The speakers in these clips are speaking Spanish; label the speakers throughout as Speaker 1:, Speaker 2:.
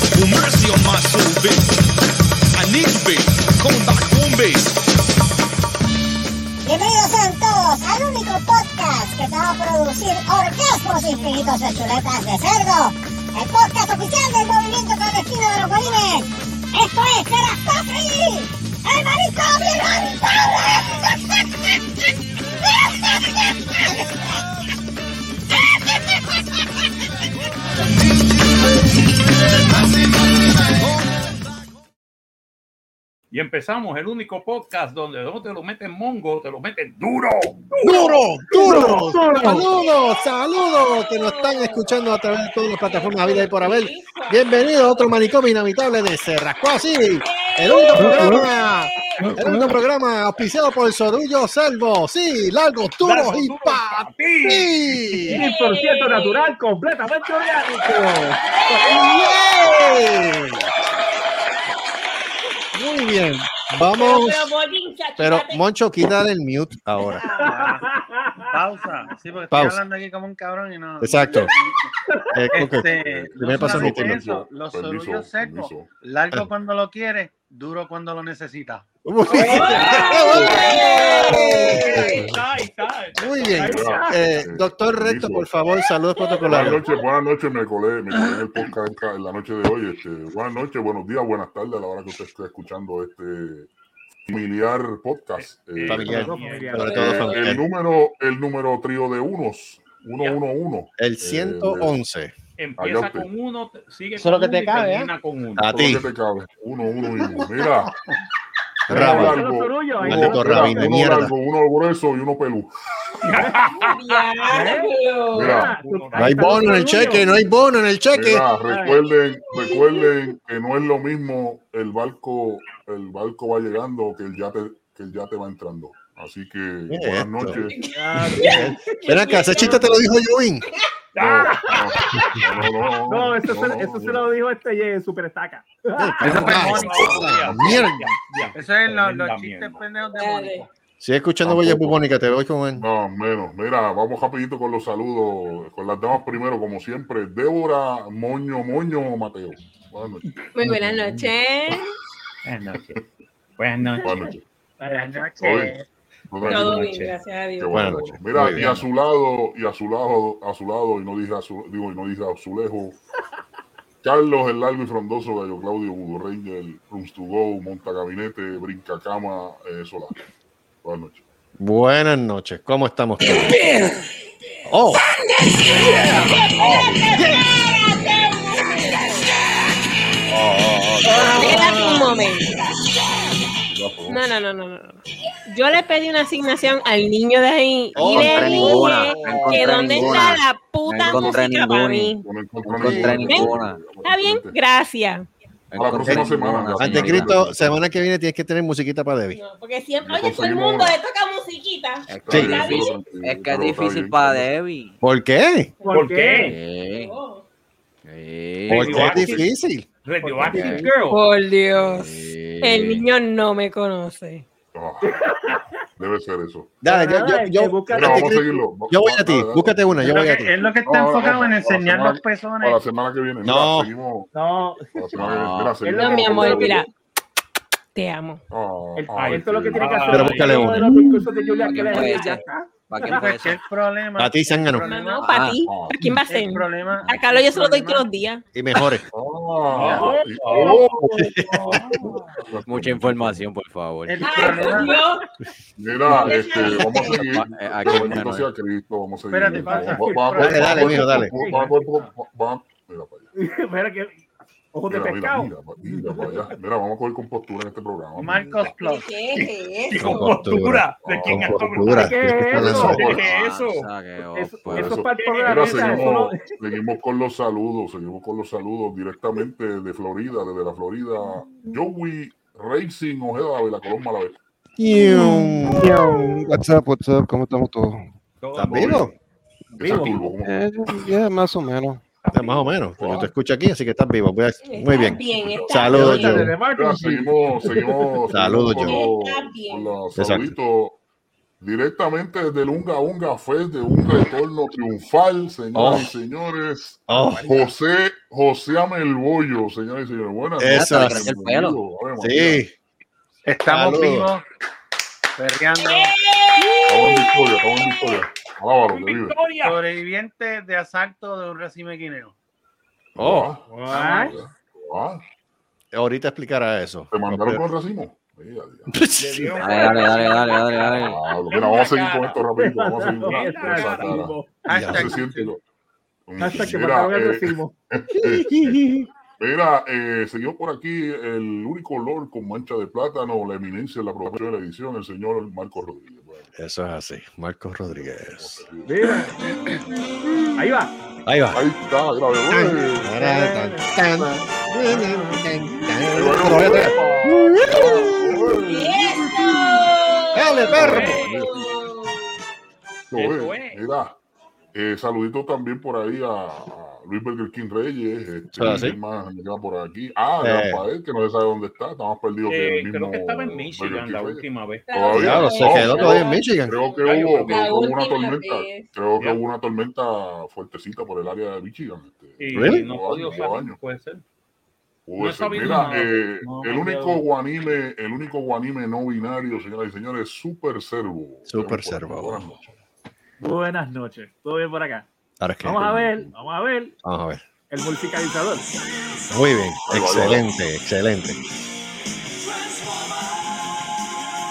Speaker 1: Easy on my soul bass. I need bass. Coming back home bass.
Speaker 2: Bienvenidos sean todos al único podcast que te va a producir orgasmos infinitos de chuletas de cerdo. El podcast oficial del movimiento clandestino de los bolines. Esto es Teras Patri, el marisco de
Speaker 3: Y empezamos el único podcast donde no te lo meten mongo, te lo meten duro.
Speaker 4: Duro, duro. Saludos, saludos que nos están escuchando a través de todas las plataformas habida y por haber. Bienvenidos a otro manicomio inamitable de Cerrasco así. El único programa, el único programa auspiciado por el Sorullo Selvo. Sí, largos, duros y para ti.
Speaker 5: 100% natural, completamente orgánico.
Speaker 4: ¡Yay! Muy bien, vamos. Pero Moncho, quita el mute ahora.
Speaker 6: Pausa. Sí, porque
Speaker 4: Pausa.
Speaker 6: estoy hablando aquí como un cabrón y no.
Speaker 4: Exacto. Eh, ok.
Speaker 6: Este,
Speaker 4: Primero
Speaker 6: no
Speaker 4: paso
Speaker 6: solamente
Speaker 4: admitirlo.
Speaker 6: eso, los sorullos secos, largo
Speaker 4: Ah.
Speaker 6: cuando lo quieres, duro cuando lo necesitas.
Speaker 4: Muy bien. Muy bien. Eh, doctor Recto, por favor, saludos
Speaker 7: Buenas
Speaker 4: protocolares.
Speaker 7: noches, buenas noches, me colé, me colé en el podcast en ca- en la noche de hoy. Este, buenas noches, buenos días, buenas tardes a la hora que usted esté escuchando este familiar podcast. Eh,
Speaker 4: Familiar, sobre
Speaker 7: eh,
Speaker 4: todo
Speaker 7: el
Speaker 4: familiar.
Speaker 7: número, el número trío de unos, uno, uno, uno.
Speaker 4: El 111.
Speaker 3: Empieza
Speaker 7: Allá usted.
Speaker 3: con uno, te- sigue
Speaker 5: Eso es lo que
Speaker 3: uno
Speaker 5: te
Speaker 3: y
Speaker 5: cabe, ¿eh?
Speaker 3: termina con uno.
Speaker 4: A
Speaker 7: Todo lo
Speaker 4: ti,
Speaker 7: que te cabe. Uno, uno y uno. Mira,
Speaker 4: Rabo.
Speaker 7: uno largo,
Speaker 5: Los sorullos, ahí
Speaker 7: uno-
Speaker 4: Maldito
Speaker 7: mira,
Speaker 4: rabino de
Speaker 7: uno
Speaker 4: mierda.
Speaker 7: largo, uno grueso y uno pelú.
Speaker 8: ¿eh?
Speaker 7: Mira,
Speaker 4: Ah, No hay bono en el cheque, no hay bono en el cheque.
Speaker 7: Mira, recuerden, recuerden que no es lo mismo el barco, el barco va llegando que el yate, que el yate va entrando. Así que
Speaker 4: Mira
Speaker 7: buenas
Speaker 4: esto.
Speaker 7: noches.
Speaker 5: Ah,
Speaker 4: Ven acá, ese chiste te lo dijo Yuin.
Speaker 7: No, no, no,
Speaker 5: No, eso,
Speaker 7: no,
Speaker 5: se,
Speaker 7: no,
Speaker 5: eso se
Speaker 7: no.
Speaker 5: lo dijo este eh, Superestaca.
Speaker 6: Eso fue
Speaker 4: Ah,
Speaker 6: Mónico.
Speaker 4: esa mierda.
Speaker 6: Eso es lo- los
Speaker 3: Tremenda
Speaker 6: chistes
Speaker 3: mierda.
Speaker 6: pendejos de Mónico.
Speaker 4: Sigue escuchando huellas bubónicas, te voy con él.
Speaker 7: No, menos. Mira, vamos rapidito con los saludos, con las damas primero, como siempre. Débora, Moño, Moño, Mateo. Buenas noches.
Speaker 9: Muy buenas noches.
Speaker 3: Buenas noches. Buenas noches.
Speaker 7: Buenas noches.
Speaker 6: Buenas
Speaker 7: Todo bien. Todo tranquilo.
Speaker 9: Todo
Speaker 6: noches.
Speaker 9: bien,
Speaker 3: noches.
Speaker 9: gracias a
Speaker 7: Qué
Speaker 9: Dios.
Speaker 7: bueno,
Speaker 4: Buenas noches.
Speaker 7: bueno. Mira,
Speaker 4: Muy
Speaker 7: y
Speaker 4: bien.
Speaker 7: a su lado, y a su lado, a su lado, y no dije a su, digo, y no dije a su lejos. Carlos, el largo y frondoso, Gallo Claudio, Hugo Ranger, Rooms to Go, Monta Gabinete, Brinca Cama, eh, Solá. Buenas noches.
Speaker 4: Buenas noches, ¿cómo estamos? todos? Oh,
Speaker 9: Espérate un momento.
Speaker 7: Ya, por favor.
Speaker 9: No, no, no, no, no. no. Yo le pedí una asignación al niño de ahí y
Speaker 8: Oh,
Speaker 9: le
Speaker 8: no
Speaker 9: dije
Speaker 8: ninguna, no
Speaker 9: que
Speaker 8: encontré
Speaker 9: dónde
Speaker 8: ninguna.
Speaker 9: está la puta
Speaker 8: No encontré
Speaker 9: música
Speaker 8: ninguna.
Speaker 9: para mí.
Speaker 7: No
Speaker 8: No
Speaker 7: encontré
Speaker 8: encontré
Speaker 7: ninguna.
Speaker 8: ninguna.
Speaker 9: Está bien, gracias.
Speaker 7: A la próxima semana.
Speaker 8: Ninguna,
Speaker 7: Ante
Speaker 8: señorita.
Speaker 4: Antecristo, semana que viene tienes que tener musiquita para Debbie.
Speaker 9: No, porque siempre,
Speaker 7: No
Speaker 9: oye, todo el
Speaker 7: conseguimos
Speaker 9: mundo
Speaker 7: una.
Speaker 9: le toca musiquita.
Speaker 8: Es
Speaker 7: Está
Speaker 8: que,
Speaker 7: bien,
Speaker 9: Sí.
Speaker 7: todo tranquilo,
Speaker 8: es, que es
Speaker 7: pero está
Speaker 8: difícil
Speaker 7: bien.
Speaker 8: para Debbie.
Speaker 4: ¿Por qué?
Speaker 3: ¿Por qué?
Speaker 8: Sí.
Speaker 9: Oh.
Speaker 8: Sí.
Speaker 3: Por-
Speaker 4: Porque es difícil.
Speaker 3: Radioactive Girl.
Speaker 9: Por Dios.
Speaker 8: Sí.
Speaker 9: El niño no me conoce.
Speaker 7: Ah, Debe ser eso.
Speaker 4: Dale, yo, yo, yo,
Speaker 7: Mira,
Speaker 5: Eh, búscate-
Speaker 7: vamos a
Speaker 4: Anticristo,
Speaker 7: seguirlo.
Speaker 4: yo voy a ti, búscate una, yo
Speaker 6: Es lo
Speaker 4: voy a ti.
Speaker 6: que- es lo que
Speaker 7: No,
Speaker 6: está
Speaker 7: no,
Speaker 6: enfocado
Speaker 7: no,
Speaker 6: en
Speaker 7: no,
Speaker 6: enseñar
Speaker 7: no, no,
Speaker 6: los
Speaker 7: Para la
Speaker 6: pezones.
Speaker 7: semana que viene.
Speaker 4: No.
Speaker 7: Mira, seguimos.
Speaker 5: No,
Speaker 7: para la semana que viene. Mira,
Speaker 8: No,
Speaker 7: seguimos
Speaker 9: No, mi
Speaker 7: con
Speaker 9: amor,
Speaker 7: los-
Speaker 9: mira. Te amo.
Speaker 7: Ah,
Speaker 5: el-
Speaker 7: ay,
Speaker 5: esto es lo que
Speaker 7: sí.
Speaker 5: tiene que
Speaker 3: Ah,
Speaker 5: hacer.
Speaker 4: Pero búscale
Speaker 5: uno de
Speaker 4: una.
Speaker 5: los discursos de Julia
Speaker 8: Porque
Speaker 5: Keller.
Speaker 8: fue
Speaker 5: Ya
Speaker 8: ella.
Speaker 5: está.
Speaker 8: ¿Para quién fue
Speaker 6: Pues que
Speaker 8: eso?
Speaker 6: el problema.
Speaker 4: Para ti, Zángano.
Speaker 9: No,
Speaker 6: problema-
Speaker 9: no, para
Speaker 8: Ah,
Speaker 9: ti.
Speaker 7: ah.
Speaker 9: ¿Para quién va a ser?
Speaker 6: El problema.
Speaker 9: A Carlos yo se lo doy
Speaker 6: el
Speaker 9: todos
Speaker 6: problema-
Speaker 9: los días.
Speaker 4: Y mejores.
Speaker 7: Ah, y-
Speaker 3: Oh.
Speaker 7: oh.
Speaker 8: Mucha información, por favor.
Speaker 6: El
Speaker 9: Ay, por
Speaker 6: problema.
Speaker 9: Dios.
Speaker 7: Mira, este, vamos a seguir.
Speaker 8: Eh, aquí,
Speaker 7: Que
Speaker 8: bueno,
Speaker 7: bendito sea Cristo, vamos a seguir.
Speaker 6: Espérate,
Speaker 7: Vamos-
Speaker 6: pasa.
Speaker 7: vamos- vamos-
Speaker 4: Dale, dale,
Speaker 7: vamos-
Speaker 4: mijo, dale.
Speaker 7: vamos- vamos- vamos- vamos- vamos- Mira para allá.
Speaker 5: Mira que- Ojos de
Speaker 7: Mira, mira,
Speaker 5: pescado.
Speaker 7: mira, mira para allá. Mira, vamos a coger compostura en este programa.
Speaker 6: Marcos Plus.
Speaker 9: ¿Qué es
Speaker 3: Y
Speaker 9: eso?
Speaker 3: con postura. ¿De quién
Speaker 4: Con
Speaker 3: estamos
Speaker 4: postura.
Speaker 5: ¿Qué es
Speaker 4: Eso.
Speaker 3: hablando? ¿Qué es eso?
Speaker 8: Ah, que oh,
Speaker 5: Eso,
Speaker 8: pues.
Speaker 5: eso
Speaker 7: eso.
Speaker 5: es para el programa.
Speaker 7: Mira,
Speaker 5: o sea, eso
Speaker 7: seguimos,
Speaker 5: no-
Speaker 7: seguimos con los saludos, seguimos con los saludos directamente de Florida, desde la Florida. Joey Racing Ojeda de la Colón Malavé.
Speaker 10: What's up, what's up, ¿cómo estamos todos?
Speaker 4: ¿Estás vivo?
Speaker 7: Ese es turbo, ¿cómo?
Speaker 10: Eh, yeah, más o menos.
Speaker 4: Está más o menos. porque Yo te escucho aquí, así que estás vivo. Voy a- Muy bien.
Speaker 9: está
Speaker 4: Saludos,
Speaker 9: bien.
Speaker 5: Pregúntale de
Speaker 4: yo.
Speaker 5: Martin
Speaker 7: Mira,
Speaker 5: G.
Speaker 7: seguimos, seguimos,
Speaker 4: Saludos,
Speaker 7: seguimos con
Speaker 9: Joey.
Speaker 7: los- con los
Speaker 4: Exacto.
Speaker 7: saluditos. Directamente desde el Unga Unga Fest de un retorno triunfal, señoras
Speaker 4: Oh.
Speaker 7: y señores.
Speaker 4: Oh.
Speaker 7: José, José Amelbollo, señoras y señores. Buenas
Speaker 4: Eso.
Speaker 7: noches,
Speaker 4: Gracias al
Speaker 7: bienvenido.
Speaker 4: pelo.
Speaker 7: Ave María.
Speaker 4: Sí. Estamos
Speaker 7: Saludos.
Speaker 4: vivos. Perreando.
Speaker 7: Estamos en victoria, estamos en victoria. Alábalo, que vive.
Speaker 11: Sobreviviente de asalto de un racimo guineo.
Speaker 4: Oh.
Speaker 11: Ah,
Speaker 7: Ah,
Speaker 4: Ahorita explicará eso.
Speaker 7: te mandaron con racimo. Mira,
Speaker 4: Dale, dale, dale, dale, dale, dale.
Speaker 7: diablo. Mira, vamos a seguir con esto rápido. Vamos a seguir con
Speaker 5: Mira,
Speaker 7: esto. Esa cara.
Speaker 5: racimo.
Speaker 7: Ya se siente lo-
Speaker 5: Hasta que
Speaker 7: Mira,
Speaker 5: mataron al
Speaker 7: eh,
Speaker 5: racimo.
Speaker 7: Mira, eh, señor por aquí el único Lord con mancha de plátano, la eminencia en la producción de la edición, el señor Marco Rodríguez.
Speaker 4: Eso es así. Marcos Rodríguez.
Speaker 5: Mira. Ahí va.
Speaker 4: Ahí va.
Speaker 7: Ahí está,
Speaker 3: Eh,
Speaker 7: grave.
Speaker 12: Dale, perro.
Speaker 7: Eso es. Mira, eh, saludito también por ahí a, a Luis Burger King Reyes. Este,
Speaker 4: Ah, sí.
Speaker 7: ¿quién más me queda por aquí. Ah,
Speaker 4: Eh.
Speaker 7: Rafael, que no se sabe dónde está, está más perdido que
Speaker 3: Eh,
Speaker 7: el mismo.
Speaker 3: creo que estaba en
Speaker 7: Burger
Speaker 3: Michigan
Speaker 7: King
Speaker 3: la
Speaker 7: Reyes.
Speaker 3: última vez.
Speaker 7: Todavía.
Speaker 4: Claro, se
Speaker 7: No,
Speaker 4: quedó
Speaker 7: creo-
Speaker 4: todavía en Michigan.
Speaker 7: Creo que
Speaker 3: La
Speaker 7: hubo,
Speaker 3: última
Speaker 7: creo que hubo una
Speaker 6: vez.
Speaker 7: tormenta, creo que
Speaker 3: Ya.
Speaker 7: hubo una tormenta fuertecita por el área de Michigan. este,
Speaker 3: Y
Speaker 4: ¿Really?
Speaker 3: no
Speaker 7: hubo
Speaker 3: podía
Speaker 7: daño,
Speaker 3: usar,
Speaker 7: hubo daño.
Speaker 3: puede ser.
Speaker 7: Hubo
Speaker 3: No he
Speaker 7: ese.
Speaker 3: sabido
Speaker 7: Mira,
Speaker 3: nada.
Speaker 7: eh,
Speaker 3: No,
Speaker 7: el
Speaker 3: no
Speaker 7: único
Speaker 3: creo.
Speaker 7: guanime, el único guanime no binario, señoras y señores, Super Servo.
Speaker 4: Super
Speaker 7: Servo. Buenas noches.
Speaker 5: Buenas noches. Todo bien por acá.
Speaker 4: Ahora es que-
Speaker 5: Vamos a ver, vamos a ver
Speaker 4: Vamos a ver.
Speaker 5: el multiplicador.
Speaker 4: Muy bien. Excelente, excelente.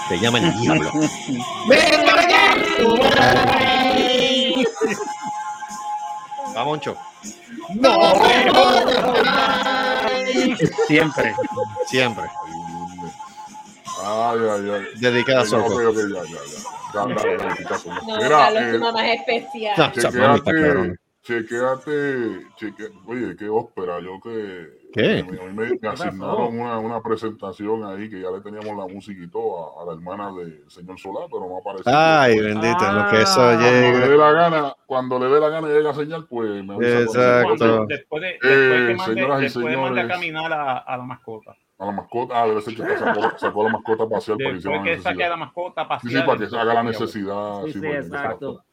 Speaker 4: Te llama el diablo. Va, Moncho.
Speaker 11: Siempre.
Speaker 4: Siempre.
Speaker 7: Ay, ay, ay.
Speaker 4: Dedicada a
Speaker 7: Ay, ya,
Speaker 4: Soco.
Speaker 7: ok, ok, ya, ya, ya. Dale, dale, dale, quitazo.
Speaker 6: No,
Speaker 7: Mira,
Speaker 6: Carlos,
Speaker 7: eh,
Speaker 6: tu mamá es especial.
Speaker 4: No, esa mami Ah, está
Speaker 7: Chequeate,
Speaker 4: cabrona.
Speaker 7: chequeate, cheque- oye, qué ópera, yo que
Speaker 4: ¿Qué?
Speaker 7: a mí- a mí me, me asignaron una, una presentación ahí que ya le teníamos la música y todo a, a la hermana del señor Solá, pero no apareció.
Speaker 4: Ay, eh. bendito, en lo que eso
Speaker 7: Cuando le
Speaker 4: llega.
Speaker 7: dé la gana, cuando le dé la gana y llega a señal, pues me avisa
Speaker 4: Exacto.
Speaker 7: cuando-
Speaker 3: Después de, después que
Speaker 7: Eh,
Speaker 3: mande,
Speaker 7: señoras y
Speaker 3: después mande a
Speaker 7: señores,
Speaker 3: caminar a, a la mascota.
Speaker 7: a la mascota, ah, debe ser que sacó, sacó a la mascota a pasear para que hiciera la
Speaker 3: Después que saque a
Speaker 7: necesidad.
Speaker 3: la mascota a
Speaker 7: Sí, sí,
Speaker 3: pasear,
Speaker 7: para que se haga la
Speaker 3: entonces,
Speaker 7: necesidad.
Speaker 5: pues. Sí,
Speaker 7: sí,
Speaker 5: sí,
Speaker 7: bueno,
Speaker 5: exacto.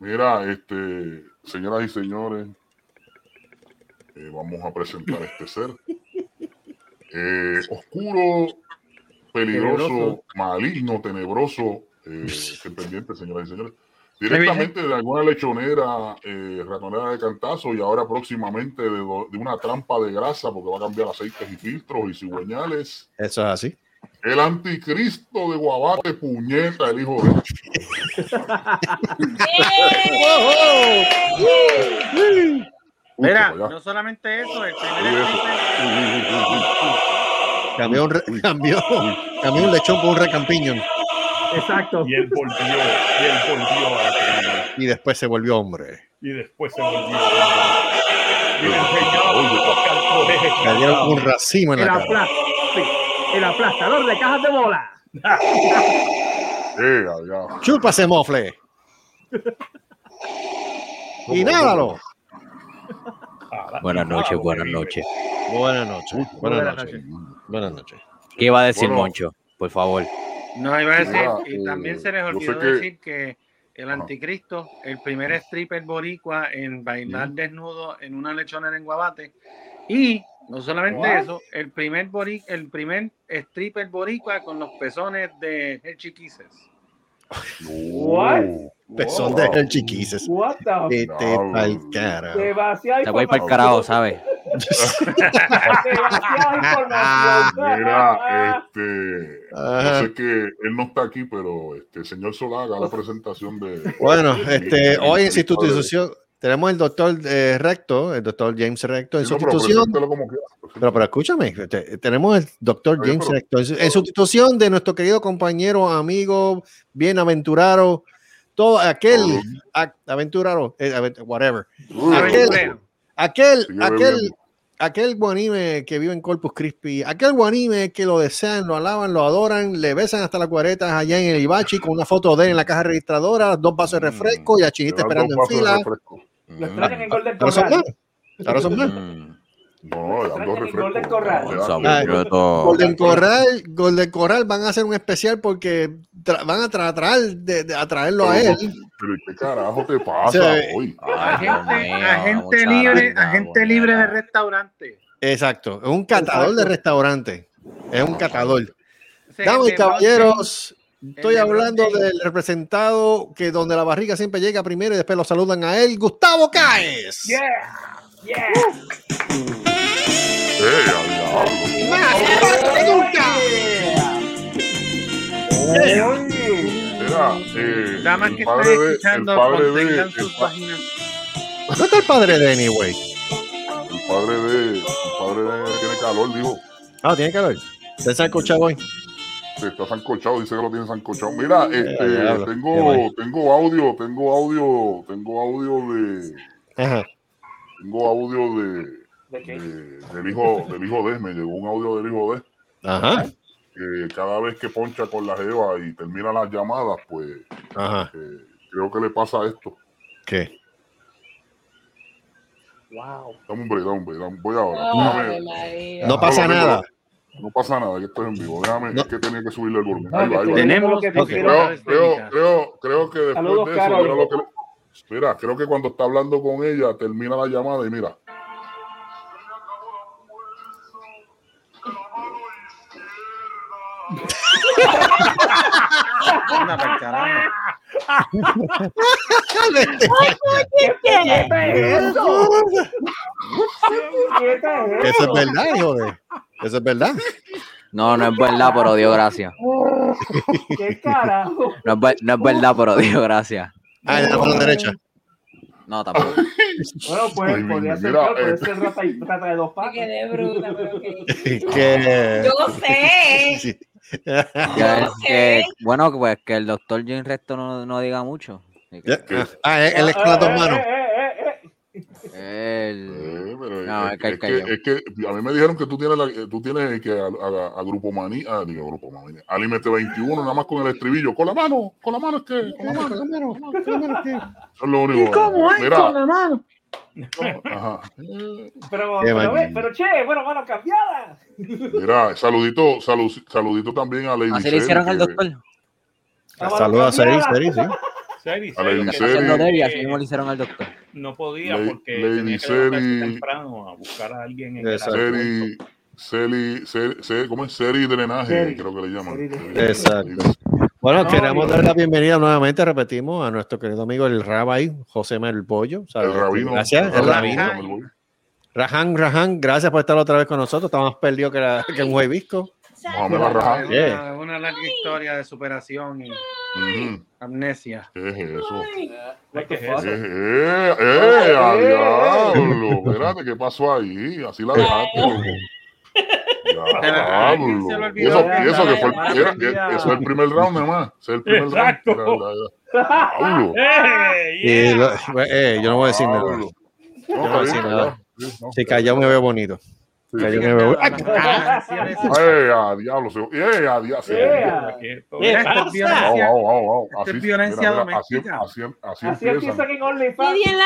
Speaker 7: Mira, este, señoras y señores, eh, vamos a presentar este ser. Eh, oscuro, peligroso,
Speaker 5: Tenebroso.
Speaker 7: maligno, tenebroso, eh, estén pendientes, señoras y señores. Directamente de alguna lechonera, eh, ratonera de cantazo y ahora próximamente de, do- de una trampa de grasa porque va a cambiar aceites y filtros y cigüeñales.
Speaker 4: Eso es así.
Speaker 7: El anticristo de Guabate, puñeta, el hijo de...
Speaker 11: Mira,
Speaker 7: Uy, para allá.
Speaker 11: no solamente eso, el primer
Speaker 7: Oye, eso.
Speaker 11: episodio-
Speaker 4: Cambió un, re- cambió, cambió un lechón por un recampiñón
Speaker 5: Exacto.
Speaker 3: Y él volvió, y él volvió a la caminar.
Speaker 4: y después se volvió hombre.
Speaker 3: Y después se volvió. a la caminar. Y le enseñaron los cantores.
Speaker 4: Le dieron un racimo en
Speaker 5: El,
Speaker 4: la cara.
Speaker 5: apla- sí, el aplastador de cajas de bola.
Speaker 7: Eh, allá.
Speaker 4: Chúpase, mofle. Y nádalo.
Speaker 3: Ah,
Speaker 8: Buenas noches,
Speaker 3: ah,
Speaker 8: buenas
Speaker 3: horrible.
Speaker 8: noches.
Speaker 4: Buenas noches. Buenas
Speaker 5: Buenas
Speaker 4: noches. Buenas noches.
Speaker 8: ¿Qué va a decir
Speaker 7: Bueno.
Speaker 8: Moncho? Por favor.
Speaker 11: No, iba a decir,
Speaker 7: Mira,
Speaker 11: y
Speaker 7: eh,
Speaker 11: también se les
Speaker 7: yo sé
Speaker 11: olvidó
Speaker 7: que-
Speaker 11: decir que el
Speaker 7: Ajá.
Speaker 11: anticristo, el primer stripper boricua en bailar desnudo en una lechonera en Guabate, y no solamente
Speaker 3: What?
Speaker 11: eso, el primer bori- el primer stripper boricua con los pezones de Chiquises.
Speaker 5: What?
Speaker 4: Pezón de el chiquises.
Speaker 5: What the
Speaker 4: Vete pa'l carajo.
Speaker 5: Demasiada
Speaker 8: Te voy a ir para el
Speaker 7: Ah,
Speaker 5: información.
Speaker 8: carajo, ¿sabes?
Speaker 5: Demasiada información.
Speaker 7: Mira, este,
Speaker 4: Ajá.
Speaker 7: yo sé que él no está aquí, pero este el señor Solaga la presentación de.
Speaker 4: Bueno, este, hoy en
Speaker 7: sí,
Speaker 4: sustitución tenemos el doctor eh, Recto, el doctor James Recto en
Speaker 7: no, pero
Speaker 4: sustitución.
Speaker 7: preséntalo como quiera, preséntalo.
Speaker 4: Pero, pero escúchame, te- tenemos el doctor
Speaker 7: Oye,
Speaker 4: James
Speaker 7: pero-
Speaker 4: Recto en, su- en sustitución de nuestro querido compañero, amigo, bienaventurado, todo aquel
Speaker 7: Ujú.
Speaker 4: a- aventurado, eh, avent- whatever,
Speaker 7: Uy,
Speaker 4: aquel-
Speaker 7: bueno,
Speaker 4: aquel,
Speaker 7: Sigue
Speaker 4: aquel,
Speaker 7: bebiendo.
Speaker 4: aquel guanime que vive en Corpus Christi, aquel guanime que lo desean, lo alaban, lo adoran, le besan hasta las cuaretas allá en el Ibachi con una foto de él en la caja registradora, dos vasos de refresco y a
Speaker 7: te
Speaker 4: Chinita
Speaker 7: dan
Speaker 4: esperando
Speaker 7: Mm, dos
Speaker 4: en
Speaker 7: vasos de
Speaker 4: fila.
Speaker 8: Mm.
Speaker 7: refresco.
Speaker 5: Lo extrañan en Golden
Speaker 4: Ahora son
Speaker 5: Corral.
Speaker 4: blancos. Ahora son blancos.
Speaker 7: No, dando refresco.
Speaker 5: Golden Corral.
Speaker 7: Te da-
Speaker 4: Ay, Golden Corral, Golden Corral van a hacer un especial porque tra- van a tratar de, de atraerlo a
Speaker 7: Pero,
Speaker 4: él.
Speaker 7: pero ¿qué carajo te pasa
Speaker 4: Sí.
Speaker 7: hoy?
Speaker 11: Agente, agente libre, agente libre de restaurante.
Speaker 4: Exacto, es un catador
Speaker 11: Exacto.
Speaker 4: de restaurante. Es un catador.
Speaker 11: Ese
Speaker 4: Damas y
Speaker 11: gente va-
Speaker 4: caballeros, estoy
Speaker 11: El
Speaker 4: hablando
Speaker 11: LeBron James.
Speaker 4: del representado que donde la barriga siempre llega primero y después lo saludan a él, Gustavo Caes.
Speaker 5: Yeah.
Speaker 7: Eh, al diablo.
Speaker 4: Más fuerte que nunca.
Speaker 7: Era, eh,
Speaker 11: Damas
Speaker 7: el
Speaker 11: que
Speaker 7: padre
Speaker 11: están
Speaker 7: de- el
Speaker 11: escuchando,
Speaker 7: padre de-
Speaker 11: contengan
Speaker 7: el
Speaker 11: sus
Speaker 7: pa-
Speaker 11: páginas.
Speaker 4: ¿Dónde está el padre de Anyway?
Speaker 7: El padre de. El padre de. Tiene calor, dijo.
Speaker 4: Ah, tiene calor. ¿Se ha escuchado hoy?
Speaker 7: Se está sancochado, dice que lo tiene sancochado. Mira, este,
Speaker 4: diablo, qué
Speaker 7: tengo,
Speaker 4: bueno.
Speaker 7: tengo audio, tengo audio, tengo audio de.
Speaker 4: Ajá.
Speaker 7: Tengo audio de.
Speaker 5: ¿De qué?
Speaker 7: de- del hijo del hijo de me llegó un audio del hijo de
Speaker 4: Ajá.
Speaker 7: que cada vez que poncha con la jeva y termina las llamadas pues
Speaker 4: Ajá.
Speaker 7: eh, creo que le pasa esto
Speaker 4: ¿Qué?
Speaker 5: Wow.
Speaker 7: dame un break, dame un break, dame- voy
Speaker 5: Ah,
Speaker 7: ahora
Speaker 13: Ave
Speaker 7: Déjame-
Speaker 13: María.
Speaker 4: No pasa
Speaker 7: Déjame-
Speaker 4: nada.
Speaker 7: Ah, no pasa nada que esto es en vivo déjame es que tenía que subirle el volumen Ahí va, ahí va.
Speaker 11: Tenemos
Speaker 5: que
Speaker 4: Ok.
Speaker 5: prefiero-
Speaker 7: creo, creo, creo, creo que después
Speaker 5: Saludos,
Speaker 7: de eso
Speaker 5: Carol.
Speaker 7: mira lo que le- mira, creo que cuando está hablando con ella termina la llamada y mira
Speaker 11: Anda, pa'l carajo.
Speaker 5: ¿Qué es eso? ¿Qué es
Speaker 4: Eso es verdad, hijo de. Eso es verdad.
Speaker 8: No, no es verdad, pero dio gracias.
Speaker 5: eso? ¿Qué carajo?
Speaker 8: No es, ver- no es verdad, pero dio gracias.
Speaker 4: Ah, en la mano derecha.
Speaker 8: No, tampoco.
Speaker 5: Bueno,
Speaker 7: Ay,
Speaker 5: pues podría
Speaker 7: mira,
Speaker 5: ser peor,
Speaker 7: eh.
Speaker 5: pero ese rata y trata de dos
Speaker 13: Me
Speaker 5: patas.
Speaker 13: quedé bruta, pero ok.
Speaker 4: que...
Speaker 13: Yo sé.
Speaker 4: Sí.
Speaker 8: Ya es que- bueno, pues que el doctor Jim Resto no, no diga mucho. Así que-
Speaker 4: Ah, él él es con las dos manos.
Speaker 5: Eh, eh, eh, eh.
Speaker 8: El-
Speaker 7: Eh, pero
Speaker 8: No,
Speaker 7: es,
Speaker 8: es que
Speaker 7: es que,
Speaker 8: cayó.
Speaker 7: es que a mí me dijeron que tú tienes, la- eh, tú tienes que a, a- a Grupo Maní, a, digo, Grupo Maní, Alimete 21, nada más con el estribillo, con la mano, con la mano es que, con la mano, es lo único. Mira,
Speaker 11: mano?
Speaker 7: ajá. Eh,
Speaker 5: Pero,
Speaker 4: Qué
Speaker 5: pero,
Speaker 4: mal.
Speaker 5: ve, pero che, bueno, mano cambiada.
Speaker 7: Mira, saludito, salu- saludito también a Lady
Speaker 8: Así le hicieron al
Speaker 7: Sherry, que-
Speaker 8: doctor.
Speaker 4: Saludos a Seri, Seri, sí.
Speaker 7: ¿eh?
Speaker 3: Seri,
Speaker 7: A la
Speaker 8: Lo que
Speaker 3: Seri,
Speaker 7: ¿En
Speaker 8: está
Speaker 7: serio?
Speaker 8: haciendo Debbie,
Speaker 3: que
Speaker 8: así mismo le hicieron al doctor.
Speaker 3: no podía
Speaker 7: Lady-
Speaker 3: porque
Speaker 7: Lady
Speaker 3: tenía que levantarse
Speaker 7: Seri.
Speaker 3: temprano a buscar a alguien en
Speaker 4: Exacto.
Speaker 3: el
Speaker 7: Seri, Seri, Seri, Seri- ¿cómo es? Seri Drenaje,
Speaker 5: Seri.
Speaker 7: creo que le llaman.
Speaker 5: Seri Drenaje.
Speaker 7: Seri-
Speaker 4: Exacto. Bueno,
Speaker 5: No,
Speaker 4: queremos
Speaker 5: no.
Speaker 4: dar la bienvenida nuevamente, repetimos, a nuestro querido amigo el rabbi José Manuel Pollo. ¿sabes?
Speaker 7: El rabino.
Speaker 4: Gracias, el rabino.
Speaker 7: rabino, el boy.
Speaker 4: Rajan, Rajan, gracias por estar otra vez con nosotros. Estamos más perdidos que, la- que un huevisco.
Speaker 7: Mohamed Arraja.
Speaker 11: Es
Speaker 4: Yeah.
Speaker 11: una, una larga historia de superación y
Speaker 7: Ujú.
Speaker 11: amnesia.
Speaker 7: ¿Qué es eso?
Speaker 3: Ay, ¿qué es
Speaker 7: Eh,
Speaker 3: eso?
Speaker 7: eh, eh, a diablo. Espérate, ¿qué pasó ahí? Así la dejaste. loco. Diablo.
Speaker 11: Se le olvidó.
Speaker 7: Y eso, y eso que fue el,
Speaker 11: Mala
Speaker 7: era-
Speaker 11: mía.
Speaker 7: eso es el primer round, nada más. Ese Es el primer
Speaker 3: Exacto.
Speaker 7: round. Diablo.
Speaker 3: ¡Eh!
Speaker 4: Y lo- eh, yo no voy a decir nada.
Speaker 7: Diablo. No,
Speaker 4: voy a decir
Speaker 7: está bien,
Speaker 4: nada.
Speaker 7: está bien. No.
Speaker 4: Si callado me veo bonito. Callado me veo
Speaker 11: Las ganancias de ese-
Speaker 7: Eh, a diablo. se- Eh, a diablo. se-
Speaker 5: Yeah.
Speaker 3: Quieto.
Speaker 11: Mira, esto es
Speaker 7: Au,
Speaker 11: violencia.
Speaker 7: au, au, au.
Speaker 11: Esto es
Speaker 7: Así-
Speaker 11: violencia
Speaker 7: mira, mira,
Speaker 11: doméstica.
Speaker 7: Así, así, así
Speaker 5: Así
Speaker 7: empiezan.
Speaker 5: empieza en OnlyFans.
Speaker 13: Y en la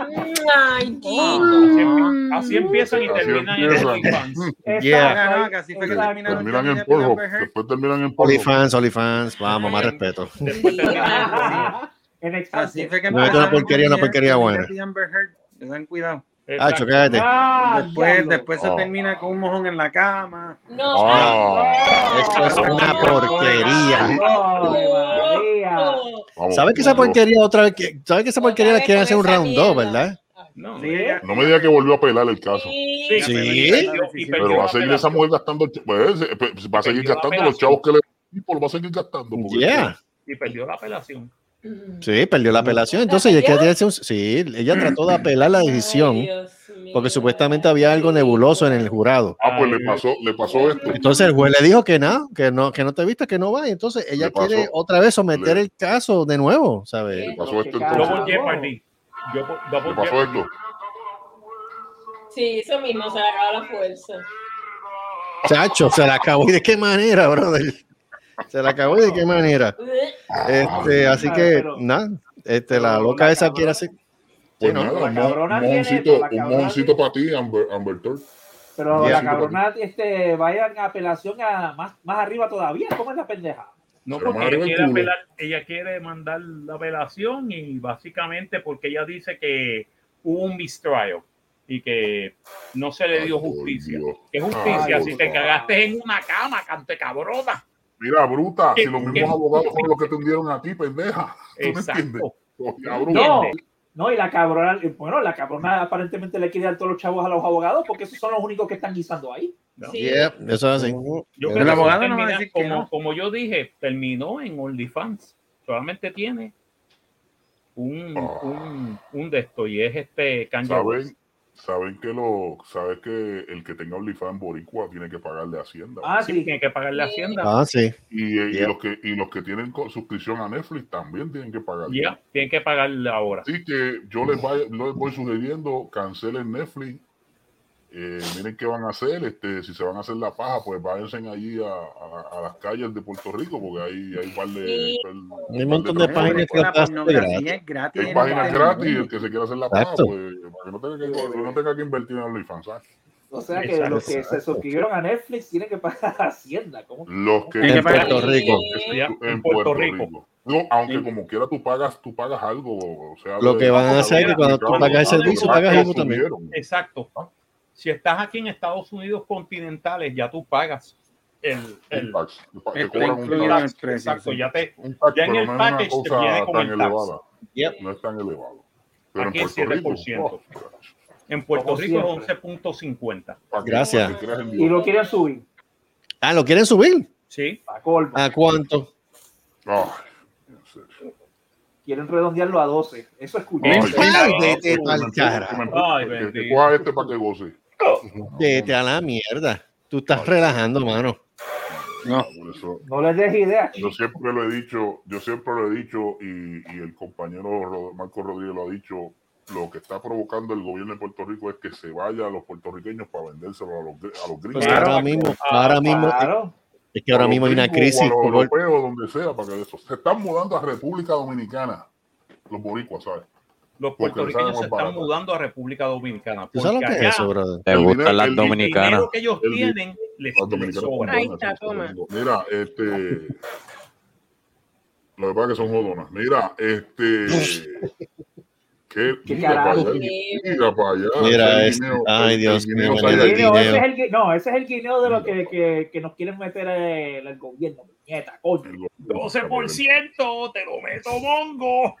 Speaker 13: carita. Ay, chico.
Speaker 3: Así empie- Así empiezan y
Speaker 7: Así
Speaker 3: terminan en
Speaker 7: empiezan.
Speaker 3: OnlyFans.
Speaker 5: Exacto.
Speaker 4: Yeah.
Speaker 11: Ah, no, que así fue que
Speaker 5: Exacto.
Speaker 11: terminaron
Speaker 7: Terminan
Speaker 11: Johnny
Speaker 7: en
Speaker 11: Depp y
Speaker 7: polvo.
Speaker 11: Amber Heard.
Speaker 7: Después terminan en polvo.
Speaker 4: Olifans, Olifans, vamos, más respeto.
Speaker 3: Después
Speaker 9: Ah,
Speaker 3: terminan-
Speaker 5: En expansión.
Speaker 11: Así fue que
Speaker 4: No, esto es una
Speaker 11: empezaron
Speaker 4: porquería, una
Speaker 11: Johnny Depp
Speaker 4: porquería
Speaker 11: y
Speaker 4: buena.
Speaker 11: Amber Heard y Amber Heard. Tengan cuidado.
Speaker 4: Ah,
Speaker 3: Exacto.
Speaker 4: chocate.
Speaker 5: Ah,
Speaker 11: Después,
Speaker 5: diablo.
Speaker 11: después se
Speaker 7: Oh.
Speaker 11: termina con un mojón en la cama.
Speaker 13: No.
Speaker 7: Ah,
Speaker 4: Oh, Esto es una porquería.
Speaker 5: Oh, María.
Speaker 13: No.
Speaker 3: Oh,
Speaker 7: vamos,
Speaker 4: ¿Sabes que esa
Speaker 7: vamos.
Speaker 4: porquería otra vez? que- ¿Sabes que esa porquería la quieren hacer un round 2, verdad?
Speaker 3: No.
Speaker 11: Sí, ella-
Speaker 7: No me diga que volvió a pelar el caso.
Speaker 13: Sí.
Speaker 3: Sí.
Speaker 4: Sí.
Speaker 3: Y perdió- y perdió
Speaker 7: Pero va
Speaker 3: la
Speaker 7: a seguir
Speaker 3: pelea.
Speaker 7: esa mujer gastando, ch- pues, eh, pe- va a seguir
Speaker 3: Perdió la
Speaker 7: gastando los
Speaker 3: apelación.
Speaker 7: chavos que le y por va a seguir gastando. porque-
Speaker 4: Yeah.
Speaker 3: Y perdió la apelación.
Speaker 4: Sí, perdió
Speaker 3: Mm.
Speaker 4: la apelación. Entonces ella quería hacer un- Sí, ella trató de apelar la
Speaker 13: Ay,
Speaker 4: decisión
Speaker 13: Dios mío.
Speaker 4: porque supuestamente había algo nebuloso en el jurado.
Speaker 7: Ah, pues
Speaker 3: Ay.
Speaker 7: le pasó, le pasó esto.
Speaker 4: Entonces el juez le dijo que no, que no, que no te viste, que no va. Y entonces ella
Speaker 7: Le pasó.
Speaker 4: quiere otra vez someter el caso de nuevo, ¿sabes?
Speaker 7: Le pasó esto
Speaker 5: Ah.
Speaker 3: Double
Speaker 7: entonces.
Speaker 3: Jeopardy. Yo- double
Speaker 7: Le pasó
Speaker 3: Jeopardy.
Speaker 7: esto.
Speaker 13: Sí, eso mismo, se le acabó la fuerza.
Speaker 4: Chacho, se la acabó y de qué manera, brother. Se la acabó y de qué
Speaker 3: Ah,
Speaker 4: manera. Este, así que,
Speaker 5: Pero-
Speaker 4: nada, este, la loca esa quiere hacer.
Speaker 7: Pues
Speaker 5: no,
Speaker 7: nada,
Speaker 5: la
Speaker 7: un,
Speaker 5: cabrona
Speaker 7: mo-
Speaker 5: tiene-
Speaker 7: mojoncito,
Speaker 5: la
Speaker 7: un
Speaker 5: cabrona
Speaker 7: mojoncito para ti, Amber, Amber Turk.
Speaker 5: Pero
Speaker 7: Ya.
Speaker 5: la cabrona este, va a ir en apelación a más, más arriba todavía. ¿Cómo es la pendeja?
Speaker 3: No,
Speaker 7: Pero
Speaker 3: porque
Speaker 7: más
Speaker 3: ella
Speaker 7: arriba el
Speaker 3: quiere,
Speaker 7: culo.
Speaker 3: apelar- ella quiere mandar la apelación y básicamente porque ella dice que hubo un mistrial y que no se le dio justicia. Que justicia,
Speaker 7: Ay,
Speaker 3: si
Speaker 7: por
Speaker 3: te
Speaker 7: Dios.
Speaker 3: cagaste en una cama, cante cabrona.
Speaker 7: Mira, bruta,
Speaker 3: ¿Qué?
Speaker 7: si los mismos
Speaker 3: ¿Qué?
Speaker 7: abogados fueron los que te hundieron a ti, pendeja. ¿Tú me
Speaker 3: Exacto.
Speaker 7: entiendes? Los cabrones.
Speaker 5: No, no, y la cabrona, bueno, la cabrona aparentemente le quiere dar todos los chavos a los abogados porque esos son los únicos que están guisando ahí.
Speaker 4: Yep, eso es así.
Speaker 3: Yo
Speaker 4: Eso
Speaker 3: creo
Speaker 4: es
Speaker 3: que termina-
Speaker 4: así.
Speaker 3: como, como yo dije, terminó en OnlyFans. Solamente tiene un, un, un de esto y es este Kanye West.
Speaker 7: Oh. ¿Saben? Saben que lo, sabes que el que tenga OnlyFans boricua tiene que pagarle a Hacienda.
Speaker 3: Ah, sí, tiene que pagarle a Hacienda.
Speaker 4: Ah, sí.
Speaker 7: Y, eh, y
Speaker 4: Yeah.
Speaker 7: los que, y los que tienen co- suscripción a Netflix también tienen que pagar.
Speaker 3: Ya, tienen que pagarle ahora.
Speaker 7: Así que yo les, vaya- les voy sugiriendo, cancelen Netflix. Eh, miren qué van a hacer. Este, si se van a hacer la paja, pues váyanse allí a, a- a las calles de Puerto Rico, porque ahí hay un par de.
Speaker 4: Hay un montón de páginas que
Speaker 7: que
Speaker 4: las hacen
Speaker 7: gratis.
Speaker 4: gratis. gratis
Speaker 7: Hay
Speaker 4: en
Speaker 7: páginas
Speaker 4: el
Speaker 7: gratis.
Speaker 4: mundo.
Speaker 7: El que se quiera hacer la paja,
Speaker 4: Exacto.
Speaker 7: pues para que no tenga que, no tenga que invertir en OnlyFans. ¿sabes?
Speaker 5: O sea que
Speaker 7: Exacto.
Speaker 5: los que se suscribieron a Netflix tienen que pagar a Hacienda. ¿Cómo?
Speaker 7: Los que
Speaker 5: Tienen que pagar.
Speaker 7: En, Puerto, Rico. No, aunque como quiera tú pagas, tú pagas algo. O sea,
Speaker 4: Lo que van a hacer es que cuando tú pagas
Speaker 7: ah,
Speaker 4: el servicio, pagas
Speaker 7: algo
Speaker 4: IVU también.
Speaker 3: Exacto. Si estás aquí en Estados Unidos continentales, ya tú pagas el, el,
Speaker 7: El tax. Te
Speaker 3: el-
Speaker 7: cobran
Speaker 3: el
Speaker 7: un
Speaker 3: tax.
Speaker 7: tax.
Speaker 3: Exacto, ya te
Speaker 7: Un tax,
Speaker 3: ya en
Speaker 7: pero
Speaker 3: el
Speaker 7: no es una
Speaker 3: package te
Speaker 7: cosa
Speaker 3: viene con
Speaker 7: tan
Speaker 3: el
Speaker 7: elevada.
Speaker 3: tax.
Speaker 7: No es tan elevado. Pero
Speaker 3: Aquí
Speaker 7: en
Speaker 3: es
Speaker 7: Puerto Rico,
Speaker 3: 7%.
Speaker 7: oh,
Speaker 3: En Puerto
Speaker 7: Como
Speaker 3: Rico es 11.50.
Speaker 7: pa' que
Speaker 4: Gracias.
Speaker 7: no te creas en Dios.
Speaker 5: Y lo quieren subir.
Speaker 4: Ah, ¿lo quieren subir?
Speaker 3: Sí.
Speaker 5: A colmo.
Speaker 4: ¿A cuánto?
Speaker 5: Quieren redondearlo a 12. Eso es
Speaker 4: Ay,
Speaker 5: culpa.
Speaker 4: Ay, vete pa'l
Speaker 7: Que me-
Speaker 4: carajo.
Speaker 3: Ay,
Speaker 7: que- que
Speaker 3: bendito.
Speaker 7: coja este para que goce.
Speaker 4: Vete a la mierda. Tú estás relajando, mano.
Speaker 7: No, Ah, por eso.
Speaker 5: No les des idea.
Speaker 7: Yo siempre lo he dicho, yo siempre lo he dicho y, y el compañero Ro- Marco Rodríguez lo ha dicho, lo que está provocando el gobierno de Puerto Rico es que se vaya a los puertorriqueños para vendérselo a los, gr- a los gringos.
Speaker 4: Pues ahora mismo, ahora mismo, es que ahora mismo hay una crisis.
Speaker 7: Los
Speaker 4: por-
Speaker 7: europeos, donde sea, para que eso. Se están mudando a República Dominicana, los boricuas, ¿sabes?
Speaker 3: Los
Speaker 7: Porque les sale
Speaker 3: puertorriqueños se
Speaker 7: más
Speaker 3: están
Speaker 7: barato.
Speaker 3: mudando a República Dominicana.
Speaker 4: ¿Tú sabes lo
Speaker 3: porque
Speaker 4: que es
Speaker 3: allá
Speaker 4: eso, brother?
Speaker 8: Te
Speaker 7: El
Speaker 8: gustan
Speaker 7: dinero-
Speaker 8: las
Speaker 7: el
Speaker 3: El
Speaker 8: dominicanas.
Speaker 3: dinero que ellos
Speaker 7: El-
Speaker 3: tienen les,
Speaker 7: Los
Speaker 3: les
Speaker 7: dominicanos
Speaker 3: sobra.
Speaker 13: Ahí está, toma.
Speaker 7: Mira, este. Lo que pasa es que son jodonas. Mira, este. ¿Qué?
Speaker 5: ¿Qué
Speaker 7: Mira para
Speaker 5: carajo?
Speaker 7: allá. Mira para allá.
Speaker 4: Mira
Speaker 7: El
Speaker 4: este.
Speaker 7: guineo-
Speaker 4: Ay,
Speaker 7: el
Speaker 4: Dios
Speaker 7: guineo
Speaker 4: mío,
Speaker 7: sale
Speaker 4: Manuel.
Speaker 7: allí.
Speaker 5: Guineo,
Speaker 4: guineo.
Speaker 5: ese es el gui- no, ese es el guineo de lo que, que, que nos quieren meter el, el gobierno. Nieta, coño.
Speaker 3: 12% te lo meto mongo.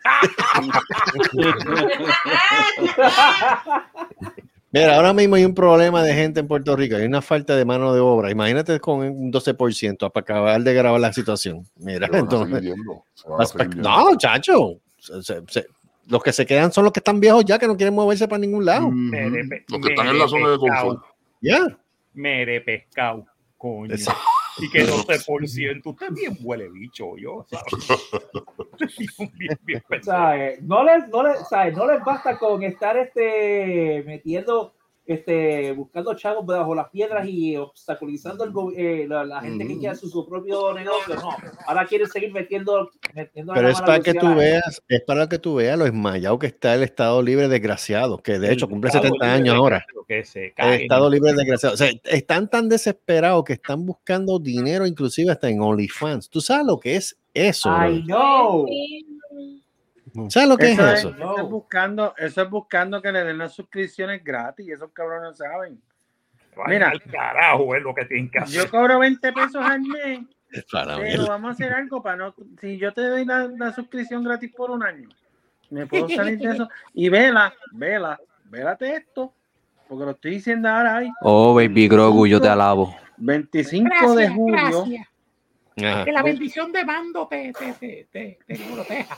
Speaker 4: Mira, ahora mismo hay un problema de gente en Puerto Rico, hay una falta de mano de obra. Imagínate con un 12% para acabar de grabar la situación. Mira,
Speaker 7: Se van a seguir
Speaker 4: entonces.
Speaker 7: yendo, se van a seguir yendo.
Speaker 4: No, chacho. Se- se- se- los que se quedan son los que están viejos ya, que no quieren moverse para ningún lado.
Speaker 7: Mm. Ujú. Los que están en la zona de confort.
Speaker 4: Ya.
Speaker 3: Mere pescado, coño.
Speaker 4: Exacto.
Speaker 3: Y que 12%. Usted bien huele bicho, yo. ¿sabes? Bien, bien, bien pensado.
Speaker 5: ¿Sabes? eh, No les, no les, ¿sabes? No les basta con estar este metiendo, este, buscando chavos bajo las piedras y obstaculizando el go- eh, la, la gente que
Speaker 4: Mm.
Speaker 5: quiere su, su propio negocio. No, ahora quieren seguir metiendo, metiendo
Speaker 4: Pero
Speaker 5: la
Speaker 4: es
Speaker 5: mala
Speaker 4: para que
Speaker 5: velocidad a
Speaker 4: tú
Speaker 5: la gente.
Speaker 4: veas, es para que tú veas lo esmayado que está el Estado Libre desgraciado, que de hecho cumple
Speaker 3: Estado
Speaker 4: 70
Speaker 3: libre
Speaker 4: años
Speaker 3: de
Speaker 4: ahora.
Speaker 3: lo Que se
Speaker 4: El
Speaker 3: cae.
Speaker 4: Estado Libre desgraciado. O sea, están tan desesperados que están buscando dinero, inclusive hasta en OnlyFans. ¿Tú sabes lo que es eso?
Speaker 5: I know.
Speaker 4: brother? ¿Sabes lo que es
Speaker 11: Eso es,
Speaker 4: eso?
Speaker 11: eso es buscando, eso es buscando que le den las suscripciones gratis, esos cabrones saben.
Speaker 3: Mira,
Speaker 11: Mira.
Speaker 3: el carajo es lo que tienen que hacer.
Speaker 11: Yo cobro 20 pesos al mes,
Speaker 4: Es para
Speaker 11: pero
Speaker 4: ver.
Speaker 11: vamos a hacer algo para no. Si yo te doy la, la suscripción gratis por un año, me puedo salir de eso. Y vela, vela, vélate esto, porque lo estoy diciendo ahora. Hay
Speaker 8: Oh, baby Grogu, yo te alabo.
Speaker 11: 25 de julio.
Speaker 4: Ajá.
Speaker 3: la bendición de mando te, te, te, te, te proteja.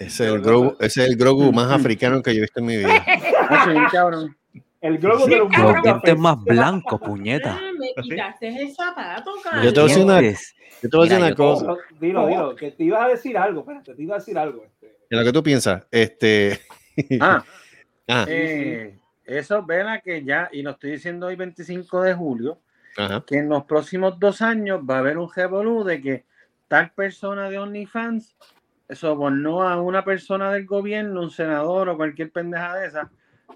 Speaker 4: Ese es el Grogu, ese es el Grogu más africano que yo he visto en mi vida.
Speaker 11: Hacho, bien cabrón.
Speaker 5: El globo de los
Speaker 8: Los dientes más blancos, puñeta.
Speaker 13: Ah, me quitaste el zapato,
Speaker 4: Yo te voy a decir una, yo te voy a decir
Speaker 8: Mira,
Speaker 4: una
Speaker 8: yo-
Speaker 4: cosa.
Speaker 5: Dilo, dilo, que te ibas a decir algo, espérate, te iba a decir algo. este.
Speaker 4: En lo que tú piensas, este.
Speaker 11: Ah,
Speaker 4: ah,
Speaker 11: eh, eso, vela que ya, y lo estoy diciendo hoy 25 de julio.
Speaker 4: ajá.
Speaker 11: que en los próximos dos años va a haber un revolú de que tal persona de OnlyFans
Speaker 6: sobornó a una persona del gobierno, un senador o cualquier pendeja de esa,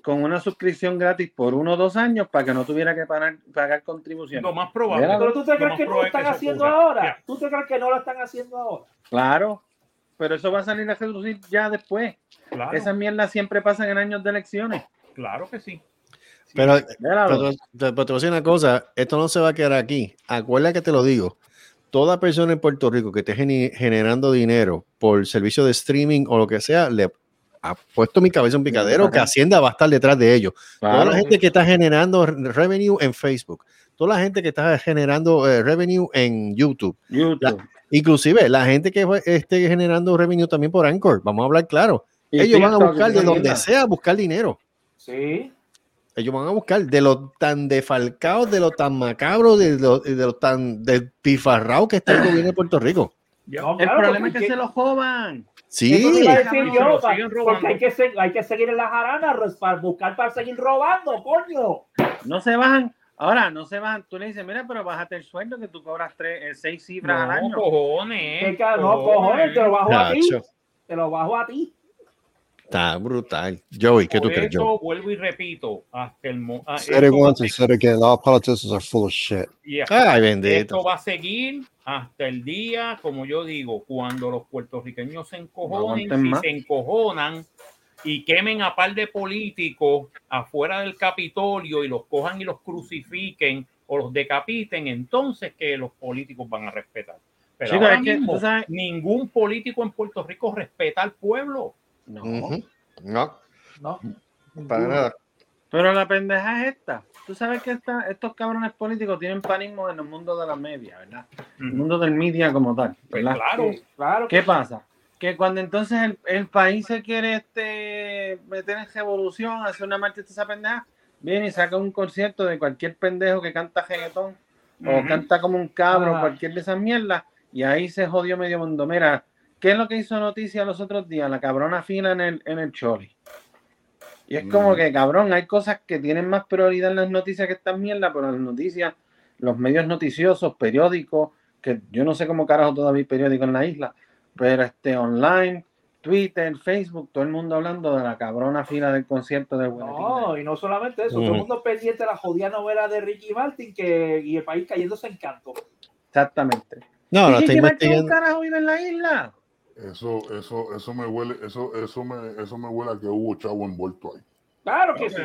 Speaker 6: con una suscripción gratis por uno o dos años para que no tuviera que pagar, pagar contribuciones.
Speaker 3: Lo más probable.
Speaker 6: Mira,
Speaker 5: Pero tú te
Speaker 3: Lo
Speaker 5: crees
Speaker 3: más
Speaker 5: que no lo
Speaker 3: probable
Speaker 5: están
Speaker 3: que eso
Speaker 5: haciendo
Speaker 3: ocurra.
Speaker 5: ahora.
Speaker 3: Mira.
Speaker 5: Tú te crees que no lo están haciendo ahora.
Speaker 6: Claro, pero eso va a salir a reducir ya después.
Speaker 3: Claro,
Speaker 6: Esas mierdas siempre pasan en años de elecciones.
Speaker 3: claro que sí.
Speaker 4: Pero,
Speaker 6: Mira,
Speaker 4: Eh, pero te, pero te voy a decir una cosa, esto no se va a quedar aquí. Acuérdate que te lo digo. Toda persona en Puerto Rico que esté geni- generando dinero por servicio de streaming o lo que sea, le ha puesto mi cabeza un picadero que Hacienda va a estar detrás de ellos. Toda la gente que está generando re- revenue en Facebook, toda la gente que está generando eh, revenue en YouTube,
Speaker 6: YouTube.
Speaker 4: La- inclusive la gente que fue- esté generando revenue también por Anchor, vamos a hablar claro.
Speaker 6: Y
Speaker 4: Ellos van a
Speaker 6: TikTok,
Speaker 4: buscar
Speaker 6: esa
Speaker 4: de donde
Speaker 6: mierda.
Speaker 4: sea, buscar dinero.
Speaker 5: Sí.
Speaker 4: Ellos van a buscar de los tan defalcados, de los tan macabros, de los de lo tan despifarrados que está el gobierno de Puerto Rico.
Speaker 5: No,
Speaker 6: El
Speaker 5: claro,
Speaker 6: problema es
Speaker 5: porque
Speaker 6: que se lo joban.
Speaker 5: Eso te
Speaker 4: Sí,
Speaker 5: iba a decir
Speaker 3: Y se
Speaker 5: yo,
Speaker 3: lo
Speaker 5: pa-
Speaker 3: siguen robando.
Speaker 5: porque hay que, se- hay que seguir en la jarana res- para buscar para seguir robando, coño.
Speaker 6: No se bajan. Ahora, no se bajan. Tú le dices, mira, pero bájate el sueldo que tú cobras tres, eh, seis cifras al
Speaker 3: No, pues.
Speaker 6: año.
Speaker 3: cojones.
Speaker 5: Que ca- no, cojones, te lo bajo a ti.
Speaker 4: Chacho,
Speaker 5: Te lo bajo a ti.
Speaker 4: está brutal. Joey, ¿qué tú
Speaker 3: Por
Speaker 4: crees,
Speaker 3: eso
Speaker 4: Joey?
Speaker 3: vuelvo y repito, hasta el mo- ah,
Speaker 10: Said it
Speaker 3: esto-
Speaker 10: once and said it again. All politicians are full of shit.
Speaker 3: Yeah.
Speaker 4: Ay,
Speaker 3: Esto
Speaker 4: bendito.
Speaker 3: va a seguir hasta el día, como yo digo, cuando los puertorriqueños se encojonen,
Speaker 6: No aguanten
Speaker 3: si
Speaker 6: más.
Speaker 3: se encojonan y quemen a par de políticos afuera del Capitolio y los cojan y los crucifiquen o los decapiten, entonces que los políticos van a respetar. Pero
Speaker 6: Chico,
Speaker 3: ahora
Speaker 6: es que,
Speaker 3: mismo,
Speaker 6: tú sabes-
Speaker 3: ningún político en Puerto Rico respeta al pueblo.
Speaker 6: No.
Speaker 4: Ujú. No,
Speaker 5: No.
Speaker 4: para nada.
Speaker 6: Pero la pendeja es esta. Tú sabes que esta- estos cabrones políticos tienen panismo en el mundo de la media, ¿verdad? El mundo del media como tal,
Speaker 3: Pues
Speaker 6: ¿verdad?
Speaker 3: claro,
Speaker 5: Claro.
Speaker 6: ¿Qué pasa? Que cuando entonces el, el país se quiere este, meter en revolución, hacer una marcha de esa pendeja, viene y saca un concierto de cualquier pendejo que canta reggaetón o
Speaker 3: Ujú.
Speaker 6: canta como un cabro,
Speaker 5: Ajá.
Speaker 6: cualquier de esas mierdas, y ahí se jodió medio mundo. Mira, ¿qué es lo que hizo noticia los otros días? La cabrona fina en el, en el Choli. Y es como
Speaker 10: Mm.
Speaker 6: que, cabrón, hay cosas que tienen más prioridad en las noticias que estas mierdas, pero las noticias, los medios noticiosos, periódicos, que yo no sé cómo carajo todavía hay periódicos en la isla, pero este online, Twitter, Facebook, todo el mundo hablando de la cabrona fila del concierto de
Speaker 5: No,
Speaker 6: Buenaventura.
Speaker 5: y no solamente eso, todo el mundo pendiente de la jodida novela de Ricky Martin que, y el país cayéndose en canto.
Speaker 6: Exactamente.
Speaker 4: No, no,
Speaker 6: ¿Y
Speaker 4: está
Speaker 6: Ricky Martin, un
Speaker 4: investigando.
Speaker 6: carajo vive en la isla?
Speaker 7: Eso, eso, eso me huele, eso, eso me, eso me huele a que hubo chavo envuelto ahí.
Speaker 5: Claro que sí.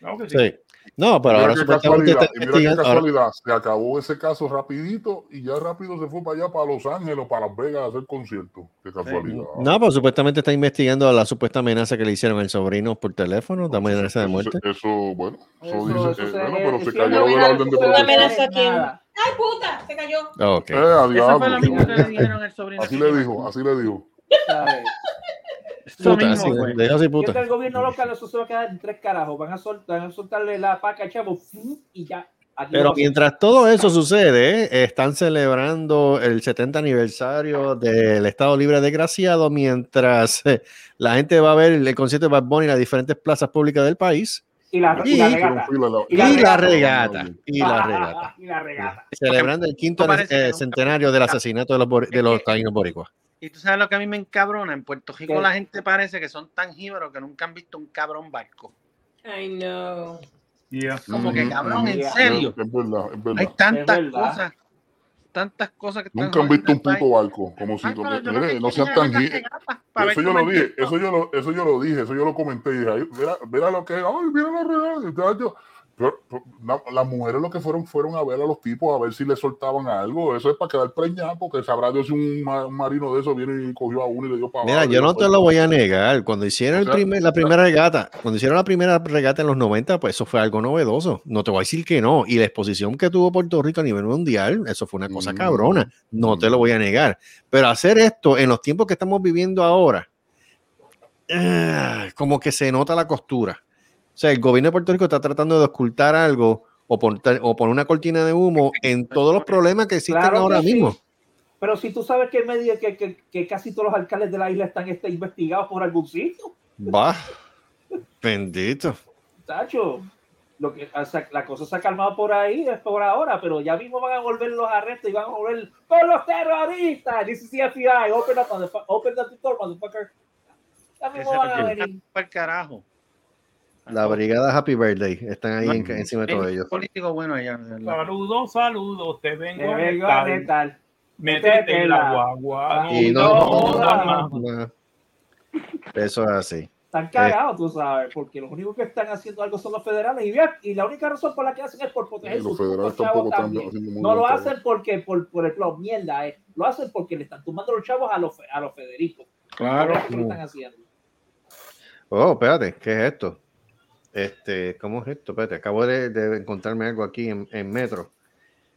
Speaker 3: claro que sí.
Speaker 4: Sí. No, pero
Speaker 7: Mira
Speaker 4: ahora
Speaker 7: qué
Speaker 4: supuestamente está
Speaker 7: casualidad, y mira qué
Speaker 4: investigando. ahora-
Speaker 7: casualidad, se acabó ese caso rapidito y ya rápido se fue para allá, para Los Ángeles o para Las Vegas a hacer conciertos. Qué casualidad.
Speaker 4: No, pues, pero supuestamente está investigando la supuesta amenaza que le hicieron al sobrino por teléfono, de amenaza de
Speaker 7: Eso se-
Speaker 4: muerte.
Speaker 7: Eso, bueno, eso,
Speaker 5: Eso-
Speaker 7: dice,
Speaker 5: eso
Speaker 7: eh,
Speaker 5: se-
Speaker 7: bueno, pero se
Speaker 5: sí,
Speaker 7: cayó
Speaker 5: no,
Speaker 7: la orden de
Speaker 9: una
Speaker 5: no,
Speaker 7: protección.
Speaker 9: amenaza aquí.
Speaker 5: Nada.
Speaker 9: ¡Ay, puta! Se cayó.
Speaker 4: Ah, ok.
Speaker 7: Eh, a
Speaker 6: Eso fue
Speaker 7: diablo,
Speaker 6: lo mismo que le
Speaker 7: yo-
Speaker 6: dijeron al sobrino.
Speaker 7: pues, Así
Speaker 6: de
Speaker 7: le
Speaker 6: Ricky
Speaker 7: dijo,
Speaker 6: Martin.
Speaker 7: así le dijo.
Speaker 5: ¿sabes?
Speaker 6: Eso
Speaker 4: Puta,
Speaker 6: mismo
Speaker 4: así,
Speaker 6: fue.
Speaker 4: le dijo así, puta.
Speaker 5: Mientras el gobierno local eso se va a quedar en tres carajos. Van a, sol- van a soltarle la paca al chavo ¡fum! y ya. Aquí no
Speaker 4: Pero
Speaker 5: pasa
Speaker 4: mientras todo eso sucede, ¿eh? están celebrando el 70 aniversario del Estado Libre Desgraciado, mientras eh, la gente va a ver el concierto de Bad Bunny en las diferentes plazas públicas del país.
Speaker 5: nada. Y la, y
Speaker 4: Y-
Speaker 5: la
Speaker 7: Hicieron
Speaker 5: regata.
Speaker 7: fila en la-
Speaker 4: Y
Speaker 5: Y
Speaker 4: la,
Speaker 5: la
Speaker 4: regata, y la regata.
Speaker 5: y la regata.
Speaker 4: Celebrando el quinto
Speaker 6: Esto parece
Speaker 4: eh,
Speaker 6: que nunca-
Speaker 4: centenario del asesinato de los, bori- de los taínos boricuas.
Speaker 6: Y tú sabes lo que a mí me encabrona. En Puerto Rico
Speaker 5: ¿Qué?
Speaker 6: la gente parece que son tan jíbaros que nunca han visto un cabrón barco.
Speaker 9: I know.
Speaker 3: Yeah.
Speaker 6: Como que
Speaker 7: Ujú,
Speaker 6: cabrón,
Speaker 7: ujú.
Speaker 6: en
Speaker 5: Ya.
Speaker 6: serio.
Speaker 7: Es verdad, es
Speaker 6: Hay
Speaker 7: verdad.
Speaker 6: tantas
Speaker 5: Es verdad.
Speaker 6: cosas, tantas cosas que están
Speaker 7: Nunca han visto un
Speaker 6: jodiendo el
Speaker 7: puto barco, como si
Speaker 6: país. Ay, pero Ah, yo lo
Speaker 7: mire,
Speaker 6: que
Speaker 7: no sean
Speaker 6: quería
Speaker 7: tan
Speaker 6: era
Speaker 7: gi-
Speaker 6: cagar pa- pa' ver
Speaker 7: Eso yo
Speaker 6: cómo
Speaker 7: lo dije,
Speaker 6: entiendo.
Speaker 7: eso yo lo, eso yo lo dije, eso yo lo comenté, dije, ay, mira, mira lo que, ay, mira la regata, muchacho. Pero- pero la- las mujeres lo que fueron fueron a ver a los tipos a ver si le soltaban algo. Eso es para quedar preñado, porque sabrá Dios si un, ma- un marino de eso viene y cogió a uno y le dio para
Speaker 4: Mira, yo no te
Speaker 5: pues,
Speaker 4: lo voy a negar. Cuando hicieron el
Speaker 7: O sea,
Speaker 4: primer- la primera regata, cuando hicieron la primera regata en los 90, pues eso fue algo novedoso. No te voy a decir que no. Y la exposición que tuvo Puerto Rico a nivel mundial, eso fue una cosa
Speaker 7: Mm.
Speaker 4: cabrona. No te
Speaker 7: Mm.
Speaker 4: lo voy a negar. Pero hacer esto en los tiempos que estamos viviendo ahora, ah, como que se nota la costura. O sea, el gobierno de Puerto Rico está tratando de ocultar algo o poner, o poner una cortina de humo en todos los problemas que existen
Speaker 5: Claro que
Speaker 4: ahora
Speaker 5: sí.
Speaker 4: mismo.
Speaker 5: Pero si tú sabes que, medio, que, que, que casi todos los alcaldes de la isla están este, investigados por algún sitio,
Speaker 4: Va. Bendito.
Speaker 5: tacho. Lo que, o sea, la cosa se ha calmado por ahí, es por ahora, pero ya mismo van a volver los arrestos y van a volver con los terroristas. This is the FBI. Open up, motherfucker. Open up the door, motherfucker. Ya mismo van a venir.
Speaker 6: Para carajo.
Speaker 4: La brigada Happy Birthday. Están ahí en- encima de
Speaker 6: Hay
Speaker 4: todos ellos.
Speaker 6: político bueno allá. de verdad.
Speaker 3: Saludos, saludos, te vengo,
Speaker 5: Te
Speaker 3: a
Speaker 5: vengo a
Speaker 3: retar.
Speaker 5: retar.
Speaker 3: Métete
Speaker 5: Métete
Speaker 3: en la
Speaker 5: la- Ah,
Speaker 3: guagua.
Speaker 4: Y no,
Speaker 3: jodas más.
Speaker 4: no. Eso es así.
Speaker 7: Eh.
Speaker 5: Están cagados, tú sabes, porque los únicos que están haciendo algo son los federales y, bien, y la única razón por la que hacen es por proteger
Speaker 7: Y
Speaker 5: sus
Speaker 7: los
Speaker 5: putos
Speaker 7: federales
Speaker 5: chavos
Speaker 7: tampoco están
Speaker 5: también.
Speaker 7: haciendo muy
Speaker 5: No lo
Speaker 7: buen
Speaker 5: hacen porque por, por el plan mierda, eh. lo hacen porque le están tumbando los chavos a los, fe- a los federicos.
Speaker 6: Claro.
Speaker 5: Por eso lo están haciendo.
Speaker 4: Oh, espérate, ¿qué es esto? Este, ¿cómo es esto? Espérate, acabo de, de encontrarme algo aquí en, en Metro.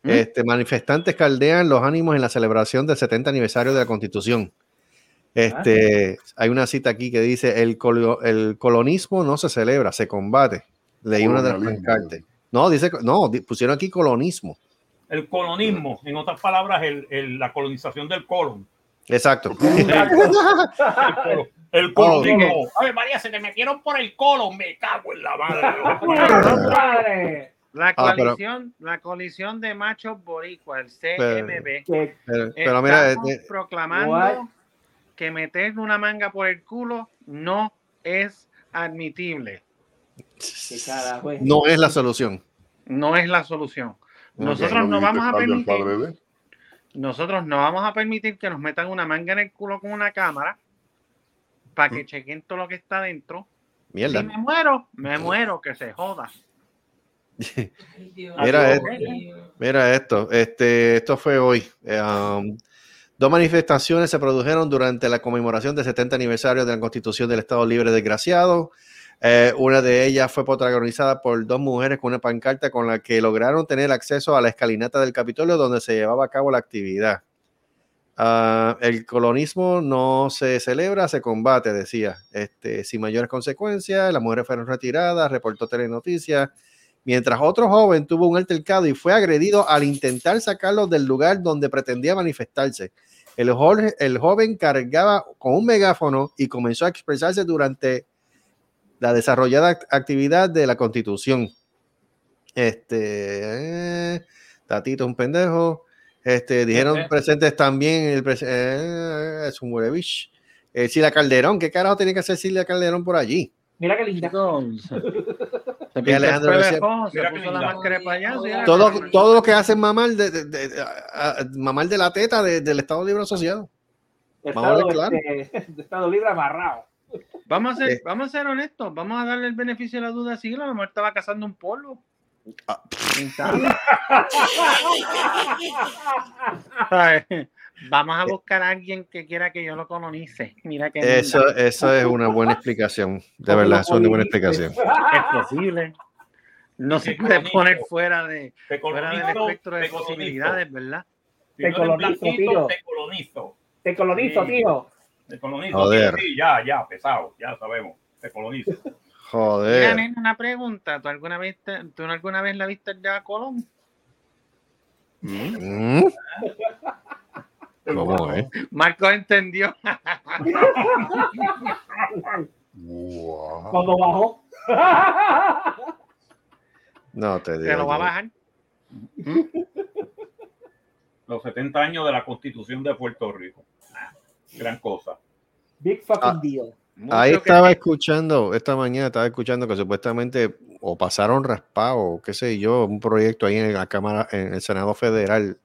Speaker 4: Este, manifestantes caldean los ánimos en la celebración del 70 aniversario de la Constitución. Este, hay una cita aquí que dice: el, colo- el colonismo no se celebra, se combate. Leí una de las
Speaker 7: Colonialismo.
Speaker 4: pancartas. No, dice, no, di- pusieron aquí colonismo.
Speaker 3: El colonismo, en otras palabras, el, el- la colonización del colon.
Speaker 4: Exacto.
Speaker 3: El, colon- el
Speaker 4: Oh.
Speaker 3: colonismo. Ay, María, se te metieron por el colon, me cago en la madre.
Speaker 5: Padre,
Speaker 6: La
Speaker 4: Ah, pero-
Speaker 6: coalición, la coalición de machos boricuas, el CMB,
Speaker 5: que-
Speaker 4: Pero, pero mira,
Speaker 6: estamos
Speaker 4: este,
Speaker 6: proclamando
Speaker 5: What?
Speaker 6: que meter una manga por el culo no es admitible,
Speaker 5: que carajo es.
Speaker 4: no es la solución.
Speaker 6: no es la solución. Nosotros
Speaker 7: Ok,
Speaker 6: no vamos
Speaker 7: dijiste
Speaker 6: a
Speaker 7: tarde al padre
Speaker 6: permitir
Speaker 7: de-
Speaker 6: Nosotros no vamos a permitir que nos metan una manga en el culo con una cámara para que chequen todo lo que está dentro.
Speaker 4: Mm. Mierda.
Speaker 6: Si me muero, me muero, que se joda.
Speaker 4: Mira, Mira esto, este, esto fue hoy. Eh, um, dos manifestaciones se produjeron durante la conmemoración del 70 aniversario de la Constitución del Estado Libre Desgraciado. Eh, una de ellas fue protagonizada por dos mujeres con una pancarta con la que lograron tener acceso a la escalinata del Capitolio donde se llevaba a cabo la actividad. Ah, el colonismo no se celebra, se combate, decía. Este, sin mayores consecuencias, las mujeres fueron retiradas, reportó Telenoticias mientras otro joven tuvo un altercado y fue agredido al intentar sacarlo del lugar donde pretendía manifestarse. El, jo- el joven cargaba con un megáfono y comenzó a expresarse durante la desarrollada act- actividad de la constitución. Este, eh, Tatito es un pendejo. Este, dijeron
Speaker 3: Ujú.
Speaker 4: presentes también el pres- eh, es un huevich. Eh, Silvia Calderón, ¿qué carajo tenía que hacer Silvia Calderón por allí?
Speaker 5: Mira qué linda.
Speaker 4: Y Alejandro
Speaker 6: Se
Speaker 4: decía-
Speaker 6: dejó, se
Speaker 3: Mira
Speaker 6: puso
Speaker 3: qué
Speaker 6: la
Speaker 3: linda.
Speaker 6: máscara de payaso y era
Speaker 4: todo,
Speaker 6: cabrón.
Speaker 4: todo lo que hacen mamar de, de- de- a- a- mamar de la teta de- del Estado Libre Asociado. Vamos a
Speaker 5: Estado,
Speaker 4: hablar claro.
Speaker 5: este, de Estado Libre amarrado.
Speaker 6: Vamos a, ser,
Speaker 4: Eh.
Speaker 6: vamos a ser honestos, vamos a darle el beneficio de la duda. Si la mujer estaba cazando un polvo.
Speaker 4: Ah.
Speaker 6: ¿Quién sabe? ¿Sabes? vamos a buscar a alguien que quiera que yo lo colonice. Mira que
Speaker 4: Eso, eso es una buena explicación. De verdad, eso es una buena explicación.
Speaker 6: es posible. No se
Speaker 3: Te
Speaker 6: puede
Speaker 3: colonizo.
Speaker 6: poner fuera de
Speaker 3: Te
Speaker 6: fuera del
Speaker 3: colonizo,
Speaker 6: espectro de
Speaker 3: te colonizo.
Speaker 6: posibilidades, ¿verdad?
Speaker 3: Si no eres
Speaker 5: colonizo,
Speaker 3: blanquito,
Speaker 5: tío.
Speaker 3: Te colonizo.
Speaker 5: Te colonizo,
Speaker 3: Sí.
Speaker 5: tío.
Speaker 3: Te colonizo.
Speaker 4: Joder.
Speaker 3: Sí, sí, ya, ya, pesado, ya sabemos. Te colonizo.
Speaker 6: Mira,
Speaker 4: Joder.
Speaker 6: nena, una pregunta. ¿Tú alguna vez te- tú alguna vez la viste ya a Colón?
Speaker 4: Mm. ¿Cómo es?
Speaker 6: Marco entendió.
Speaker 7: Wow.
Speaker 5: Cuando bajó.
Speaker 4: No te digo.
Speaker 6: Te lo va a
Speaker 4: yo.
Speaker 6: bajar.
Speaker 3: Los 70 años de la constitución de Puerto Rico. Ah, Gran cosa.
Speaker 5: Big fucking
Speaker 4: Ah.
Speaker 5: deal.
Speaker 6: Mucho
Speaker 4: Ahí
Speaker 6: que-
Speaker 4: estaba escuchando, esta mañana estaba escuchando que supuestamente o pasaron raspado, o qué sé yo, un proyecto ahí en la Cámara, en el Senado Federal,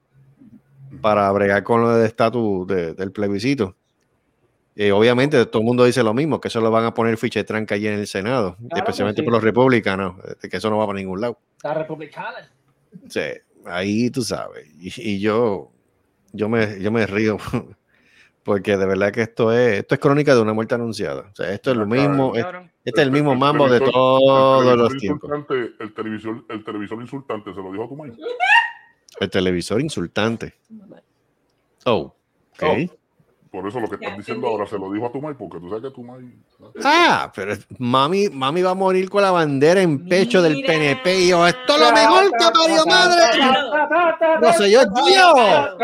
Speaker 4: para bregar con lo del estatus de- del plebiscito. Eh, obviamente todo el mundo dice lo mismo, que eso lo van a poner ficha de tranca allí en el Senado,
Speaker 5: que
Speaker 4: especialmente
Speaker 5: sí.
Speaker 4: por los republicanos, eh, que eso no va para ningún lado.
Speaker 5: La republicana.
Speaker 4: O sea, ahí tú sabes. Y, y yo, yo me, yo me río. Porque de verdad que esto es, esto es crónica de una muerte anunciada. O sea, esto es lo mismo, es-
Speaker 6: cabrón.
Speaker 4: este es el mismo
Speaker 7: El
Speaker 4: mambo de
Speaker 7: televisor-
Speaker 4: todos
Speaker 7: el
Speaker 4: los
Speaker 7: televisor
Speaker 4: tiempos.
Speaker 7: insultante- El televisor, el televisor insultante se lo dijo a tu madre.
Speaker 4: El televisor insultante. Oh, ok.
Speaker 7: Por eso lo que estás diciendo ahora se lo dijo a tu madre, porque tú sabes que tu madre.
Speaker 4: Ah, pero es- mami, mami va a morir con la bandera en pecho del
Speaker 9: Mira.
Speaker 4: PNP. Y yo, esto es lo mejor que ha parido madre. No sé yo, Dios.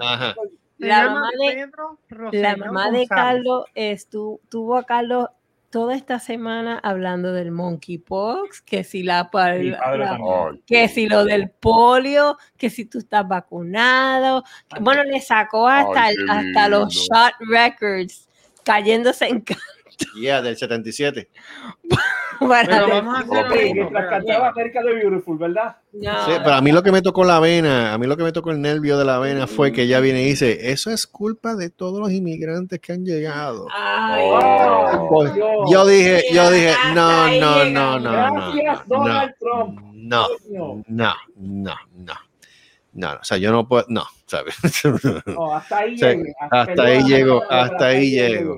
Speaker 4: Ajá.
Speaker 6: Se
Speaker 9: La
Speaker 6: llama
Speaker 9: mamá de-
Speaker 6: Pedro
Speaker 9: La
Speaker 6: Rosselló
Speaker 9: mamá de
Speaker 6: González.
Speaker 9: Carlos estu- tuvo a Carlos
Speaker 13: toda esta semana hablando del monkeypox, que si la, pal-
Speaker 3: Mi padre
Speaker 13: la-
Speaker 3: también.
Speaker 13: Ah, que si lo del polio, que si tú estás vacunado. Bueno, le sacó hasta,
Speaker 4: Ay,
Speaker 13: el-
Speaker 4: qué
Speaker 13: hasta los
Speaker 4: lindo.
Speaker 13: shot records, cayéndose en ca-
Speaker 4: Yeah, del 77.
Speaker 13: para
Speaker 5: Mientras cantaba América de Beautiful, ¿verdad?
Speaker 4: Sí, pero a mí lo que me tocó la vena, a mí lo que me tocó el nervio de la vena fue que ella viene y dice, eso es culpa de todos los inmigrantes que han llegado. Oh,
Speaker 5: Oh,
Speaker 4: Pues, yo dije, yo dije, no, no, no, no, no,
Speaker 5: Gracias,
Speaker 4: no, no,
Speaker 5: Donald Trump.
Speaker 4: no, no, no, no, no, o sea, yo no puedo, no, ¿sabes?
Speaker 5: No, Oh, hasta ahí
Speaker 4: O sea,
Speaker 5: llegué, hasta
Speaker 4: hasta ahí
Speaker 5: ahí
Speaker 4: llego,
Speaker 5: llegué,
Speaker 4: hasta ahí llego.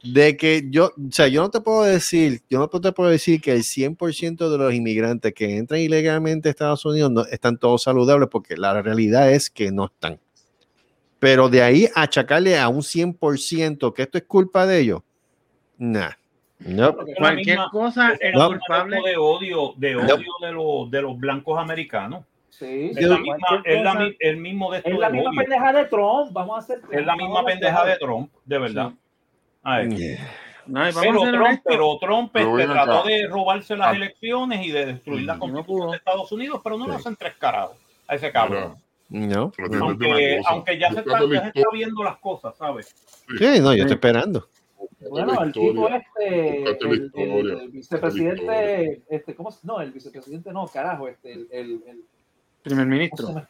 Speaker 4: De que yo, o sea, yo no te puedo decir, yo no te puedo decir que el 100% de los inmigrantes que entran ilegalmente a Estados Unidos no, están todos saludables, porque la realidad es que no están. Pero de ahí achacarle a un 100% que esto es culpa de ellos, nah. No.
Speaker 11: Cualquier cosa
Speaker 3: es
Speaker 11: es
Speaker 3: la misma-
Speaker 11: culpable.
Speaker 3: es el grupo de odio, de
Speaker 4: No.
Speaker 3: odio de, los, de los blancos americanos. es,
Speaker 5: Yo-
Speaker 3: la misma,
Speaker 5: cualquier
Speaker 3: es la
Speaker 5: cosa-
Speaker 3: mi- el mismo de esto
Speaker 5: Es la
Speaker 3: del
Speaker 5: misma
Speaker 3: odio.
Speaker 5: pendeja de Trump. Vamos a hacer.
Speaker 3: Es la misma pendeja de Trump, de verdad. A ver.
Speaker 11: No, y vamos
Speaker 3: Pero
Speaker 11: a ser
Speaker 3: Trump,
Speaker 11: honestos.
Speaker 3: pero Trump
Speaker 11: Pero
Speaker 3: este,
Speaker 11: ven acá.
Speaker 3: trató de robarse las
Speaker 11: Ah.
Speaker 3: elecciones y de destruir
Speaker 7: Mm.
Speaker 3: la constitución de Estados Unidos, pero no lo hacen tres carados a ese
Speaker 7: Mira,
Speaker 3: cabrón.
Speaker 4: No.
Speaker 7: Pero tiene- tiene
Speaker 3: Aunque,
Speaker 7: una cosa.
Speaker 3: aunque ya se está,
Speaker 7: Buscando la
Speaker 3: ya se está viendo las cosas, ¿sabes?
Speaker 4: Sí, no, yo estoy esperando.
Speaker 5: Bueno, el
Speaker 7: historia.
Speaker 5: tipo este,
Speaker 7: Búscate la
Speaker 5: el, el- el
Speaker 7: historia. Búscate
Speaker 5: vicepresidente, este, ¿cómo se- No, el vicepresidente no, carajo, este, el, el- el-
Speaker 11: Primer
Speaker 5: ¿cómo se
Speaker 11: ministro.
Speaker 5: llama?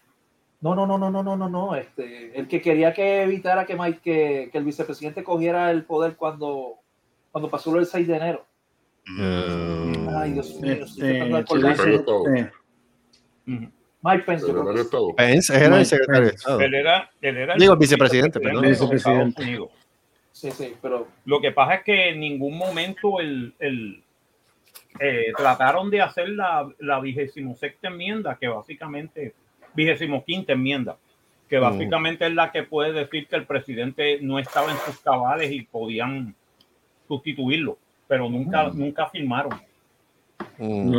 Speaker 5: no, no, no, no, no, no, no, no, este, el que quería que evitara que Mike, que, que el vicepresidente cogiera el poder cuando, cuando pasó lo del 6 de enero.
Speaker 6: Mm.
Speaker 5: Ay, Dios mío, estoy tratando de
Speaker 11: Este,
Speaker 5: acordarme.
Speaker 11: este,
Speaker 5: Mike Pence, yo creo que es.
Speaker 4: Pence era el secretario de Estado.
Speaker 3: Él era, él era
Speaker 4: Digo, el vicepresidente, perdón.
Speaker 3: de los
Speaker 4: Vicepresidente.
Speaker 3: Estados Unidos.
Speaker 5: Sí, sí, pero
Speaker 3: Lo que pasa es que en ningún momento el, el, eh, trataron de hacer la, la vigésimo sexta enmienda, que básicamente, vigésimo quinta enmienda,
Speaker 5: Mm.
Speaker 3: que básicamente es la que puede decir que el presidente no estaba en sus cabales y podían sustituirlo, pero nunca, nunca firmaron.
Speaker 4: Mm.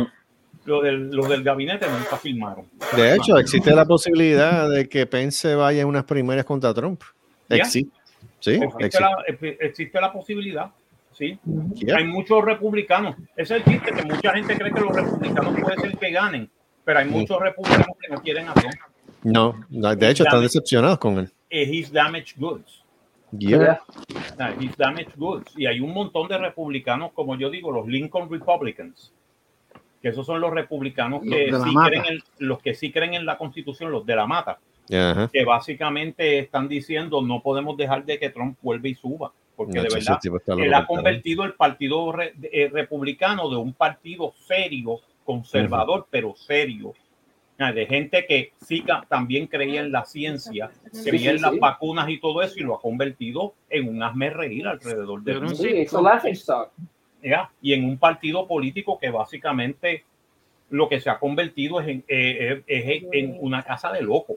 Speaker 3: Los del, los del gabinete nunca firmaron.
Speaker 4: De hecho, existe la posibilidad de que Pence vaya en unas primarias contra Trump.
Speaker 3: Ya.
Speaker 4: Existe. Sí,
Speaker 3: existe,
Speaker 4: existe.
Speaker 3: La, ex- existe la posibilidad. Sí.
Speaker 4: Yeah.
Speaker 3: Hay muchos republicanos. Ese es el chiste que mucha gente cree que los republicanos puede ser que ganen, pero
Speaker 6: Mm.
Speaker 3: hay muchos republicanos que no quieren hacer.
Speaker 4: No, no, de hecho están decepcionados con él.
Speaker 3: Eh, He's damaged goods.
Speaker 4: Yeah.
Speaker 3: Ah, He's damaged goods. Y hay un montón de republicanos, como yo digo, los Lincoln Republicans, que esos son los republicanos
Speaker 6: Los
Speaker 3: que,
Speaker 6: de la
Speaker 3: sí
Speaker 6: mata.
Speaker 3: creen en, los que sí creen en la constitución, los de la mata.
Speaker 4: Ajá.
Speaker 3: que básicamente están diciendo no podemos dejar de que Trump vuelva y suba, porque
Speaker 4: No,
Speaker 3: de
Speaker 4: ese
Speaker 3: verdad
Speaker 4: tipo está loco,
Speaker 3: él ha
Speaker 4: cabrón.
Speaker 3: convertido el partido re- eh, republicano de un partido serio, conservador, pero serio, Ah, de gente que sí ca- también creía en la ciencia,
Speaker 5: Sí,
Speaker 3: creía en
Speaker 5: sí,
Speaker 3: las
Speaker 5: sí.
Speaker 3: vacunas y todo eso, y lo ha convertido en un hazme reír alrededor de
Speaker 5: sí, es un laughing stock.
Speaker 3: ¿ya? y en un partido político que básicamente lo que se ha convertido es en, eh, eh, es en- en una casa de locos.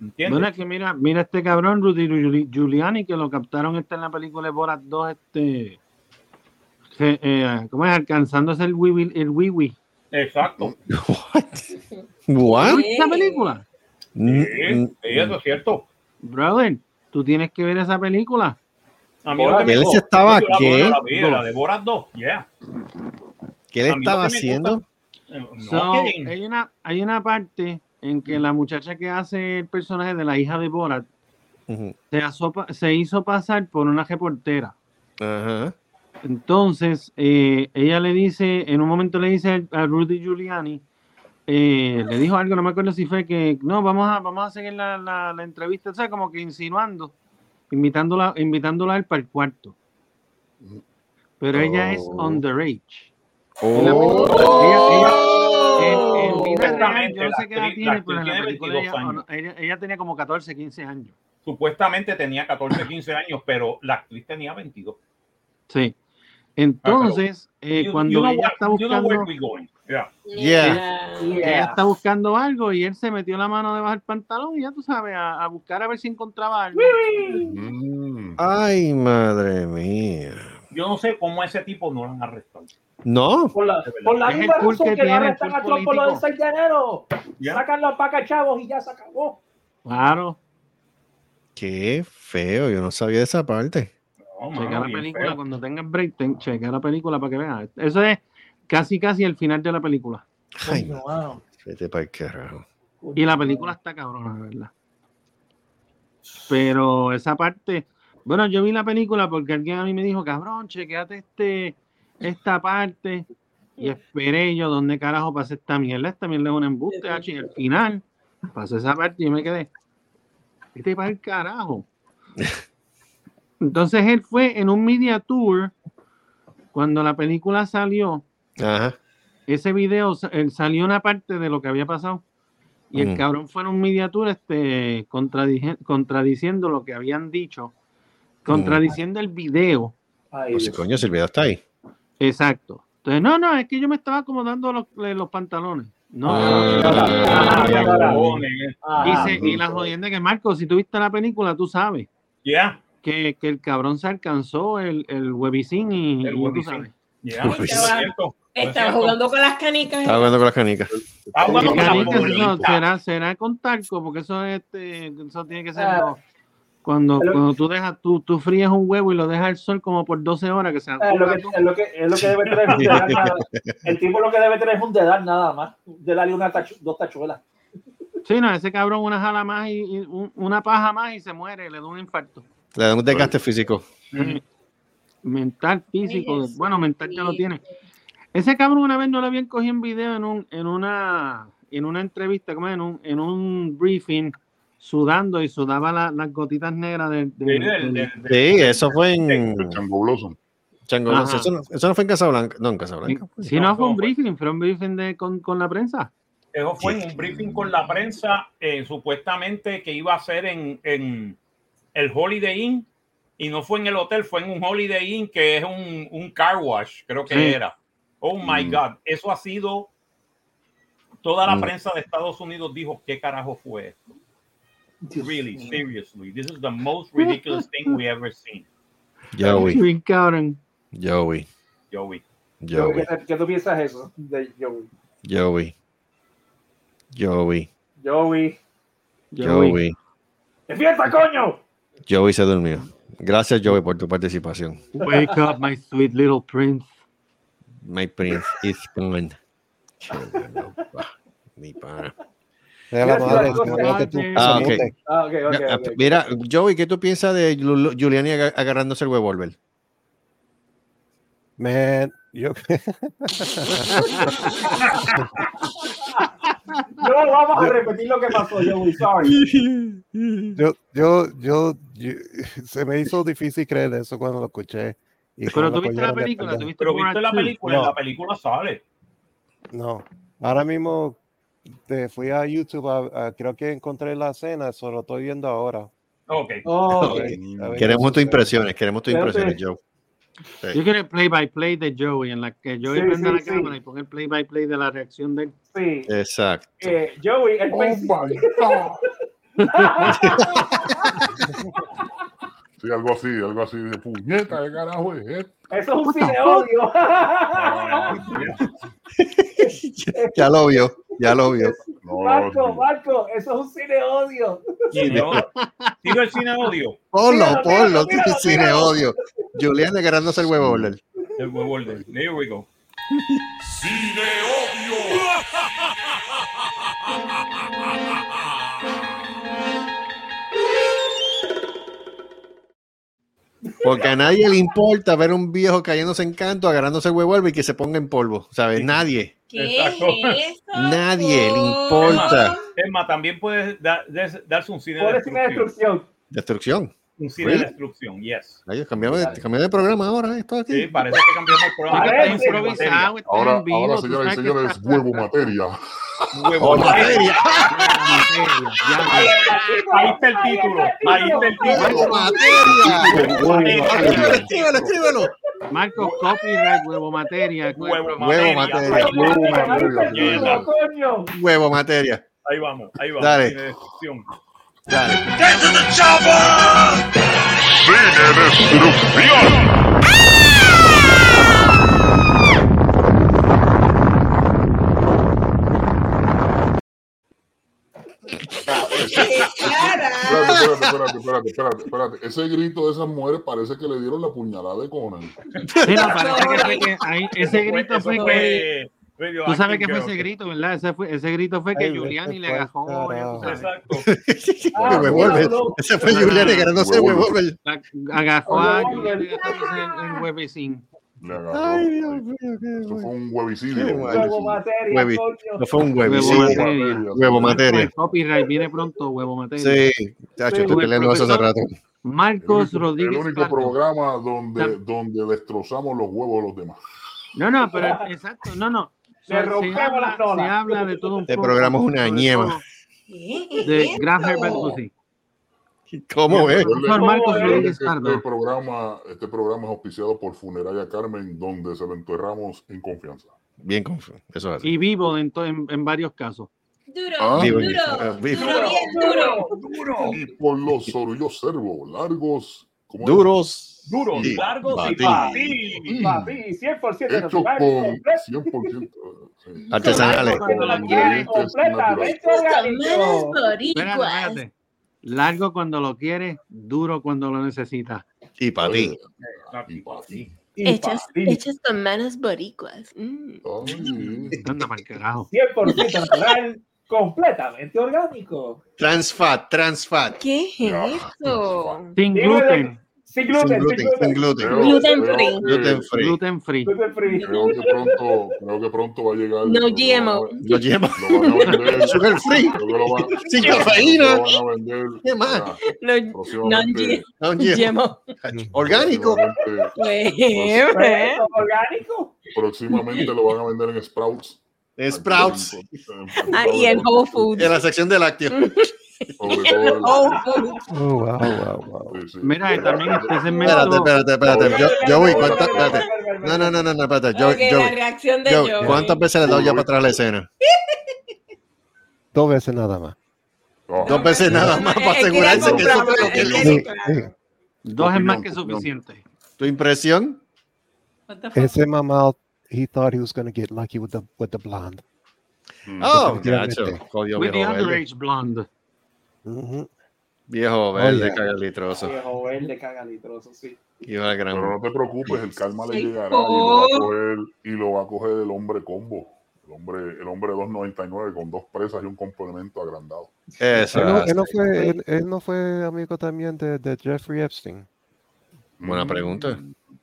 Speaker 3: ¿Entiendes?
Speaker 6: Bueno, es que mira, mira este cabrón, Rudy Giuli- Giuliani, que lo captaron está en la película de Borat 2, este. que, eh, ¿Cómo es? Alcanzándose el wiwi. El wiwi.
Speaker 4: Mm.
Speaker 3: Exacto.
Speaker 4: What?
Speaker 6: ¿Viste esa película?
Speaker 4: Mm,
Speaker 3: Sí, eso es cierto.
Speaker 6: Brother, tú tienes que ver esa película.
Speaker 3: A mí lo que me
Speaker 4: Él se
Speaker 3: gusta-
Speaker 4: estaba
Speaker 3: yo la-
Speaker 4: ¿qué?
Speaker 3: yo la vi, la de Borat 2, yeah.
Speaker 4: ¿Qué le
Speaker 3: A mí lo
Speaker 4: estaba
Speaker 3: que me
Speaker 4: haciendo?
Speaker 3: Eh, no,
Speaker 6: So,
Speaker 3: que-
Speaker 6: hay, una, hay una parte en que la muchacha que hace el personaje de la hija de Borat
Speaker 4: Ujú.
Speaker 6: se, asopa- se hizo pasar por una reportera.
Speaker 4: Ajá.
Speaker 6: Entonces, eh, ella le dice, en un momento le dice a Rudy Giuliani, eh, le dijo algo, no me acuerdo si fue que, no, vamos a, vamos a seguir la, la- la entrevista, o sea, como que insinuando, invitándola, invitándola a él para el cuarto. Pero ella es
Speaker 4: Oh.
Speaker 6: underage.
Speaker 4: Oh.
Speaker 6: La película- ella- ella- en- en vida real,
Speaker 3: Supuestamente,
Speaker 6: yo no
Speaker 3: Oh. la
Speaker 6: sé qué edad
Speaker 3: actriz- la
Speaker 6: tiene, pero en la
Speaker 3: actriz tiene
Speaker 6: película
Speaker 3: 22
Speaker 6: ella-
Speaker 3: años.
Speaker 6: ella- ella tenía como 14, 15 años.
Speaker 3: Supuestamente tenía 14, 15 años, pero la actriz tenía 22.
Speaker 6: Sí. Entonces,
Speaker 3: Ah,
Speaker 6: eh,
Speaker 3: You-
Speaker 6: cuando
Speaker 3: you know
Speaker 6: ella
Speaker 3: where-
Speaker 6: está
Speaker 3: you know where
Speaker 6: buscando,
Speaker 3: we going. Yeah.
Speaker 4: Yeah.
Speaker 6: ella
Speaker 5: Yeah.
Speaker 6: está buscando algo y él se metió la mano debajo del pantalón y ya tú sabes, a, a buscar a ver si encontraba algo.
Speaker 7: Mm.
Speaker 6: Ah.
Speaker 4: Ay, madre mía.
Speaker 3: Yo no sé cómo a ese tipo no lo han arrestado.
Speaker 4: No.
Speaker 5: Por la,
Speaker 3: De verdad.
Speaker 5: por la
Speaker 6: Es el
Speaker 5: misma
Speaker 6: pool
Speaker 5: razón
Speaker 6: que
Speaker 5: que, no
Speaker 6: tiene, el
Speaker 5: arrestan
Speaker 6: pool
Speaker 5: a Trump por lo del
Speaker 6: político.
Speaker 5: 6 de enero.
Speaker 3: Ya.
Speaker 5: Sacan los pacas chavos y ya se acabó.
Speaker 6: Claro.
Speaker 4: Qué feo, yo no sabía de esa parte.
Speaker 3: Oh, mano,
Speaker 6: checa la
Speaker 3: bien
Speaker 6: película
Speaker 3: feo.
Speaker 6: cuando tengas break, ten- checa la película para que veas. Eso es casi casi el final de la película.
Speaker 4: Ay, Vete para el carajo.
Speaker 6: Y la película está cabrona, la verdad. Pero esa parte, bueno, yo vi la película porque alguien a mí me dijo, cabrón, chequeate este, esta parte. Y esperé yo, ¿dónde carajo pasé esta mierda? Esta mierda es un embuste, hacho, y al final pasé esa parte y yo me quedé. Este para el carajo. Entonces él fue en un media tour cuando la película salió
Speaker 4: Ajá.
Speaker 6: ese video sa- él salió una parte de lo que había pasado y el
Speaker 4: Mm.
Speaker 6: cabrón fue en un media tour este, contradije- contradiciendo lo que habían dicho, contradiciendo el video.
Speaker 4: Pues coño, si el video está ahí.
Speaker 6: Exacto. Entonces, no, no, es que yo me estaba acomodando los, eh, los pantalones. No,
Speaker 3: Ah,
Speaker 6: no, no, no, no.
Speaker 3: cojones.
Speaker 5: Ah,
Speaker 6: Dice, y la jodienda que Marco, si tú viste la película, tú sabes
Speaker 3: Ya.
Speaker 6: que, que el cabrón se alcanzó el, el webicín y,
Speaker 3: El
Speaker 6: y tú
Speaker 3: webicín.
Speaker 6: sabes.
Speaker 3: Ya.
Speaker 4: Uy,
Speaker 3: Es cierto, es
Speaker 13: Estaba
Speaker 3: cierto.
Speaker 13: jugando con las canicas.
Speaker 4: Estaba jugando con las canicas.
Speaker 3: Ah, bueno,
Speaker 6: Y
Speaker 3: con la
Speaker 6: canicas, no,
Speaker 3: bolita.
Speaker 6: será, será con talco, porque eso, es, este, eso tiene que ser
Speaker 5: Ah.
Speaker 6: lo- cuando,
Speaker 5: Pero-
Speaker 6: cuando tú dejas, tú, tú fríes un huevo y lo dejas al sol como por 12 horas, que se
Speaker 5: Ah, Es lo, que, es, lo que, es lo que debe tener es un dedal. nada- El tipo lo que debe tener es un dedal nada más. Un dedal y una tachu- dos tachuelas.
Speaker 6: Sí, no, ese cabrón una jala más y, y un- una paja más y se muere, le da un infarto. Eh,
Speaker 4: Le da un desgaste físico.
Speaker 6: Mental, físico, de- bueno, mental ya lo tiene. Ese cabrón una vez no lo habían cogido en video en, un, en una en una entrevista, como en un, en un briefing, sudando y sudaba la- las gotitas negras del... del- del-
Speaker 4: Sí, eso fue en.
Speaker 7: Chango Blossom.
Speaker 4: Chango Blossom.
Speaker 6: Ajá.
Speaker 4: Eso, no, eso no fue en Casablanca. No, en Casablanca.
Speaker 10: pues.
Speaker 4: Pues.
Speaker 6: Si no fue un
Speaker 3: pues.
Speaker 6: briefing, fue un briefing de, con, con la prensa.
Speaker 3: Eso fue en un briefing con la prensa, eh, supuestamente que iba a ser en, en el Holiday Inn, y no fue en el hotel, fue en un Holiday Inn que es un, un car wash, creo que
Speaker 6: Sí.
Speaker 3: era. Oh my
Speaker 6: Mm.
Speaker 3: God, eso ha sido. Toda la
Speaker 6: Mm.
Speaker 3: prensa de Estados Unidos dijo: ¿Qué carajo fue esto? Really, seriously, this is the most ridiculous thing we ever seen,
Speaker 4: Joey.
Speaker 6: Bien cabrón.
Speaker 4: Joey.
Speaker 3: Joey.
Speaker 4: Joey.
Speaker 5: ¿Qué, qué tú piensas de eso? De Joey.
Speaker 4: Joey. Joey.
Speaker 5: Joey.
Speaker 4: Joey.
Speaker 5: ¡Despierta, coño!
Speaker 4: Joey se durmió. Gracias, Joey, por tu participación.
Speaker 6: Wake up, my sweet little prince.
Speaker 4: My prince is gone. Chévere, Mi pana.
Speaker 10: Mira la
Speaker 5: Mira,
Speaker 10: madre,
Speaker 5: si la
Speaker 10: que
Speaker 5: cosa-
Speaker 10: no te- tú-
Speaker 4: Ah, ok.
Speaker 10: mute.
Speaker 5: Ah, ok, ok.
Speaker 4: Ah,
Speaker 5: ok.
Speaker 4: Mira, Joey, ¿qué tú piensas de Lu- Lu- Giuliani aga- agarrándose el revólver?
Speaker 10: Man, yo-
Speaker 5: No vamos a repetir lo que pasó, Joey. Sorry.
Speaker 10: yo, yo, yo, yo- se me hizo difícil creer eso cuando lo escuché. Y
Speaker 3: Pero
Speaker 10: cuando
Speaker 3: tú viste la
Speaker 10: cogieron de
Speaker 3: película,
Speaker 10: pendejo.
Speaker 3: tú viste Pero viste la película, en
Speaker 10: No.
Speaker 3: la película sale.
Speaker 10: No, ahora mismo te fui a YouTube, a- a- creo que encontré la escena, solo lo estoy viendo ahora.
Speaker 3: Ok.
Speaker 5: Oh,
Speaker 10: Ok. A ver
Speaker 4: Queremos
Speaker 10: qué
Speaker 4: tus
Speaker 10: sucede.
Speaker 4: impresiones, queremos tus
Speaker 10: Espérate.
Speaker 4: impresiones, Joe. Sí.
Speaker 6: Yo quiero el play by play de Joey, en la que Joey
Speaker 5: Sí,
Speaker 6: prenda
Speaker 5: sí,
Speaker 6: la
Speaker 5: sí.
Speaker 6: cámara y ponga el play by play de la reacción de él.
Speaker 5: Sí.
Speaker 4: Exacto.
Speaker 5: Eh, Joey,
Speaker 7: Oh
Speaker 5: el
Speaker 3: pues,
Speaker 6: Oh,
Speaker 7: Sí, algo así, algo así de puñeta, ¿qué carajo es esto?
Speaker 5: Eso es un cine odio.
Speaker 4: Ya lo vio, ya lo vio.
Speaker 5: Marco, Marco, eso es un cine odio.
Speaker 3: Cine odio. Tiro el cine odio.
Speaker 4: Ponlo,
Speaker 5: Míralo,
Speaker 4: ponlo,
Speaker 5: míralo, míralo,
Speaker 4: cine
Speaker 5: míralo.
Speaker 4: odio. Julián agarrándose el huevo. Lel.
Speaker 3: El huevo orden. There we go.
Speaker 4: Porque a nadie le importa ver un viejo cayéndose en canto, agarrándose el huevo y que se ponga en polvo, ¿sabes? Nadie,
Speaker 13: ¿Qué
Speaker 3: Exacto.
Speaker 13: es eso?
Speaker 4: nadie le
Speaker 3: Es más,
Speaker 4: importa.
Speaker 3: es más, también puedes dar- des- darse un cine de
Speaker 5: Pobre cine de
Speaker 3: destrucción.
Speaker 5: destrucción.
Speaker 4: Destrucción.
Speaker 3: Un cine de
Speaker 4: Really?
Speaker 3: destrucción, yes.
Speaker 4: Ellos cambiaron de, cambiaron de programa ahora, esto
Speaker 3: Sí,
Speaker 4: aquí.
Speaker 3: parece que cambiamos el programa.
Speaker 5: Parece.
Speaker 3: Está improvisado, está
Speaker 7: Ahora,
Speaker 6: en vivo,
Speaker 7: ahora
Speaker 6: tú
Speaker 7: señoras y
Speaker 6: sabes que
Speaker 7: señores,
Speaker 6: está-
Speaker 7: huevo materia.
Speaker 3: Huevo.
Speaker 4: materia.
Speaker 6: Ya, ya.
Speaker 3: Ahí está el título. Ahí está el
Speaker 4: Huevo
Speaker 3: título.
Speaker 4: materia.
Speaker 7: Huevo
Speaker 4: Escríbelo,
Speaker 7: materia.
Speaker 4: escríbelo, escríbelo.
Speaker 6: Marco, copyright, huevo materia.
Speaker 3: Huevo
Speaker 4: Huevo materia.
Speaker 5: Ahí está
Speaker 7: Huevo
Speaker 5: el
Speaker 7: materia.
Speaker 5: título, coño.
Speaker 4: Huevo materia.
Speaker 3: Ahí vamos, ahí vamos.
Speaker 4: Dale.
Speaker 3: Cine de destrucción.
Speaker 4: Dale.
Speaker 7: Cine destrucción.
Speaker 13: Qué cara.
Speaker 7: Espérate, espérate, espérate, espérate, espérate, espérate. Ese grito de esas mujeres parece que le dieron la puñalada de Conan.
Speaker 6: Mira, parece que fue que ahí- ese grito fue que. Tú sabes que fue ese grito, ¿verdad? Ese, fue- ese grito fue que
Speaker 10: Ay,
Speaker 6: Giuliani
Speaker 10: vete
Speaker 6: le
Speaker 10: pa'l
Speaker 6: agajó. ya tú sabes.
Speaker 10: Ah,
Speaker 4: Huevo
Speaker 10: mira,
Speaker 4: Volver.
Speaker 10: bro.
Speaker 4: Ese fue Giuliani agarrándose de Huevo Volver.
Speaker 6: La- Agajó a
Speaker 10: Huevo
Speaker 6: Giuliani agarrándose el- el huevecín.
Speaker 7: Le
Speaker 4: Ay,
Speaker 7: agarró.
Speaker 4: Dios mío, qué
Speaker 7: Eso fue
Speaker 4: bueno.
Speaker 7: un huevicidio.
Speaker 4: Qué
Speaker 7: un
Speaker 4: bueno.
Speaker 7: huevicidio.
Speaker 5: Huevo materia,
Speaker 4: Huevi-
Speaker 5: coño.
Speaker 4: No fue un
Speaker 6: Huevo
Speaker 4: huevicidio.
Speaker 6: materia.
Speaker 4: Huevo materia.
Speaker 6: El copyright viene pronto, huevo materia.
Speaker 4: Sí, chacho, estoy
Speaker 6: Huevo-
Speaker 4: peleando eso hace
Speaker 6: profesor
Speaker 4: rato.
Speaker 6: Marcos
Speaker 7: El
Speaker 6: Rodríguez.
Speaker 7: único
Speaker 6: Pardo.
Speaker 7: programa donde, donde destrozamos los huevos de los demás.
Speaker 6: No, no, pero exacto, no, no.
Speaker 5: Le rompemos las
Speaker 6: habla,
Speaker 5: nolas.
Speaker 6: se habla de todo un
Speaker 4: Este
Speaker 6: poco,
Speaker 4: programa es una
Speaker 6: sobre
Speaker 4: ñema.
Speaker 6: todo De Graf Herbert Pussy.
Speaker 4: ¿Cómo es?
Speaker 6: Profesor
Speaker 5: ¿Cómo
Speaker 6: Marcos
Speaker 5: es?
Speaker 6: Rodríguez
Speaker 7: Este,
Speaker 6: Pardo.
Speaker 7: programa, este programa es auspiciado por Funeraria Carmen, donde se lo enterramos en confianza.
Speaker 4: Bien confuso. Eso es así.
Speaker 6: Y vivo en, to- en, en varios casos.
Speaker 9: Duro,
Speaker 7: Ah.
Speaker 9: duro,
Speaker 4: Vivo-
Speaker 9: duro,
Speaker 4: vivo.
Speaker 9: bien duro.
Speaker 7: Y por los sorullos servo, largos, como
Speaker 4: Duros.
Speaker 5: Duros,
Speaker 4: y
Speaker 5: largos y
Speaker 4: batidos.
Speaker 5: papi, papi, 100%
Speaker 7: hechos
Speaker 5: natural,
Speaker 7: con
Speaker 5: completo,
Speaker 7: 100%. eh, sí.
Speaker 4: Artesanales.
Speaker 6: Cuando la
Speaker 7: Con
Speaker 6: quieres,
Speaker 7: ingredientes naturales.
Speaker 5: completamente orgánico.
Speaker 6: Espérate,
Speaker 9: boricuas.
Speaker 6: espérate. Largo cuando lo quieres, duro cuando lo necesitas.
Speaker 4: Y para ti.
Speaker 7: ah, Y pa' ti.
Speaker 9: Hechas,
Speaker 5: Papi,
Speaker 9: hechas con manos boricuas. Mm.
Speaker 7: Ay,
Speaker 6: Anda mal carajo.
Speaker 5: 100% natural, completamente orgánico.
Speaker 4: Transfat, transfat.
Speaker 9: ¿Qué es
Speaker 7: Ya.
Speaker 9: eso?
Speaker 6: Sin
Speaker 5: Dime de-
Speaker 6: gluten,
Speaker 5: Sin
Speaker 4: Sin
Speaker 5: gluten, sin
Speaker 4: gluten, sin
Speaker 5: gluten.
Speaker 4: gluten.
Speaker 7: creo-
Speaker 9: Gluten
Speaker 7: creo
Speaker 9: free.
Speaker 7: que-
Speaker 4: Gluten free.
Speaker 6: gluten free.
Speaker 5: Gluten free.
Speaker 7: Creo que pronto, creo que pronto va a llegar.
Speaker 9: No
Speaker 7: creo que
Speaker 9: GMO.
Speaker 4: Lo lleva.
Speaker 7: Lo van a vender.
Speaker 4: Sugar free.
Speaker 7: Creo que lo van-
Speaker 4: Sin
Speaker 7: creo que
Speaker 4: cafeína.
Speaker 7: Lo van a vender.
Speaker 4: ¿Qué más?
Speaker 7: ah,
Speaker 9: No,
Speaker 7: próximamente-
Speaker 4: No lleva.
Speaker 9: yemo.
Speaker 4: Orgánico.
Speaker 7: próximamente-
Speaker 9: Güey,
Speaker 5: Perfecto, orgánico.
Speaker 7: Próximamente lo van a vender en Sprouts.
Speaker 4: Sprouts.
Speaker 7: Aquí en- en- en-
Speaker 9: Ah, y el Whole Foods.
Speaker 4: En la sección de lácteos.
Speaker 7: Sobre todo el-
Speaker 9: Oh, oh.
Speaker 10: Oh, wow, wow, wow.
Speaker 7: sí, sí.
Speaker 6: Mira, y también este
Speaker 4: Espérate,
Speaker 6: segmento.
Speaker 4: espérate, espérate. Yo, Joey,
Speaker 5: Espérate, espérate,
Speaker 4: ¿cuántas? Espérate.
Speaker 5: espérate, espérate.
Speaker 4: No, no, no, no, no, espérate.
Speaker 9: Ok,
Speaker 4: Joey,
Speaker 9: la
Speaker 4: Joey,
Speaker 9: reacción de
Speaker 4: Joey,
Speaker 9: Joey.
Speaker 4: ¿Cuántas veces le he dado ya para atrás la escena?
Speaker 10: Dos veces nada más.
Speaker 7: Ah,
Speaker 4: Dos veces nada más
Speaker 9: Eh,
Speaker 4: para
Speaker 9: eh, quiere
Speaker 4: asegurarse que eso
Speaker 9: comprar,
Speaker 4: fue lo que
Speaker 9: eh, quiere
Speaker 4: él hizo.
Speaker 10: Sí,
Speaker 9: comprar.
Speaker 10: sí.
Speaker 6: Dos es más
Speaker 7: opinión,
Speaker 6: que
Speaker 7: opinión.
Speaker 6: suficiente.
Speaker 4: ¿Tu impresión?
Speaker 9: What the fuck?
Speaker 10: Ese mamá, he thought he was going to get lucky with the, with the blonde.
Speaker 7: mm.
Speaker 4: Oh,
Speaker 10: Definitivamente.
Speaker 4: gacho. Jodido
Speaker 6: With the
Speaker 4: viejo verde.
Speaker 6: underage blonde.
Speaker 10: Ujú.
Speaker 4: Viejo verde,
Speaker 10: yeah.
Speaker 4: cagalitroso.
Speaker 5: Viejo verde, cagalitroso, sí.
Speaker 4: Hijo de gran.
Speaker 7: Pero no te preocupes, el calma le
Speaker 9: Sí,
Speaker 7: llegará y lo, va
Speaker 9: por-
Speaker 7: a coger, y lo va a coger el hombre combo. El hombre, el hombre 299 con dos presas y un complemento agrandado.
Speaker 4: Eso.
Speaker 10: Él no, él no
Speaker 4: hace.
Speaker 10: fue, él, él no fue amigo también de, de Jeffrey Epstein.
Speaker 4: Buena pregunta.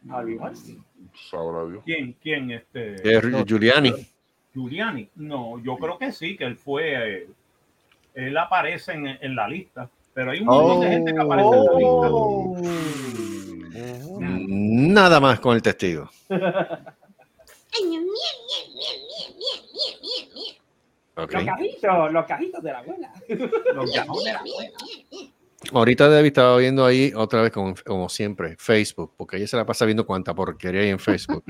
Speaker 5: Harvey Weinstein.
Speaker 7: Sabrá Dios.
Speaker 3: ¿Quién? ¿Quién? Este,
Speaker 4: Eh, Ru- Giuliani.
Speaker 3: Giuliani. No, yo creo que sí, que él fue. eh, él aparece en, en la lista. Pero hay un montón de gente que aparece
Speaker 5: Oh.
Speaker 10: Ujú.
Speaker 4: Nada más con el testigo.
Speaker 9: Ay, mie, mie, mie, mie, mie, mie, mie, mie.
Speaker 4: Ok.
Speaker 5: Los cajitos, los cajitos de la abuela.
Speaker 3: en la lista. Los Yahoo.
Speaker 4: Ahorita Debbie estaba viendo ahí otra vez, como, como siempre, Facebook, porque ella se la pasa viendo cuánta porquería hay en Facebook.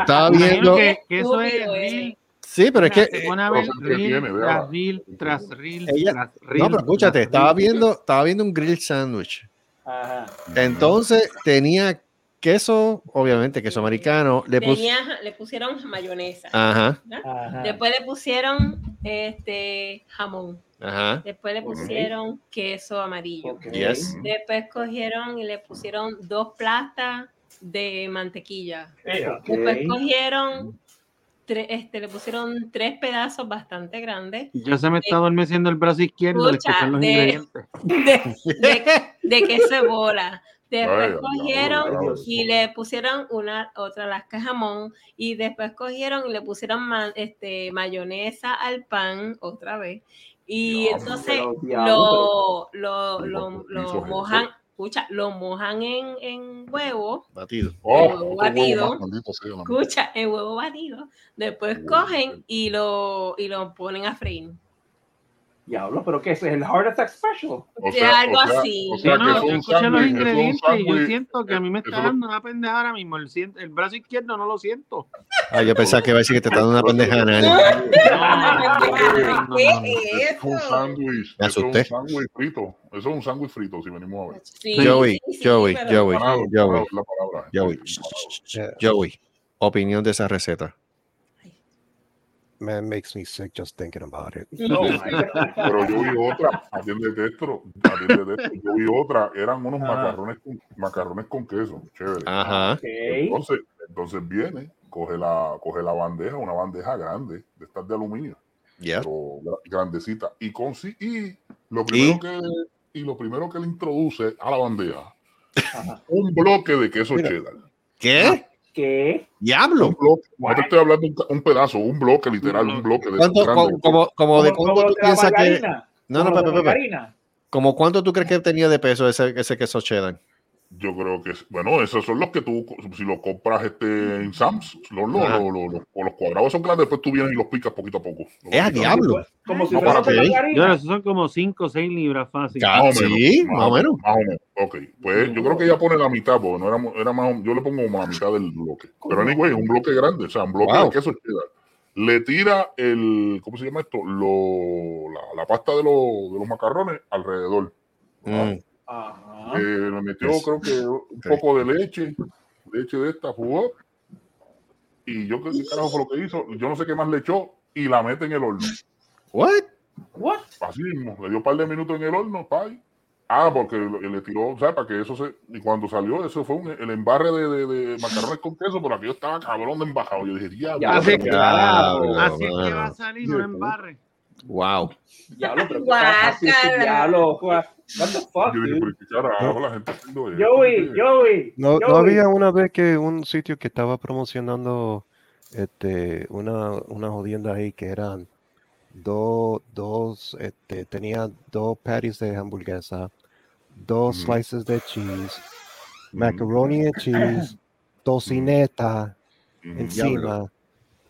Speaker 4: estaba
Speaker 6: Imagino
Speaker 4: viendo.
Speaker 6: que, que eso es
Speaker 9: Estúpido, eh.
Speaker 6: reel,
Speaker 4: Sí, pero es que.
Speaker 6: se
Speaker 4: eh,
Speaker 6: pone a ver
Speaker 7: Cosas que
Speaker 6: reel
Speaker 7: tiene, vea.
Speaker 6: tras reel, tras reel,
Speaker 4: Ella-
Speaker 6: tras reel.
Speaker 4: No, pero escúchate,
Speaker 6: tras
Speaker 4: estaba
Speaker 6: reel.
Speaker 4: viendo, estaba viendo un grill sandwich.
Speaker 5: Ajá.
Speaker 4: Entonces tenía queso, obviamente, queso americano. Le Ah. puse.
Speaker 9: Tenía- le pusieron mayonesa.
Speaker 4: Ajá,
Speaker 5: Ajá.
Speaker 9: Después le pusieron este jamón.
Speaker 4: ajá.
Speaker 9: Después le pusieron queso amarillo.
Speaker 5: Ok.
Speaker 4: Yes.
Speaker 9: Después cogieron y le pusieron dos platas de mantequilla.
Speaker 3: Eh,
Speaker 5: Ok.
Speaker 9: Después cogieron, tre- este, le pusieron tres pedazos bastante grandes
Speaker 6: Ya se me está adormeciendo el brazo izquierdo de
Speaker 9: Escucha,
Speaker 6: escuchar los
Speaker 9: de-
Speaker 6: ingredientes.
Speaker 9: de, de, de queso de bola. Después
Speaker 7: Ay,
Speaker 9: cogieron
Speaker 7: ay, ay.
Speaker 9: y le pusieron una otra lasca de jamón y después cogieron y le pusieron ma- este, mayonesa al pan otra vez y
Speaker 7: Diablo,
Speaker 9: entonces
Speaker 5: pero, diablo,
Speaker 9: lo, lo, lo,
Speaker 7: Pero,
Speaker 9: lo
Speaker 7: hizo eso.
Speaker 9: mojan, escucha, lo mojan en, en huevo,
Speaker 4: Batido.
Speaker 7: Oh,
Speaker 9: Huevo
Speaker 7: otro
Speaker 9: batido.
Speaker 7: huevo más, maldito sea la madre.
Speaker 9: escucha, en huevo batido, después
Speaker 7: Huevo
Speaker 9: cogen y lo, y lo ponen a freír.
Speaker 5: Diablo, pero ¿qué es? ¿El Heart Attack Special?
Speaker 7: O
Speaker 9: de
Speaker 7: sea,
Speaker 9: algo
Speaker 7: o sea-
Speaker 9: así.
Speaker 7: o sea
Speaker 6: Yo
Speaker 7: que
Speaker 6: no,
Speaker 7: es un
Speaker 6: yo escuché los
Speaker 7: sándwich, es un
Speaker 6: ingredientes y yo
Speaker 7: sándwich,
Speaker 6: siento que a mí me
Speaker 7: eso
Speaker 6: está
Speaker 7: lo-
Speaker 6: dando una pendeja ahora mismo. El, cien- el brazo izquierdo no lo siento.
Speaker 4: Ah, yo pensaba que iba a decir que te está dando una pendeja anal.
Speaker 9: ¿Qué es
Speaker 7: Es un
Speaker 9: eso?
Speaker 7: sándwich,
Speaker 4: Me
Speaker 7: eso es
Speaker 4: asusté.
Speaker 7: un sándwich frito. Eso es un sándwich frito, si venimos a ver.
Speaker 9: Sí,
Speaker 4: Joey,
Speaker 9: sí, sí,
Speaker 4: Joey,
Speaker 9: pero-
Speaker 4: Joey,
Speaker 7: Parado,
Speaker 4: Joey,
Speaker 7: parado, la palabra.
Speaker 4: Joey,
Speaker 7: Sí,
Speaker 10: Yeah.
Speaker 4: Joey. Opinión de esa receta.
Speaker 10: man makes me sick just thinking about it.
Speaker 7: No, pero yo vi otra, atiende esto, atiende esto, yo vi otra, eran unos
Speaker 10: Ajá.
Speaker 7: macarrones con, macarrones con queso, chévere.
Speaker 4: Ajá. Ok.
Speaker 7: Entonces, entonces viene, coge la, coge la bandeja, una bandeja grande, de estas de aluminio,
Speaker 4: Yeah.
Speaker 7: pero gra- grandecita, y consi- y lo primero
Speaker 4: ¿Y?
Speaker 7: que y lo primero que le introduce a la bandeja, un bloque de queso cheddar.
Speaker 4: ¿Qué?
Speaker 5: ¿Qué?
Speaker 4: Diablo.
Speaker 7: Un bloque. No te estoy hablando un, ca- un pedazo, un bloque literal, un bloque de
Speaker 4: ¿Cuánto-
Speaker 7: esos grandes.
Speaker 4: co- como, como de cuánto
Speaker 5: como
Speaker 4: tú
Speaker 5: de la
Speaker 4: piensas que.
Speaker 5: margarina?
Speaker 4: No, no,
Speaker 5: Como de
Speaker 4: Pepe,
Speaker 5: la
Speaker 4: Pepe.
Speaker 5: margarina.
Speaker 4: ¿Como cuánto tú crees que tenía de peso ese, ese queso cheddar?
Speaker 7: Yo creo que, es- bueno, esos son los que tú, co- si los compras este, en Sam's, los, los,
Speaker 4: Ajá.
Speaker 7: los, los, los- o los cuadrados son grandes, después tú vienes y los picas poquito a poco.
Speaker 4: ¡Eh, a diablo!
Speaker 5: Como
Speaker 7: si fuera papel harina.
Speaker 6: Yo, esos son como 5 o 6 libras fácil.
Speaker 7: Más o menos, Más o menos. Ok, pues yo creo que ella pone la mitad, porque no era, mu- era más, o- yo le pongo como la mitad del bloque. Pero anyway, es un bloque grande, o sea, un bloque
Speaker 4: Wow.
Speaker 7: de queso cheddar. Le tira el, ¿cómo se llama esto? Lo, la, la pasta de, los de los macarrones alrededor.
Speaker 4: Mm.
Speaker 7: Eh, le metió,
Speaker 4: Yes.
Speaker 7: creo que un poco de leche, leche de esta, jugó. Y yo, creo que carajo fue lo que hizo? Yo no sé qué más le echó y la mete en el horno.
Speaker 4: Mm. ¿What?
Speaker 5: ¿What?
Speaker 7: Así mismo, le dio un par de minutos en el horno, pay. Ah, porque lo- le tiró, ¿sabes? Para que eso se. Y cuando salió, eso fue un- el embarre de, de- de macarrones con queso, pero aquello estaba cabrón de embajado. Yo dije, diablo.
Speaker 5: Ya sé,
Speaker 4: Diablo,
Speaker 6: Así es que
Speaker 4: mano.
Speaker 6: va a salir un embarre.
Speaker 4: Wow.
Speaker 5: Diablo, pero qué fácil,
Speaker 6: Guácala.
Speaker 5: diablo. What the fuck,
Speaker 7: Yo dije,
Speaker 5: dude?
Speaker 7: pero qué carajo la gente haciendo eso.
Speaker 5: Joey, Joey.
Speaker 10: No, no
Speaker 5: Joey.
Speaker 10: había una vez que un sitio que estaba promocionando este, una, una jodienda ahí que eran dos, dos, este, tenía dos patties de hamburguesa, dos slices de cheese, macaroni and cheese, tocineta
Speaker 7: Mm,
Speaker 10: encima.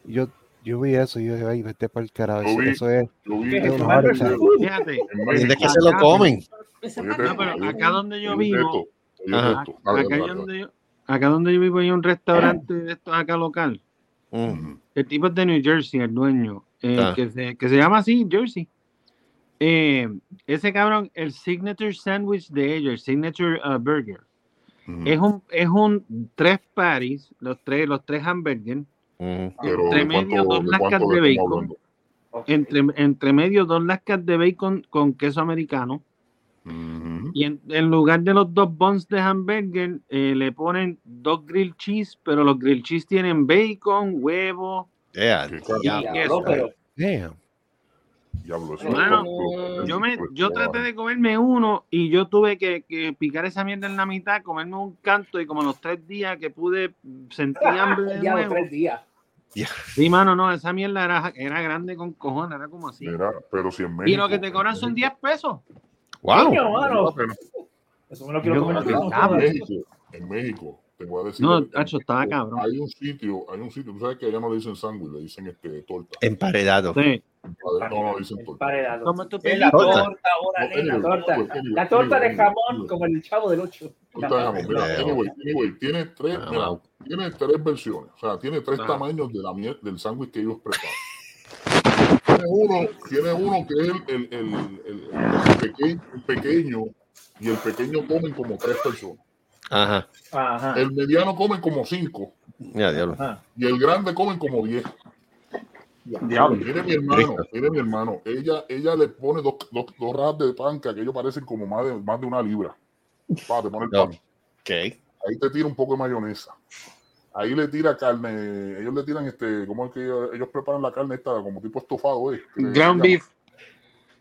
Speaker 10: Yo, yo vi eso y yo dije, ay, vete para el carajo,
Speaker 7: Yo
Speaker 10: eso,
Speaker 7: vi- Ah,
Speaker 10: eso es,
Speaker 7: yo vi-
Speaker 10: es
Speaker 7: Eso
Speaker 10: un
Speaker 7: es
Speaker 10: heart
Speaker 7: hamburguesa.
Speaker 10: attack.
Speaker 6: Fíjate.
Speaker 7: Oye,
Speaker 4: ¿De qué se lo comen?
Speaker 6: No, pero acá donde yo
Speaker 7: Oye,
Speaker 6: vivo,
Speaker 7: oye,
Speaker 6: Ajá.
Speaker 7: esto. Dale,
Speaker 6: acá
Speaker 7: dale,
Speaker 6: donde yo- acá donde yo vivo hay un restaurante de estos acá local. El tipo es de New Jersey, el dueño, eh,
Speaker 4: Ah.
Speaker 6: que, se, que se llama así, Jersey. Eh, ese cabrón, el signature sandwich de ellos, el signature uh, burger,
Speaker 7: Mm.
Speaker 6: es un es un tres patties, los tres los tres hamburgues,
Speaker 7: Pero
Speaker 6: entre
Speaker 7: ¿de cuánto-
Speaker 6: medio dos
Speaker 7: de
Speaker 6: lascas
Speaker 7: cuánto
Speaker 6: de
Speaker 7: le estamos
Speaker 6: bacon, entre, entre medio dos lascas de bacon con queso americano. Y en, en lugar de los dos buns de hamburger, eh, le ponen dos grilled cheese, pero los grilled cheese tienen bacon, huevo.
Speaker 4: Yeah,
Speaker 6: diablo,
Speaker 4: diablo.
Speaker 6: pero-
Speaker 10: Damn.
Speaker 7: Diablo, eso
Speaker 6: Hermano,
Speaker 7: es-
Speaker 6: yo, me, yo traté de comerme uno y yo tuve que, que picar esa mierda en la mitad, comerme un canto y como los tres días que pude sentí hambre de
Speaker 5: Ya, los
Speaker 6: nuevo.
Speaker 5: tres días.
Speaker 6: Sí, mano, no, esa mierda era, era grande con cojones, era como así.
Speaker 7: Mira, pero si en
Speaker 6: Y
Speaker 7: México.
Speaker 6: lo que te cobran son 10 pesos.
Speaker 4: Wow.
Speaker 5: Coño, mano.
Speaker 7: Eso
Speaker 5: me lo quiero comer.
Speaker 7: En México, en México, te voy a decir.
Speaker 6: No,
Speaker 7: en
Speaker 6: tacho, estaba
Speaker 7: México
Speaker 6: cabrón.
Speaker 7: Hay un sitio, hay un sitio, tú sabes que allá no le dicen sándwich, le dicen este, torta.
Speaker 4: Emparedado.
Speaker 6: Sí.
Speaker 7: No, no, le dicen torta.
Speaker 6: Como tú
Speaker 5: Es la
Speaker 4: Torta.
Speaker 5: torta, órale, la
Speaker 7: Anyway,
Speaker 5: torta.
Speaker 7: anyway, anyway,
Speaker 5: La torta de
Speaker 7: anyway,
Speaker 5: jamón,
Speaker 7: anyway.
Speaker 5: como el chavo del 8.
Speaker 7: Torta de jamón. Mira, anyway, anyway, tiene tres,
Speaker 4: Ah.
Speaker 7: mira, tiene tres versiones, o sea, tiene tres
Speaker 4: Ah.
Speaker 7: tamaños de la mier- del sándwich que ellos preparan. Tiene uno, tiene uno que es el, el- el- el- el peque- el pequeño, y el pequeño comen como tres personas.
Speaker 4: Ajá.
Speaker 5: Ajá.
Speaker 7: El mediano comen como cinco
Speaker 4: Ya, diablo.
Speaker 7: y el grande comen como diez.
Speaker 4: Diablo.
Speaker 7: Mire mi hermano, mire mi hermano. Ella, ella le pone dos, dos, dos rajas de pan que aquello parecen como más de, más de una libra. Pa, te pone el pan. Ahí te tira un poco de mayonesa. Ahí le tira carne. Ellos le tiran este, ¿cómo es que ellos, ellos preparan la carne esta? Como tipo estofado, ¿eh? Que le llaman.
Speaker 6: Ground beef.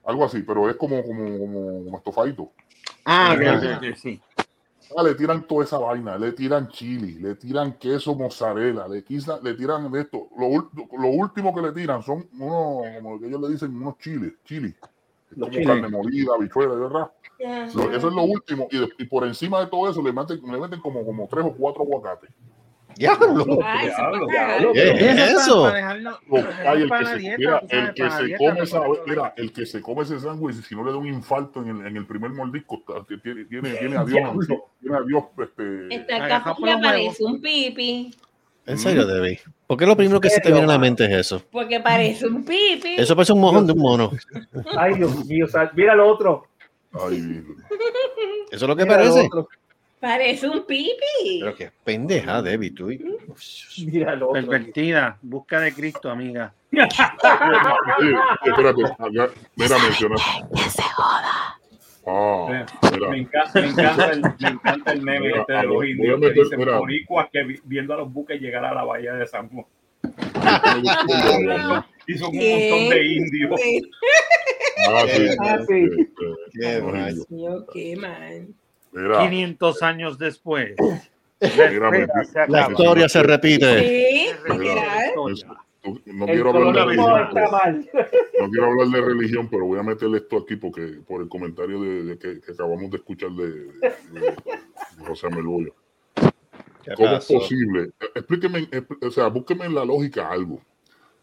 Speaker 7: Algo así, pero es como, como, como, como estofadito.
Speaker 6: Ah,
Speaker 7: Ajá.
Speaker 6: ok, ok, ok, sí.
Speaker 7: Ah, le tiran toda esa vaina, le tiran chili, le tiran queso mozzarella, le, quizá- le tiran de esto. Lo, ul- lo último que le tiran son unos, como que ellos le dicen, unos chiles, chili. Es como
Speaker 5: chiles.
Speaker 7: carne molida, habichuela, ¿verdad? Lo- eso es lo último. Y, de- y por encima de todo eso le meten, le meten como, como tres o cuatro aguacates.
Speaker 4: Diablo.
Speaker 7: Ay, se
Speaker 5: Diablo,
Speaker 7: va a cagar.
Speaker 5: diablo.
Speaker 4: ¿Qué es eso?
Speaker 7: Lo- ay, el
Speaker 6: para
Speaker 7: que
Speaker 6: la
Speaker 7: se,
Speaker 6: dieta,
Speaker 7: mira,
Speaker 6: tú sabes,
Speaker 7: el que
Speaker 6: para la
Speaker 7: se
Speaker 6: dieta,
Speaker 7: come
Speaker 6: para
Speaker 7: esa,
Speaker 6: todo lo
Speaker 7: mira, el que se come ese sándwich, si no le da un infarto en el, en el primer mordisco, está- tiene, tiene, tiene a Dios,
Speaker 6: Diablo.
Speaker 7: tiene a Dios, este,
Speaker 9: Está capaz que parece un pipi.
Speaker 4: En serio, Debbie. ¿Por qué lo primero que se te viene a la mente es eso?
Speaker 9: Porque parece un pipi.
Speaker 4: Eso parece un mojón de un mono.
Speaker 5: Ay, Dios mío, sal- mira lo otro.
Speaker 4: Eso es lo que
Speaker 5: Mira lo
Speaker 4: parece.
Speaker 5: otro.
Speaker 9: Parece un pipi.
Speaker 4: Pero qué pendeja, Debbie, tú.
Speaker 5: Mira lo otro.
Speaker 6: Pervertida, busca de Cristo, amiga.
Speaker 7: Oye, espérate, acá- mira, menciona. Ah, mira.
Speaker 3: Me encanta, me encanta el, me encanta el meme
Speaker 7: Mira, ah,
Speaker 3: este de
Speaker 7: voy a
Speaker 3: los indios que
Speaker 7: meter-
Speaker 3: dicen
Speaker 7: mira.
Speaker 3: boricuas que vi- viendo a los buques llegar a la bahía de San Juan. y son un
Speaker 9: ¿Qué?
Speaker 3: montón de indios.
Speaker 9: Sí.
Speaker 7: Ah, sí.
Speaker 9: Ah, sí.
Speaker 7: Qué rayo.
Speaker 9: Yo, qué mal.
Speaker 7: Mira,
Speaker 6: 500 años después.
Speaker 7: Mira, me-
Speaker 4: La historia se repite.
Speaker 9: Sí,
Speaker 7: Mira,
Speaker 9: literal.
Speaker 7: es- no- no
Speaker 5: El
Speaker 7: quiero hablar de
Speaker 5: colonialismo
Speaker 7: religión.
Speaker 5: está mal.
Speaker 7: No quiero hablar de religión, pero voy a meterle esto aquí porque por el comentario de, de que, que acabamos de escuchar de, de- de José Melgoyo. ¿Cómo
Speaker 4: pasó?
Speaker 7: es posible? Eh, Explíqueme, expl- o sea, búsqueme en la lógica algo.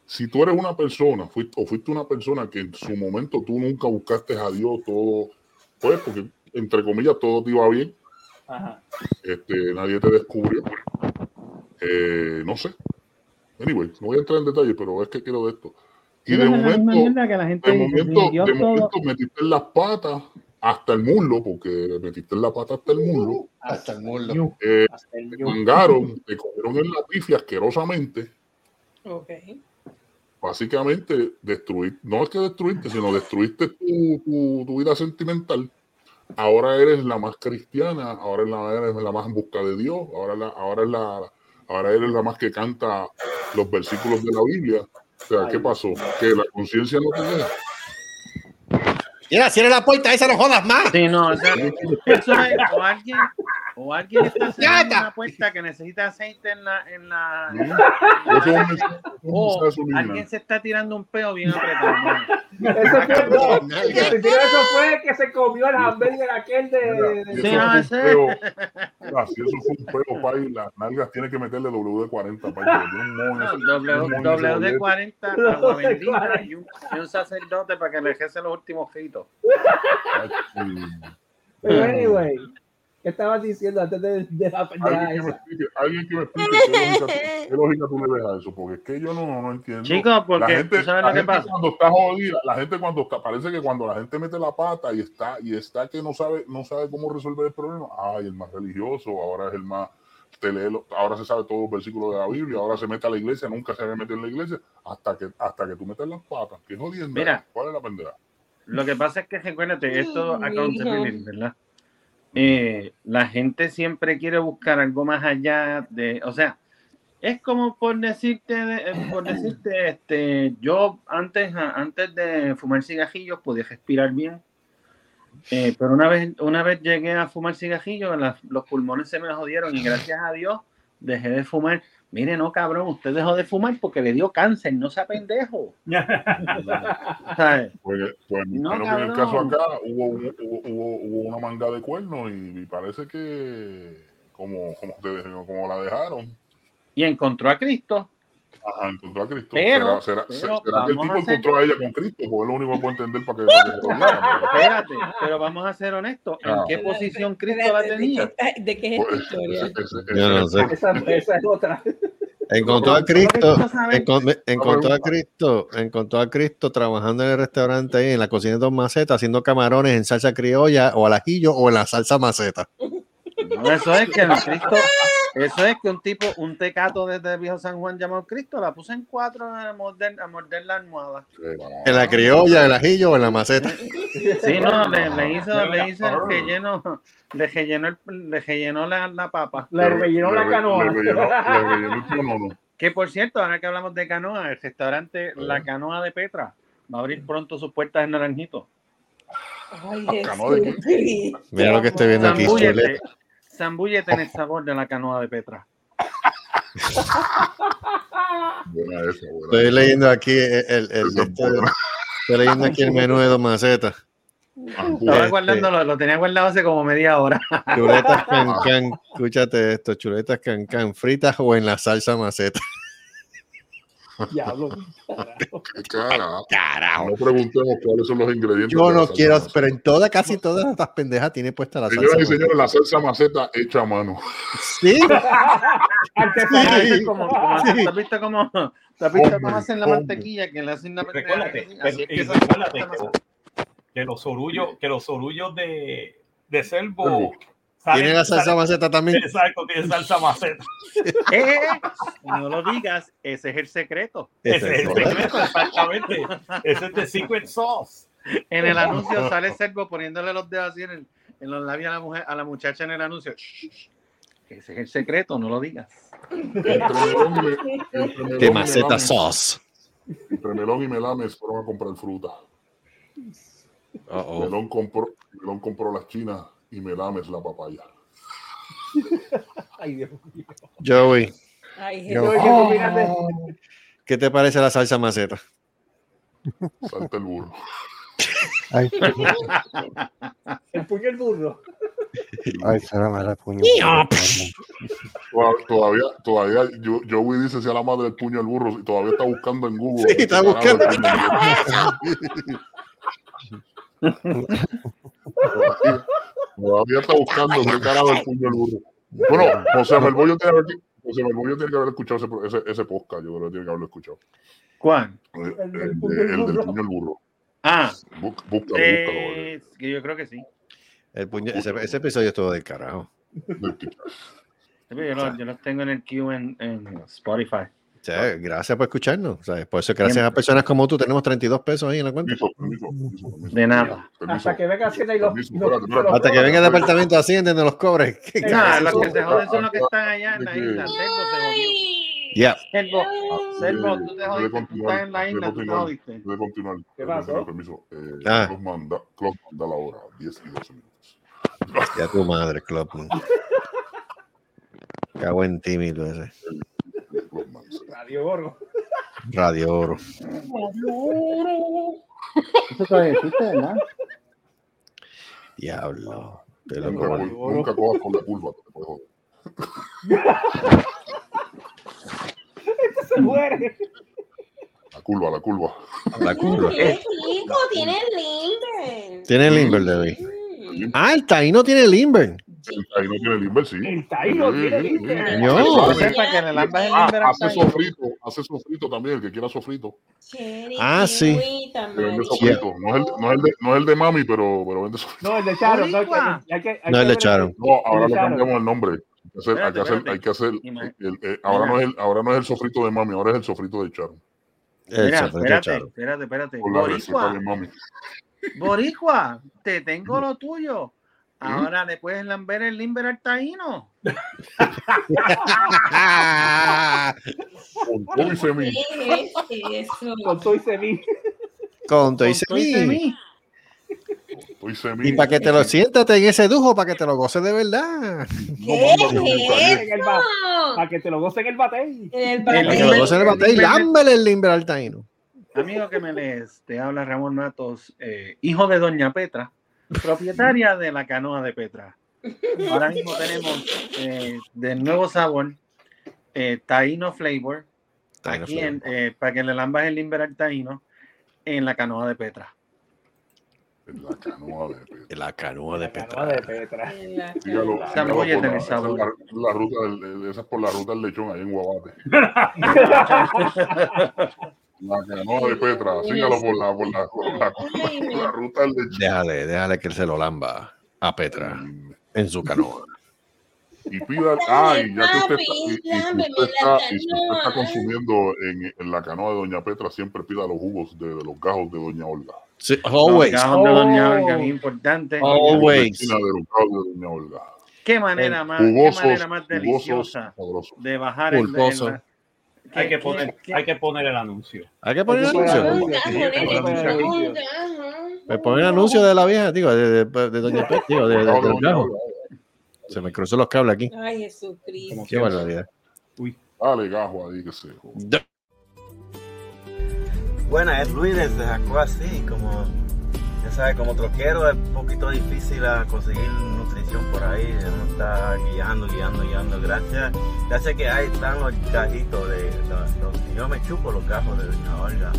Speaker 7: Si tú eres una persona, fuiste, o fuiste una persona que en su momento tú nunca buscaste a Dios, todo, pues, porque entre comillas todo te iba bien,
Speaker 5: Ajá.
Speaker 7: este, nadie te descubrió. Eh, no sé. Anyway, no voy a entrar en detalle, pero es que quiero de esto. Y de momento, de momento, de momento metiste las patas hasta el muslo, porque metiste la pata hasta el muslo.
Speaker 4: Hasta el mundo.
Speaker 7: Eh, te mangaron, te cogieron en la pifia asquerosamente.
Speaker 9: Ok.
Speaker 7: Básicamente, destruir, no es que destruiste, sino destruiste tu, tu- tu vida sentimental. Ahora eres la más cristiana, ahora eres la, eres la más en busca de Dios, ahora, la, ahora, es la, ahora eres la más que canta los versículos de la Biblia. O sea, ¿qué pasó? Que la conciencia no te deja.
Speaker 14: Mira, cierra la puerta, esa no jodas más.
Speaker 6: Sí, no, o sea, eso es, o alguien, o alguien está cerrando
Speaker 14: Yata.
Speaker 6: una puerta que necesita aceite en la, en la, en
Speaker 7: Eso
Speaker 6: la-
Speaker 7: es un mensaje-
Speaker 6: o
Speaker 7: un mensaje subliminal.
Speaker 6: Oh, alguien se está tirando un peo bien apretado.
Speaker 5: Ese fue, no, el que se tiró eso fue que se comió el hamburger aquel de. de-
Speaker 7: Y
Speaker 5: de-
Speaker 7: eso es un peo. Ah, si eso fue un peo, pay, las nalgas tiene que meterle WD-40, pay, que le dio un moño
Speaker 6: No,
Speaker 7: ese- un moño
Speaker 6: doble,
Speaker 7: ese
Speaker 6: doble de
Speaker 7: boleto.
Speaker 6: 40,
Speaker 5: Doble
Speaker 6: agua
Speaker 5: de
Speaker 6: bendita
Speaker 5: 40.
Speaker 6: y un, y un sacerdote para que le ejerce los últimos gritos.
Speaker 5: Pero anyway, ¿qué estabas diciendo antes de, de la ya,
Speaker 7: Alguien que me
Speaker 5: esa?
Speaker 7: explique, alguien que me explique qué lógica, qué lógica tú le ves a eso, porque es que yo no, no entiendo.
Speaker 6: Chico, porque
Speaker 7: la gente,
Speaker 6: tú sabes
Speaker 7: la
Speaker 6: lo que
Speaker 7: gente
Speaker 6: pasa.
Speaker 7: cuando está jodida, la gente cuando está, parece que cuando la gente mete la pata y está, y está que no sabe, no sabe cómo resolver el problema. Ay, el más religioso, ahora es el más te lee lo- ahora se sabe todos los versículos de la Biblia, ahora se mete a la iglesia, nunca se debe meter en la iglesia, hasta que, hasta que tú metes las patas. Qué jodienda.
Speaker 6: Mira.
Speaker 7: ¿Cuál es la pendeja?
Speaker 6: Lo que pasa es que recuérdate, esto
Speaker 9: Ay,
Speaker 6: accountability,
Speaker 9: hijo.
Speaker 6: ¿verdad? Eh, la gente siempre quiere buscar algo más allá de, o sea, es como por decirte, de- eh, por decirte, este, yo antes, a- antes de fumar cigajillos podía respirar bien, Eh, pero una vez, una vez llegué a fumar cigajillos, las- los pulmones se me jodieron y gracias a Dios dejé de fumar. Mire, no cabrón, usted dejó de fumar porque le dio cáncer, no sea pendejo. ¿Sabes?
Speaker 7: Pues, pues,
Speaker 6: No,
Speaker 7: bueno, que en el caso
Speaker 6: cabrón.
Speaker 7: acá hubo, hubo, hubo- hubo una manga de cuernos y, y parece que como, como, te- como la dejaron,
Speaker 6: Y encontró a Cristo.
Speaker 7: ajá, encontró a Cristo.
Speaker 6: Pero-
Speaker 7: ¿Será, será,
Speaker 6: pero
Speaker 7: será que el tipo
Speaker 6: vamos a hacer-
Speaker 7: encontró a ella con Cristo? Porque es lo único que puedo entender para que, para que se odiaran, ¿verdad?
Speaker 6: Espérate, pero vamos a ser honestos. ¿En
Speaker 7: Ah.
Speaker 6: qué posición Cristo la
Speaker 9: Espérate, ¿de qué
Speaker 6: tenía?
Speaker 9: está- ¿De qué es esta
Speaker 7: Pues, ese-
Speaker 9: historia?
Speaker 7: ese-
Speaker 4: Yo no
Speaker 7: ese-
Speaker 4: sé.
Speaker 5: Esa, esa es otra.
Speaker 4: Encontró a
Speaker 6: Lo que
Speaker 4: Cristo,
Speaker 6: quiero saber-
Speaker 4: encon- encontró a Cristo, encontró a Cristo trabajando en el restaurante ahí, en la cocina de Don Maceta, haciendo camarones en salsa criolla o al ajillo o en la salsa maceta.
Speaker 6: No, eso es que el Cristo, eso es que un tipo, un tecato desde viejo San Juan llamado Cristo, la puso en cuatro a morder, a morder la almohada.
Speaker 4: En la criolla, en el ajillo o en la maceta.
Speaker 6: Sí, no, le, le hizo,
Speaker 3: Mira,
Speaker 6: le hizo el relleno, le rellenó, el- le rellenó la, la papa.
Speaker 5: Le rellenó la
Speaker 7: re-
Speaker 5: canoa.
Speaker 7: Le rellenó, le rellenó el canono.
Speaker 6: Que por cierto, ahora que hablamos de canoa, el restaurante La Canoa de Petra va a abrir pronto sus puertas en Naranjito.
Speaker 9: Ay,
Speaker 7: Canoa de qué?
Speaker 9: Jesucristo,
Speaker 4: Mira lo que estoy viendo aquí,
Speaker 9: amor.
Speaker 4: chuleta.
Speaker 6: Zambúllete, zambúllete en el sabor de la canoa de Petra.
Speaker 7: Buena esa, buena.
Speaker 4: Estoy leyendo aquí el, el- el-
Speaker 7: Esa es
Speaker 4: este-
Speaker 7: buena.
Speaker 4: estoy leyendo aquí el menú de Don Maceta.
Speaker 6: Estaba
Speaker 4: Este.
Speaker 6: guardando, lo, lo tenía guardado hace como media hora.
Speaker 4: Chuletas cancán, escúchate esto, chuletas cancán, fritas o en la salsa maceta.
Speaker 5: Diablo.
Speaker 7: Carajo. No preguntemos cuáles son los ingredientes.
Speaker 4: Yo
Speaker 7: de la
Speaker 4: no
Speaker 7: salsa
Speaker 4: quiero,
Speaker 7: maceta.
Speaker 4: pero en todas, casi todas estas pendejas tiene puesta la salsa.
Speaker 7: Señoras y
Speaker 4: maceta.
Speaker 7: señores, la salsa maceta hecha a mano.
Speaker 4: Sí,
Speaker 5: Artesanal.
Speaker 4: Sí.
Speaker 6: Ah, Como- como-
Speaker 4: Sí.
Speaker 6: ¿Has visto cómo, has visto cómo
Speaker 7: Hombre,
Speaker 6: hacen la
Speaker 7: hombre.
Speaker 6: mantequilla? Que le hacen la
Speaker 3: Recuérdate,
Speaker 6: mantequilla. Así es
Speaker 3: y
Speaker 6: que esa-
Speaker 3: recuérdate que, que los orullos, que los orullos de, de
Speaker 7: Selvo.
Speaker 3: Selvo
Speaker 4: Tiene la salsa maceta también.
Speaker 3: Exacto, tiene salsa maceta.
Speaker 6: Eh, no lo digas, ese es el secreto.
Speaker 3: Ese es el secreto, exactamente. Ese es the secret sauce.
Speaker 6: En el anuncio sale Servo poniéndole los dedos así en, el- en los labios a la, mujer, a la muchacha en el anuncio. Shh, shh, ese es el secreto, no lo digas.
Speaker 4: De maceta sauce.
Speaker 7: Entre melón y melames fueron a comprar fruta. Melón, compró, melón compró las chinas y melames la papaya.
Speaker 5: Ay, Dios mío.
Speaker 4: Joey,
Speaker 5: Ay,
Speaker 4: Yo-
Speaker 5: Jesús.
Speaker 9: Ah.
Speaker 4: Oh. ¿qué te parece la salsa maceta?
Speaker 7: Salta el burro.
Speaker 10: Ay,
Speaker 5: El puño el burro.
Speaker 10: ay, se va a dar puño.
Speaker 7: Toda- Todavía, todavía, yo, Joey dice si a la madre el puño el burro y todavía está buscando en Google. "Ah,
Speaker 4: Sí, está buscando.
Speaker 7: Todavía- Todavía está buscando qué carajo el puño el burro. Bueno, José Belbollo tiene, que haber- José Belbollo tiene que haber escuchado ese, ese, ese podcast, yo creo que tiene que haberlo escuchado.
Speaker 6: ¿Cuál?
Speaker 7: El, el de- el del puño el burro.
Speaker 6: Ah,
Speaker 7: Bú- búscalo,
Speaker 6: eh, que yo creo que sí.
Speaker 4: El puño- ese, ese episodio estuvo del carajo.
Speaker 6: Yo, los- yo los tengo en el queue en, en Spotify.
Speaker 4: O sea, gracias por escucharnos. O sea, por eso, gracias a personas como tú, tenemos 32 pesos ahí en la cuenta.
Speaker 6: De nada.
Speaker 5: Hasta que venga Hacienda y los. los- los-
Speaker 4: Hasta que venga el departamento de Hacienda y nos los cobres.
Speaker 6: No, los que se joden son los que están allá en la isla. Servo se jodió.
Speaker 4: Ya.
Speaker 6: Servo, Servo, tú te
Speaker 7: Eh, Debe
Speaker 6: jodiste. Tú estás
Speaker 7: continuar.
Speaker 6: en la
Speaker 7: Debe
Speaker 6: isla, tú te
Speaker 7: continuar.
Speaker 6: jodiste.
Speaker 7: Debe continuar.
Speaker 6: ¿Qué
Speaker 7: Eh,
Speaker 6: pasó?
Speaker 7: con permiso. Eh,
Speaker 4: Ah.
Speaker 7: Klopp manda, Klopp manda la hora, 10 y 12 minutos.
Speaker 4: Ya tu madre, Klopman. Cago en ti, mito ese.
Speaker 5: Radio Gorgo.
Speaker 4: Radio Oro.
Speaker 15: Eso todavía existe, ¿verdad?
Speaker 4: Diablo. Te lo
Speaker 7: Nunca,
Speaker 4: como-
Speaker 7: col- nunca cojas con la curva. te puedes joder.
Speaker 5: Se muere.
Speaker 7: La curva, la curva.
Speaker 4: La curva.
Speaker 9: Qué rico, tiene Mm, Linden.
Speaker 4: Tiene Limber, David. Ah, el Taino tiene Limber.
Speaker 7: El Taino tiene limber, sí. El
Speaker 5: Taino tiene
Speaker 4: mm,
Speaker 7: limber.
Speaker 4: No.
Speaker 7: Ah, hace sofrito, hace sofrito también, el que quiera sofrito.
Speaker 4: Ah, sí.
Speaker 7: Que vende sofrito. No es el, no es el de, no es el de mami, pero, pero vende sofrito.
Speaker 5: No, el de Charon. No, hay que- hay que- hay
Speaker 4: No,
Speaker 5: que
Speaker 4: el
Speaker 5: ver-
Speaker 4: de Charon.
Speaker 7: No, ahora
Speaker 5: El
Speaker 7: le
Speaker 5: de Charon.
Speaker 7: cambiamos el nombre. Hay que hacer, hay que hacer, hay que hacer el- eh, ahora, no es el, ahora no es el sofrito de mami, ahora es el sofrito de Charo.
Speaker 6: Mira, espérate, espérate, espérate.
Speaker 7: Por la receta
Speaker 6: Boricua,
Speaker 7: de mami.
Speaker 6: Boricua, te tengo lo tuyo. Ahora le puedes lamber el limber al taíno.
Speaker 4: Ah,
Speaker 7: Con todo y semilla.
Speaker 5: Con todo y semilla.
Speaker 4: Con todo y
Speaker 6: este
Speaker 4: semí. Y para que te lo siéntate en ese dujo, para que te lo goces de verdad.
Speaker 5: En el ba- Para que te lo gocen el batey.
Speaker 9: El
Speaker 4: Para que lo goces de verdad. Y lámbale el limber al Taino.
Speaker 6: Amigo que me lees, te habla Ramón Matos, eh, hijo de Doña Petra, propietaria de la canoa de Petra. Ahora mismo tenemos eh, del nuevo sabor, eh, Taino Flavor,
Speaker 4: Taino
Speaker 6: aquí en, eh, para que le lambas el limber al taíno en la canoa de Petra.
Speaker 7: La canoa de Petra.
Speaker 4: La canoa de Petra.
Speaker 5: de Petra.
Speaker 7: Dígalo,
Speaker 6: San
Speaker 7: dígalo por
Speaker 6: Boyet
Speaker 7: la-
Speaker 6: de
Speaker 7: esa
Speaker 6: mi
Speaker 7: es
Speaker 6: sabor.
Speaker 7: la- la ruta del- esa es por la ruta del lechón ahí en Guabate. La canoa de Petra, sígalo por la, por la, por la, por la ruta del lechón.
Speaker 4: Déjale, déjale que él se lo lamba a Petra en su canoa.
Speaker 7: Y pida, ay, ya que usted está, y- y si usted está, y si usted está consumiendo en, en la canoa de Doña Petra, siempre pida los jugos de, de los gajos de Doña Olga.
Speaker 4: Sí, always.
Speaker 6: Los gajos de Doña Olga, bien importante.
Speaker 4: Always.
Speaker 7: Vecina de los gajos de Doña Olga.
Speaker 6: Qué manera más, Ah, qué
Speaker 7: Jugosos,
Speaker 6: manera más
Speaker 7: jugosos,
Speaker 6: deliciosa
Speaker 7: sabrosos.
Speaker 6: de bajar el,
Speaker 3: Pulposo.
Speaker 6: el-
Speaker 3: Hay que poner, hay que poner el anuncio.
Speaker 4: Hay que poner el anuncio.
Speaker 9: Linden.
Speaker 4: Me ponen el anuncio de la vieja, digo, de, de- de Doña Petra, digo, de, de- del gajo. Se me cruzó los cables aquí.
Speaker 9: Ay, Jesucristo.
Speaker 4: Qué barbaridad.
Speaker 7: Dale gajo ahí que se joda.
Speaker 16: Buenas, es Luis desde Jacob así, como ya sabes, como troquero es un poquito difícil a conseguir nutrición por ahí, uno está guiando, guiando, guiando, gracias, gracias que ahí están los cajitos de los, los- yo me chupo los cajos de Doña Olga.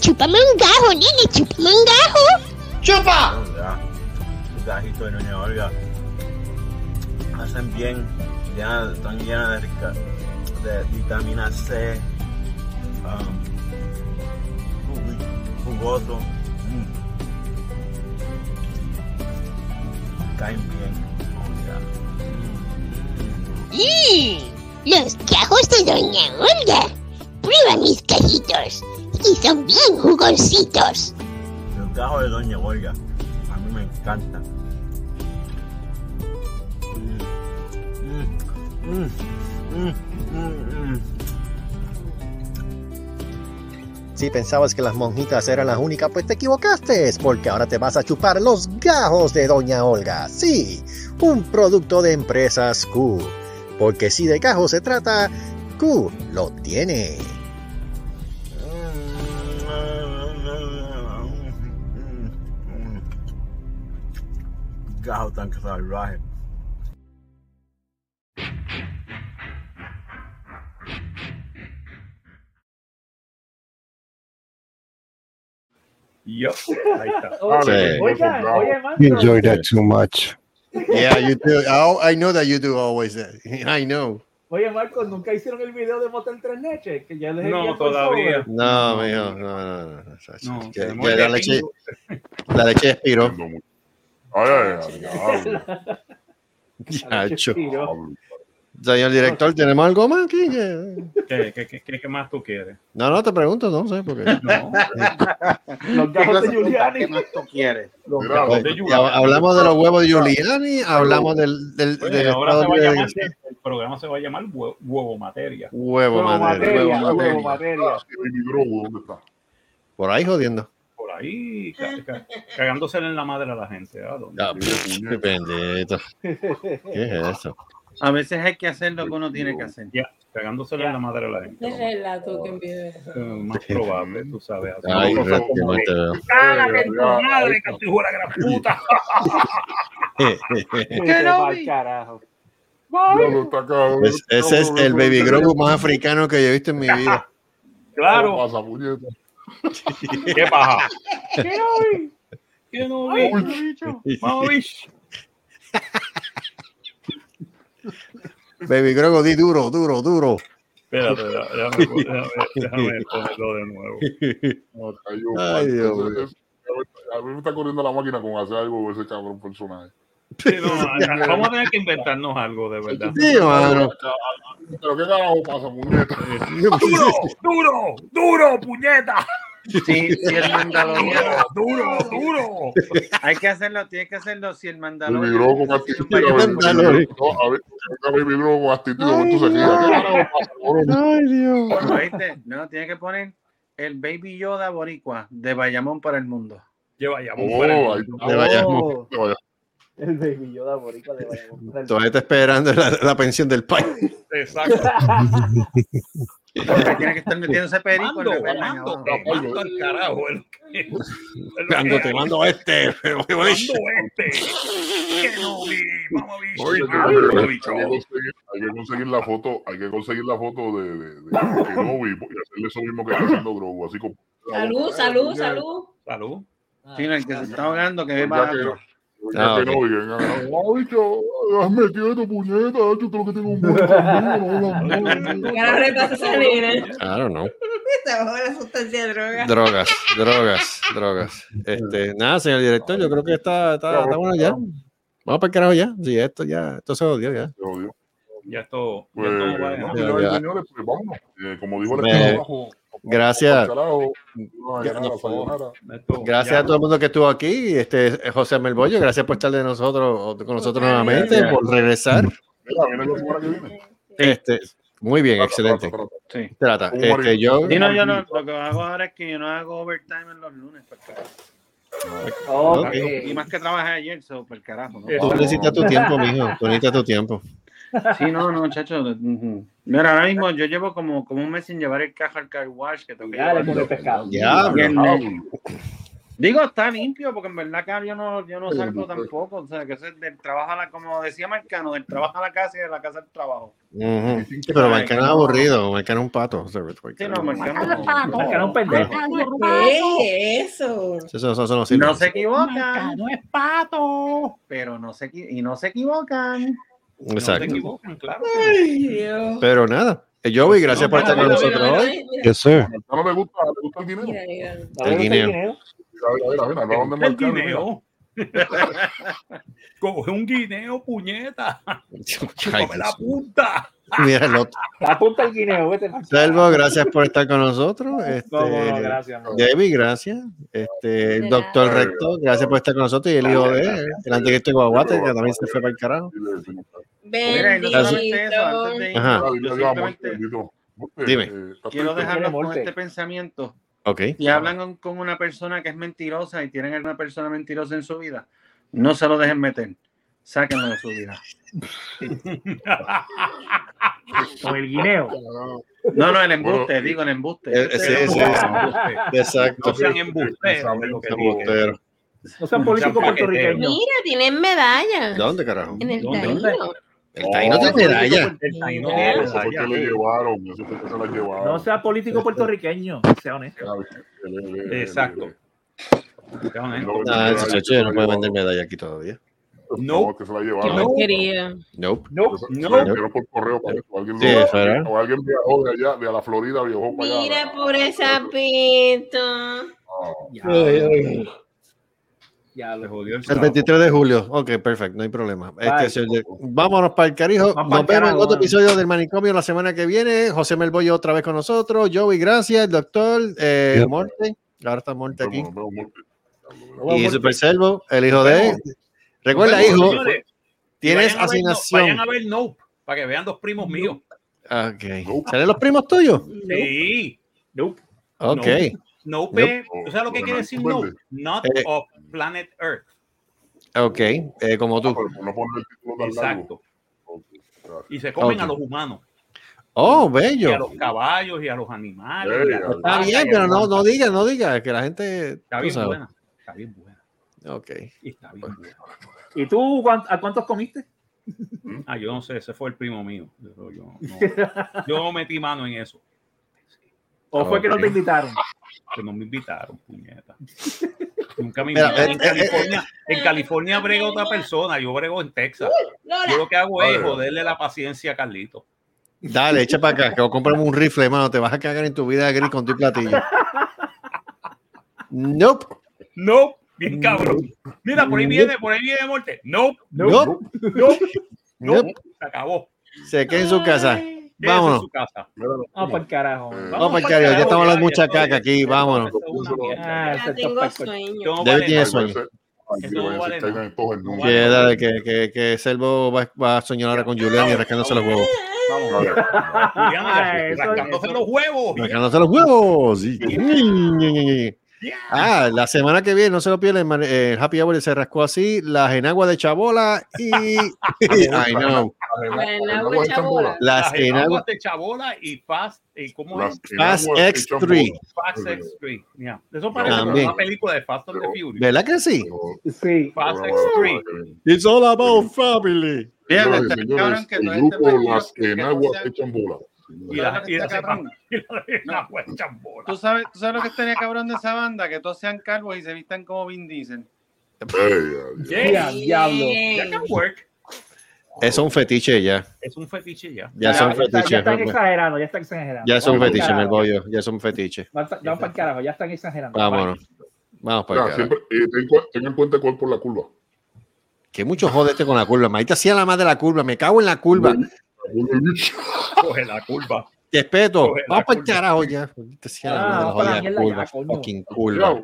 Speaker 17: Chúpame un gajo, nene, chúpame un gajo. ¡Chupa!
Speaker 16: Ya, los cajitos de Doña Olga hacen bien, ya están llenas de, rica- de vitamina C, ah, jugoso. mm. caen bien.
Speaker 18: ¡Mmm! Los cajos de Doña Olga. Prueba mis cajitos. Y son bien jugositos.
Speaker 16: Los cajos de Doña Olga. A mí me encantan. Mm, mm, mm, mm, mm.
Speaker 19: Si pensabas que las monjitas eran las únicas, pues te equivocaste, porque ahora te vas a chupar los gajos de Doña Olga. Sí, un producto de empresas Q. Porque si de gajos se trata, Q lo tiene.
Speaker 16: Gajo tan salvaje.
Speaker 3: Yo. Ahí está.
Speaker 10: Oye,
Speaker 5: oigan, oye, Manso.
Speaker 10: You enjoy that too much.
Speaker 4: Yeah, you do. I, I know that you do always that. I know.
Speaker 5: Oye, Marcos, ¿nunca hicieron el video de Motel Tres Leches? Que ya les
Speaker 3: No,
Speaker 5: envié por
Speaker 3: todavía.
Speaker 5: sobre.
Speaker 4: No, mijo, no, no, no. no, Sacho,
Speaker 5: No,
Speaker 4: que-
Speaker 5: tenemos
Speaker 4: que la
Speaker 5: que-
Speaker 4: leche, la leche expiró. Chacho. Señor director, ¿tenemos algo más aquí? Que-
Speaker 3: ¿Qué, qué, qué, qué- qué más tú quieres?
Speaker 4: No, no, te pregunto, no sé, porque...
Speaker 5: Los gajos
Speaker 6: ¿Qué
Speaker 5: de
Speaker 6: clase de
Speaker 5: Giuliani.
Speaker 6: ¿Qué más tú quieres?
Speaker 4: Ok, ya pues, Hablamos de los huevos de Giuliani, hablamos del, del,
Speaker 3: Oye,
Speaker 4: del
Speaker 3: ahora
Speaker 4: estado
Speaker 3: se va a
Speaker 4: de-
Speaker 3: llamar, el programa se va a llamar Huevo, Huevo Materia.
Speaker 4: Huevo madera, huevo
Speaker 5: huevo
Speaker 4: madera.
Speaker 5: materia.
Speaker 4: Por ahí jodiendo.
Speaker 3: Por ahí, ca- ca- cagándosele en la madre a la gente. ¿ah, ¿a dónde?
Speaker 4: Ya, pues, qué bendito. ¿Qué es eso?
Speaker 6: A veces hay que hacer lo que uno tiene que hacer.
Speaker 3: Ya, cagándosele en la madre a la gente.
Speaker 9: Es relato que envío.
Speaker 3: Eh, más probable, tú sabes. así.
Speaker 4: Ay,
Speaker 3: Cosas
Speaker 4: Red, que
Speaker 3: como
Speaker 4: no
Speaker 3: de,
Speaker 4: te veo.
Speaker 3: "Cágate en tu madre, que tu hijo de la gran puta".
Speaker 5: Vete
Speaker 3: no
Speaker 5: pa'l
Speaker 3: vi.
Speaker 5: carajo.
Speaker 4: Es- Pues ese es el baby grogu más africano que yo he visto en mi vida.
Speaker 3: Claro. ¿Qué paja?
Speaker 5: ¿Qué hoy?
Speaker 3: ¿Qué no
Speaker 5: Ay,
Speaker 3: vi?
Speaker 5: qué bicho.
Speaker 3: Mami, bicho.
Speaker 4: Baby grogu, di duro, duro, duro.
Speaker 3: Espérate, déjame, déjame, déjame ponerlo de nuevo.
Speaker 7: No, cayó.
Speaker 4: Ay, Dios
Speaker 7: Ese- ese- A mí me está corriendo la máquina con hacer algo ese cabrón personaje.
Speaker 3: Sí, no, a- a- vamos a tener que inventarnos algo de verdad.
Speaker 4: Sí, mano.
Speaker 7: Pero qué carajo pasa, puñeta.
Speaker 3: ¡Duro! ¡Duro! ¡Duro, puñeta!
Speaker 6: Sí, sí, el mandaloriano.
Speaker 3: ¡Duro, duro!
Speaker 6: Hay que hacerlo, tiene que hacerlo. Si el
Speaker 7: Baby
Speaker 6: mandaloriano.
Speaker 7: Grogu con actitud. a ver,
Speaker 4: Mandalorian.
Speaker 7: no, a ver, a Baby Grogu con actitud. momento se queda. ¿Qué carajo pasa, cabrón?
Speaker 4: Ay, Dios.
Speaker 6: pues, ¿Oíste? No, tiene que poner el Baby Yoda Boricua de Bayamón para el mundo.
Speaker 3: Lleva ya
Speaker 7: Oh, ahí está.
Speaker 4: Te vayas, mo-
Speaker 5: Oh,
Speaker 7: Te vayas.
Speaker 5: el baby Yoda boricua de Bayamón.
Speaker 4: Todavía está esperando la, la pensión del país.
Speaker 3: Exacto.
Speaker 6: Porque tiene que estar metiéndose perico en
Speaker 3: Mando,
Speaker 6: la perna en
Speaker 3: mando,
Speaker 6: abajo.
Speaker 3: te mando al carajo. es lo que- es lo que
Speaker 4: Cuando te
Speaker 3: hay.
Speaker 4: mando este. pero,
Speaker 3: Mando
Speaker 4: güey,
Speaker 3: este. Que no vi, vamos
Speaker 7: Oye,
Speaker 3: bicho.
Speaker 7: hay, que
Speaker 3: Mando, bicho.
Speaker 7: conseguir, hay que conseguir la foto, hay que conseguir la foto de, de, de Kenobi y hacerle eso mismo que está haciendo Grogu, así como
Speaker 9: Salud, salud, salud.
Speaker 3: Salud.
Speaker 6: Sí, el que se está ahogando, que ve
Speaker 7: Pues Ya
Speaker 6: para
Speaker 7: que-
Speaker 6: abajo.
Speaker 7: ya
Speaker 4: Ah, ok.
Speaker 7: Kenobi, que venga, "Ay, Ah, bicho, has metido tu puñeta, yo creo que tengo un muerto conmigo, no, no, no, no".
Speaker 9: Ahora repasa a nena.
Speaker 4: I don't know.
Speaker 9: Se bajó la sustancia de droga.
Speaker 4: Drogas, drogas, drogas. Este, nada, señor director, yo creo que está, está, está bueno ya. Vamos para el carajo ya. Sí, esto ya, esto se odió ya.
Speaker 7: Te odio.
Speaker 3: Ya esto. Ya
Speaker 7: Pues,
Speaker 3: esto no va
Speaker 7: no,
Speaker 3: a dejar.
Speaker 7: señores,
Speaker 4: Ya.
Speaker 7: señores, pues vámonos. Eh, como dijo el
Speaker 4: Me-
Speaker 7: esclavo abajo,
Speaker 4: Gracias.
Speaker 7: carajo, no, ya, nada, sayonara.
Speaker 3: Esto
Speaker 4: Gracias
Speaker 3: ya-
Speaker 4: a todo el mundo que estuvo aquí. Este José Melbollo, gracias por estar de nosotros, con nosotros nuevamente,
Speaker 6: Gracias.
Speaker 4: por regresar.
Speaker 7: Mira, viene la semana que viene.
Speaker 4: Este, muy bien, excelente.
Speaker 7: Trata, trata.
Speaker 6: Sí.
Speaker 4: Trata. Este, yo,
Speaker 6: Sí, no, yo no, lo que hago ahora es que yo no hago overtime en los lunes. por carajo.
Speaker 5: Ok.
Speaker 6: Y más que trabajé ayer, so, por carajo. ¿no?
Speaker 4: tú necesitas tu tiempo, mijo. Tú necesitas tu tiempo.
Speaker 6: Sí, no, no, muchachos. ujú. Mira, ahora mismo yo llevo como, como un mes sin llevar el caja al car wash que tengo que
Speaker 5: Dale
Speaker 6: llevarlo.
Speaker 5: con el pescado.
Speaker 4: Diablo.
Speaker 6: Y el-
Speaker 7: Diablo.
Speaker 6: Digo, está limpio, porque en verdad que yo no, yo no salgo tampoco. O sea, que eso es del trabajo a la, como decía Marcano, del trabajo a la casa y de la casa al trabajo.
Speaker 4: Ujú. Sí, Pero Marcano es aburrido, Marcano es un pato. o sea,
Speaker 6: Sí,
Speaker 4: Marcano-
Speaker 6: no, Marcano.
Speaker 3: Ah,
Speaker 6: no.
Speaker 5: Marcano es un pendejo.
Speaker 9: ¿Qué es eso?
Speaker 4: Eso- eso- eso no sirve.
Speaker 6: No se equivocan,
Speaker 5: Marcano es pato.
Speaker 6: pero no se equi- y no se equivocan.
Speaker 3: No se
Speaker 4: Exacto.
Speaker 3: equivocan, claro.
Speaker 9: Ay, Dios.
Speaker 4: Pero nada. Eh, Joey, gracias por estar con nosotros hoy.
Speaker 10: Yes, sir.
Speaker 7: No le gusta, le gusta el dinero.
Speaker 9: Mira, mira.
Speaker 5: Dale,
Speaker 4: guineo.
Speaker 5: guineo.
Speaker 7: Mira, mira, mira, mira, mira, dónde
Speaker 3: El
Speaker 7: marcarle, mira.
Speaker 3: guineo. Coge un guineo, puñeta. Come la punta.
Speaker 4: Mira el otro.
Speaker 5: Apunta el guineo, vete.
Speaker 4: Selvo, gracias por estar con nosotros. Este,
Speaker 5: no, gracias, no.
Speaker 4: David, gracias. Este, el doctor Rector, gracias por estar con nosotros. Y el hijo de él, el anticristo de Guaguate, que también se fue para el carajo.
Speaker 20: Mira, y no solamente eso, antes de ir,
Speaker 4: Ajá.
Speaker 20: yo simplemente
Speaker 7: eh,
Speaker 4: Dime.
Speaker 20: quiero dejarlos con este pensamiento.
Speaker 4: Ok.
Speaker 20: Si hablan con- con una persona que es mentirosa y tienen a una persona mentirosa en su vida, no se lo dejen meter. Sáquenlo de su vida.
Speaker 6: Con el guineo.
Speaker 20: No, no, el embuste,
Speaker 6: Bueno,
Speaker 20: digo el embuste.
Speaker 4: eh, sí, sí, sí. Exacto.
Speaker 20: No sean
Speaker 3: embusteros.
Speaker 20: de lo que digo.
Speaker 4: Embustero.
Speaker 5: No sean políticos puertorriqueños.
Speaker 9: Mira, tienen medallas.
Speaker 4: ¿Dónde, carajo?
Speaker 9: En el
Speaker 4: ¿Dónde?
Speaker 9: taíno.
Speaker 4: El taíno tiene medalla.
Speaker 5: El taíno
Speaker 7: No,
Speaker 5: tiene
Speaker 7: eso fue que le
Speaker 5: medalla.
Speaker 7: llevaron, eso fue que se la llevaron.
Speaker 5: No sea político puertorriqueño, sea honesto.
Speaker 3: Exacto.
Speaker 4: Ah, ese choche no puede vender medalla aquí todavía.
Speaker 7: No, que se la
Speaker 9: Qué
Speaker 7: llevaron.
Speaker 9: porquería.
Speaker 4: Nope.
Speaker 7: No, no. por correo para eso. Alguien,
Speaker 4: Sí,
Speaker 7: lo-
Speaker 4: ¿verdad?
Speaker 7: o alguien viajó de allá, de la Florida, viajó para allá.
Speaker 9: Mira, pobreza Pito.
Speaker 5: Ya lo jodió
Speaker 4: El 23 de julio. Ok, perfecto, no hay problema. Este,
Speaker 5: Bye.
Speaker 4: señor, vámonos para el carijo.
Speaker 5: Vamos
Speaker 4: Nos
Speaker 5: pa'l
Speaker 4: vemos en
Speaker 5: carajo,
Speaker 4: otro
Speaker 5: mano.
Speaker 4: episodio del manicomio la semana que viene. José Melboyo otra vez con nosotros. Joey, gracias. El doctor eh,
Speaker 10: Yep.
Speaker 4: Morte. Ahora está Morte
Speaker 7: pues,
Speaker 4: aquí.
Speaker 3: vemos,
Speaker 4: Y
Speaker 3: Morte.
Speaker 4: Super Servo, el hijo de.
Speaker 3: Nos
Speaker 4: Recuerda,
Speaker 3: Bueno,
Speaker 4: hijo.
Speaker 3: señores,
Speaker 4: Tienes
Speaker 3: vayan a ver- no,
Speaker 4: asignación.
Speaker 3: Vayan a ver Nope para que vean dos primos míos.
Speaker 4: Ok. ¿Salen los primos tuyos?
Speaker 3: Sí. Nope.
Speaker 4: Ok.
Speaker 3: Nope. Nope. es-
Speaker 4: Nope.
Speaker 3: ¿Tú sabes lo que quiere decir Nope? Not
Speaker 4: Eh.
Speaker 3: of Planet Earth.
Speaker 4: Ok. eh, como tú.
Speaker 3: Exacto. Y se comen
Speaker 4: Ok.
Speaker 3: a los humanos.
Speaker 4: Oh,
Speaker 3: Y a
Speaker 4: bello.
Speaker 3: los caballos y a los animales.
Speaker 4: Eh,
Speaker 3: y a las
Speaker 4: Está
Speaker 3: vacas,
Speaker 4: bien,
Speaker 3: y a
Speaker 4: pero
Speaker 3: los
Speaker 4: no, no
Speaker 3: mantas.
Speaker 4: digas, no digas. Que la gente.
Speaker 3: Está
Speaker 4: tú
Speaker 3: bien
Speaker 4: sabes.
Speaker 3: buena. Está bien buena.
Speaker 4: Ok.
Speaker 3: Y está bien buena.
Speaker 5: ¿Y tú cuán- a cuántos comiste?
Speaker 3: Ah, yo no sé, ese fue el primo mío. Yo, yo no, yo no metí mano en eso.
Speaker 5: ¿O fue que no te
Speaker 3: Ok.
Speaker 5: invitaron?
Speaker 3: que no me invitaron, puñeta. Nunca me
Speaker 4: Mira,
Speaker 3: invitaron. En
Speaker 4: eh, eh, eh.
Speaker 3: California, en California brega otra persona, yo brego en Texas. Yo lo que hago es joderle la paciencia a Carlito.
Speaker 4: Dale, echa para acá, que o compramos un rifle, hermano. Te vas a cagar en tu vida gris con tu platillo. Nope.
Speaker 3: No, bien cabrón. Mira,
Speaker 4: Mm.
Speaker 3: por ahí viene, por ahí viene muerte. No, no,
Speaker 4: Nope.
Speaker 3: no, no.
Speaker 4: Nope.
Speaker 3: Se acabó.
Speaker 4: Se queda en su casa.
Speaker 3: Quédese en
Speaker 4: Vámonos.
Speaker 3: su casa.
Speaker 7: eh,
Speaker 5: Vamos para el carajo.
Speaker 4: Vamos para el carajo, ya estamos hablando mucha caca aquí. Vámonos.
Speaker 5: Ah,
Speaker 9: Tengo sueño.
Speaker 3: Esto no
Speaker 4: Debe
Speaker 3: vale
Speaker 4: tiene
Speaker 3: nada.
Speaker 4: sueño.
Speaker 3: Esto no vale nada.
Speaker 4: Que, dale, que, que, que Selvo va, va a soñar ahora con Julián y rascándose los huevos.
Speaker 3: Juliana, rascándose los huevos.
Speaker 4: Rascándose los huevos. Sí. Ah, la semana que viene, no se lo pierdan, man- eh, el Happy Hour se rascó así, las enaguas de chabola y... I know. Las enaguas...
Speaker 3: de chabola y Fast, y ¿cómo
Speaker 4: Las
Speaker 3: es?
Speaker 4: Fast enaguas de X3. chabola.
Speaker 3: Fast X3. ya. Eso parece
Speaker 4: También.
Speaker 3: una película de Fast and the Furious.
Speaker 4: ¿Verdad que sí?
Speaker 5: Sí.
Speaker 3: Fast X3.
Speaker 4: It's all about family.
Speaker 20: Fíjate,
Speaker 7: Señores,
Speaker 20: está cabrón
Speaker 7: señores,
Speaker 20: que
Speaker 7: el
Speaker 20: todo este
Speaker 7: grupo
Speaker 20: partido
Speaker 7: Las
Speaker 20: que- que no
Speaker 7: Enaguas
Speaker 20: sea-
Speaker 7: echan bola.
Speaker 3: Y la, y la,
Speaker 20: Está cabrón.
Speaker 3: y la de enaguas echan bola.
Speaker 20: ¿Tú sabes, ¿Tú sabes lo que estaría cabrón de esa banda? Que todos sean calvos y se vistan como Vin Diesel.
Speaker 3: Yeah.
Speaker 5: Ya, diablo.
Speaker 3: Ya can work.
Speaker 4: Es un fetiche ya.
Speaker 3: Es un fetiche ya.
Speaker 4: Ya son
Speaker 5: está-
Speaker 4: fetiches.
Speaker 5: ya están
Speaker 4: Melboy.
Speaker 5: exagerando, ya están exagerando.
Speaker 4: Ya son
Speaker 5: Vamos pa'l
Speaker 4: fetiches,
Speaker 5: carajo.
Speaker 4: Melboyo. Ya son fetiches.
Speaker 5: Van- Vamos para el carajo, ya están exagerando.
Speaker 4: Vámonos. Vamos para
Speaker 7: Ah,
Speaker 4: acá.
Speaker 7: siempre, eh, ten, cu- ten en cuenta cuál por la curva.
Speaker 4: Que mucho jode este con la curva. Maíta hacía la más de la curva. Me cago en la curva.
Speaker 3: Coge la curva.
Speaker 4: Te respeto.
Speaker 3: Coge la
Speaker 4: Vamos para el
Speaker 3: curva.
Speaker 4: carajo ya. Te hacía la
Speaker 3: Ah,
Speaker 4: madre,
Speaker 3: vamos para la
Speaker 4: jodida
Speaker 3: mierda
Speaker 4: curva.
Speaker 3: ya, coño.
Speaker 4: Fucking curva. Me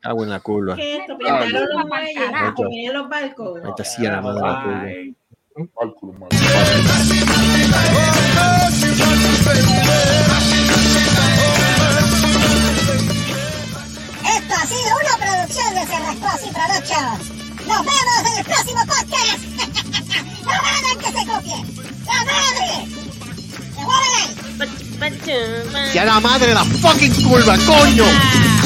Speaker 4: Cago en la curva.
Speaker 9: ¿Qué es esto? Pintaron los muelles,
Speaker 4: Mucho.
Speaker 9: vienen los barcos.
Speaker 4: Maíta hacía la más de la curva.
Speaker 2: Esto ha sido una producción de Cerrascosi Productions. Nos vemos en el próximo podcast. no hagan que se copie. ¡La madre! ¡Se mueven ahí!
Speaker 4: ¡Hacía la madre de la fucking curva, coño!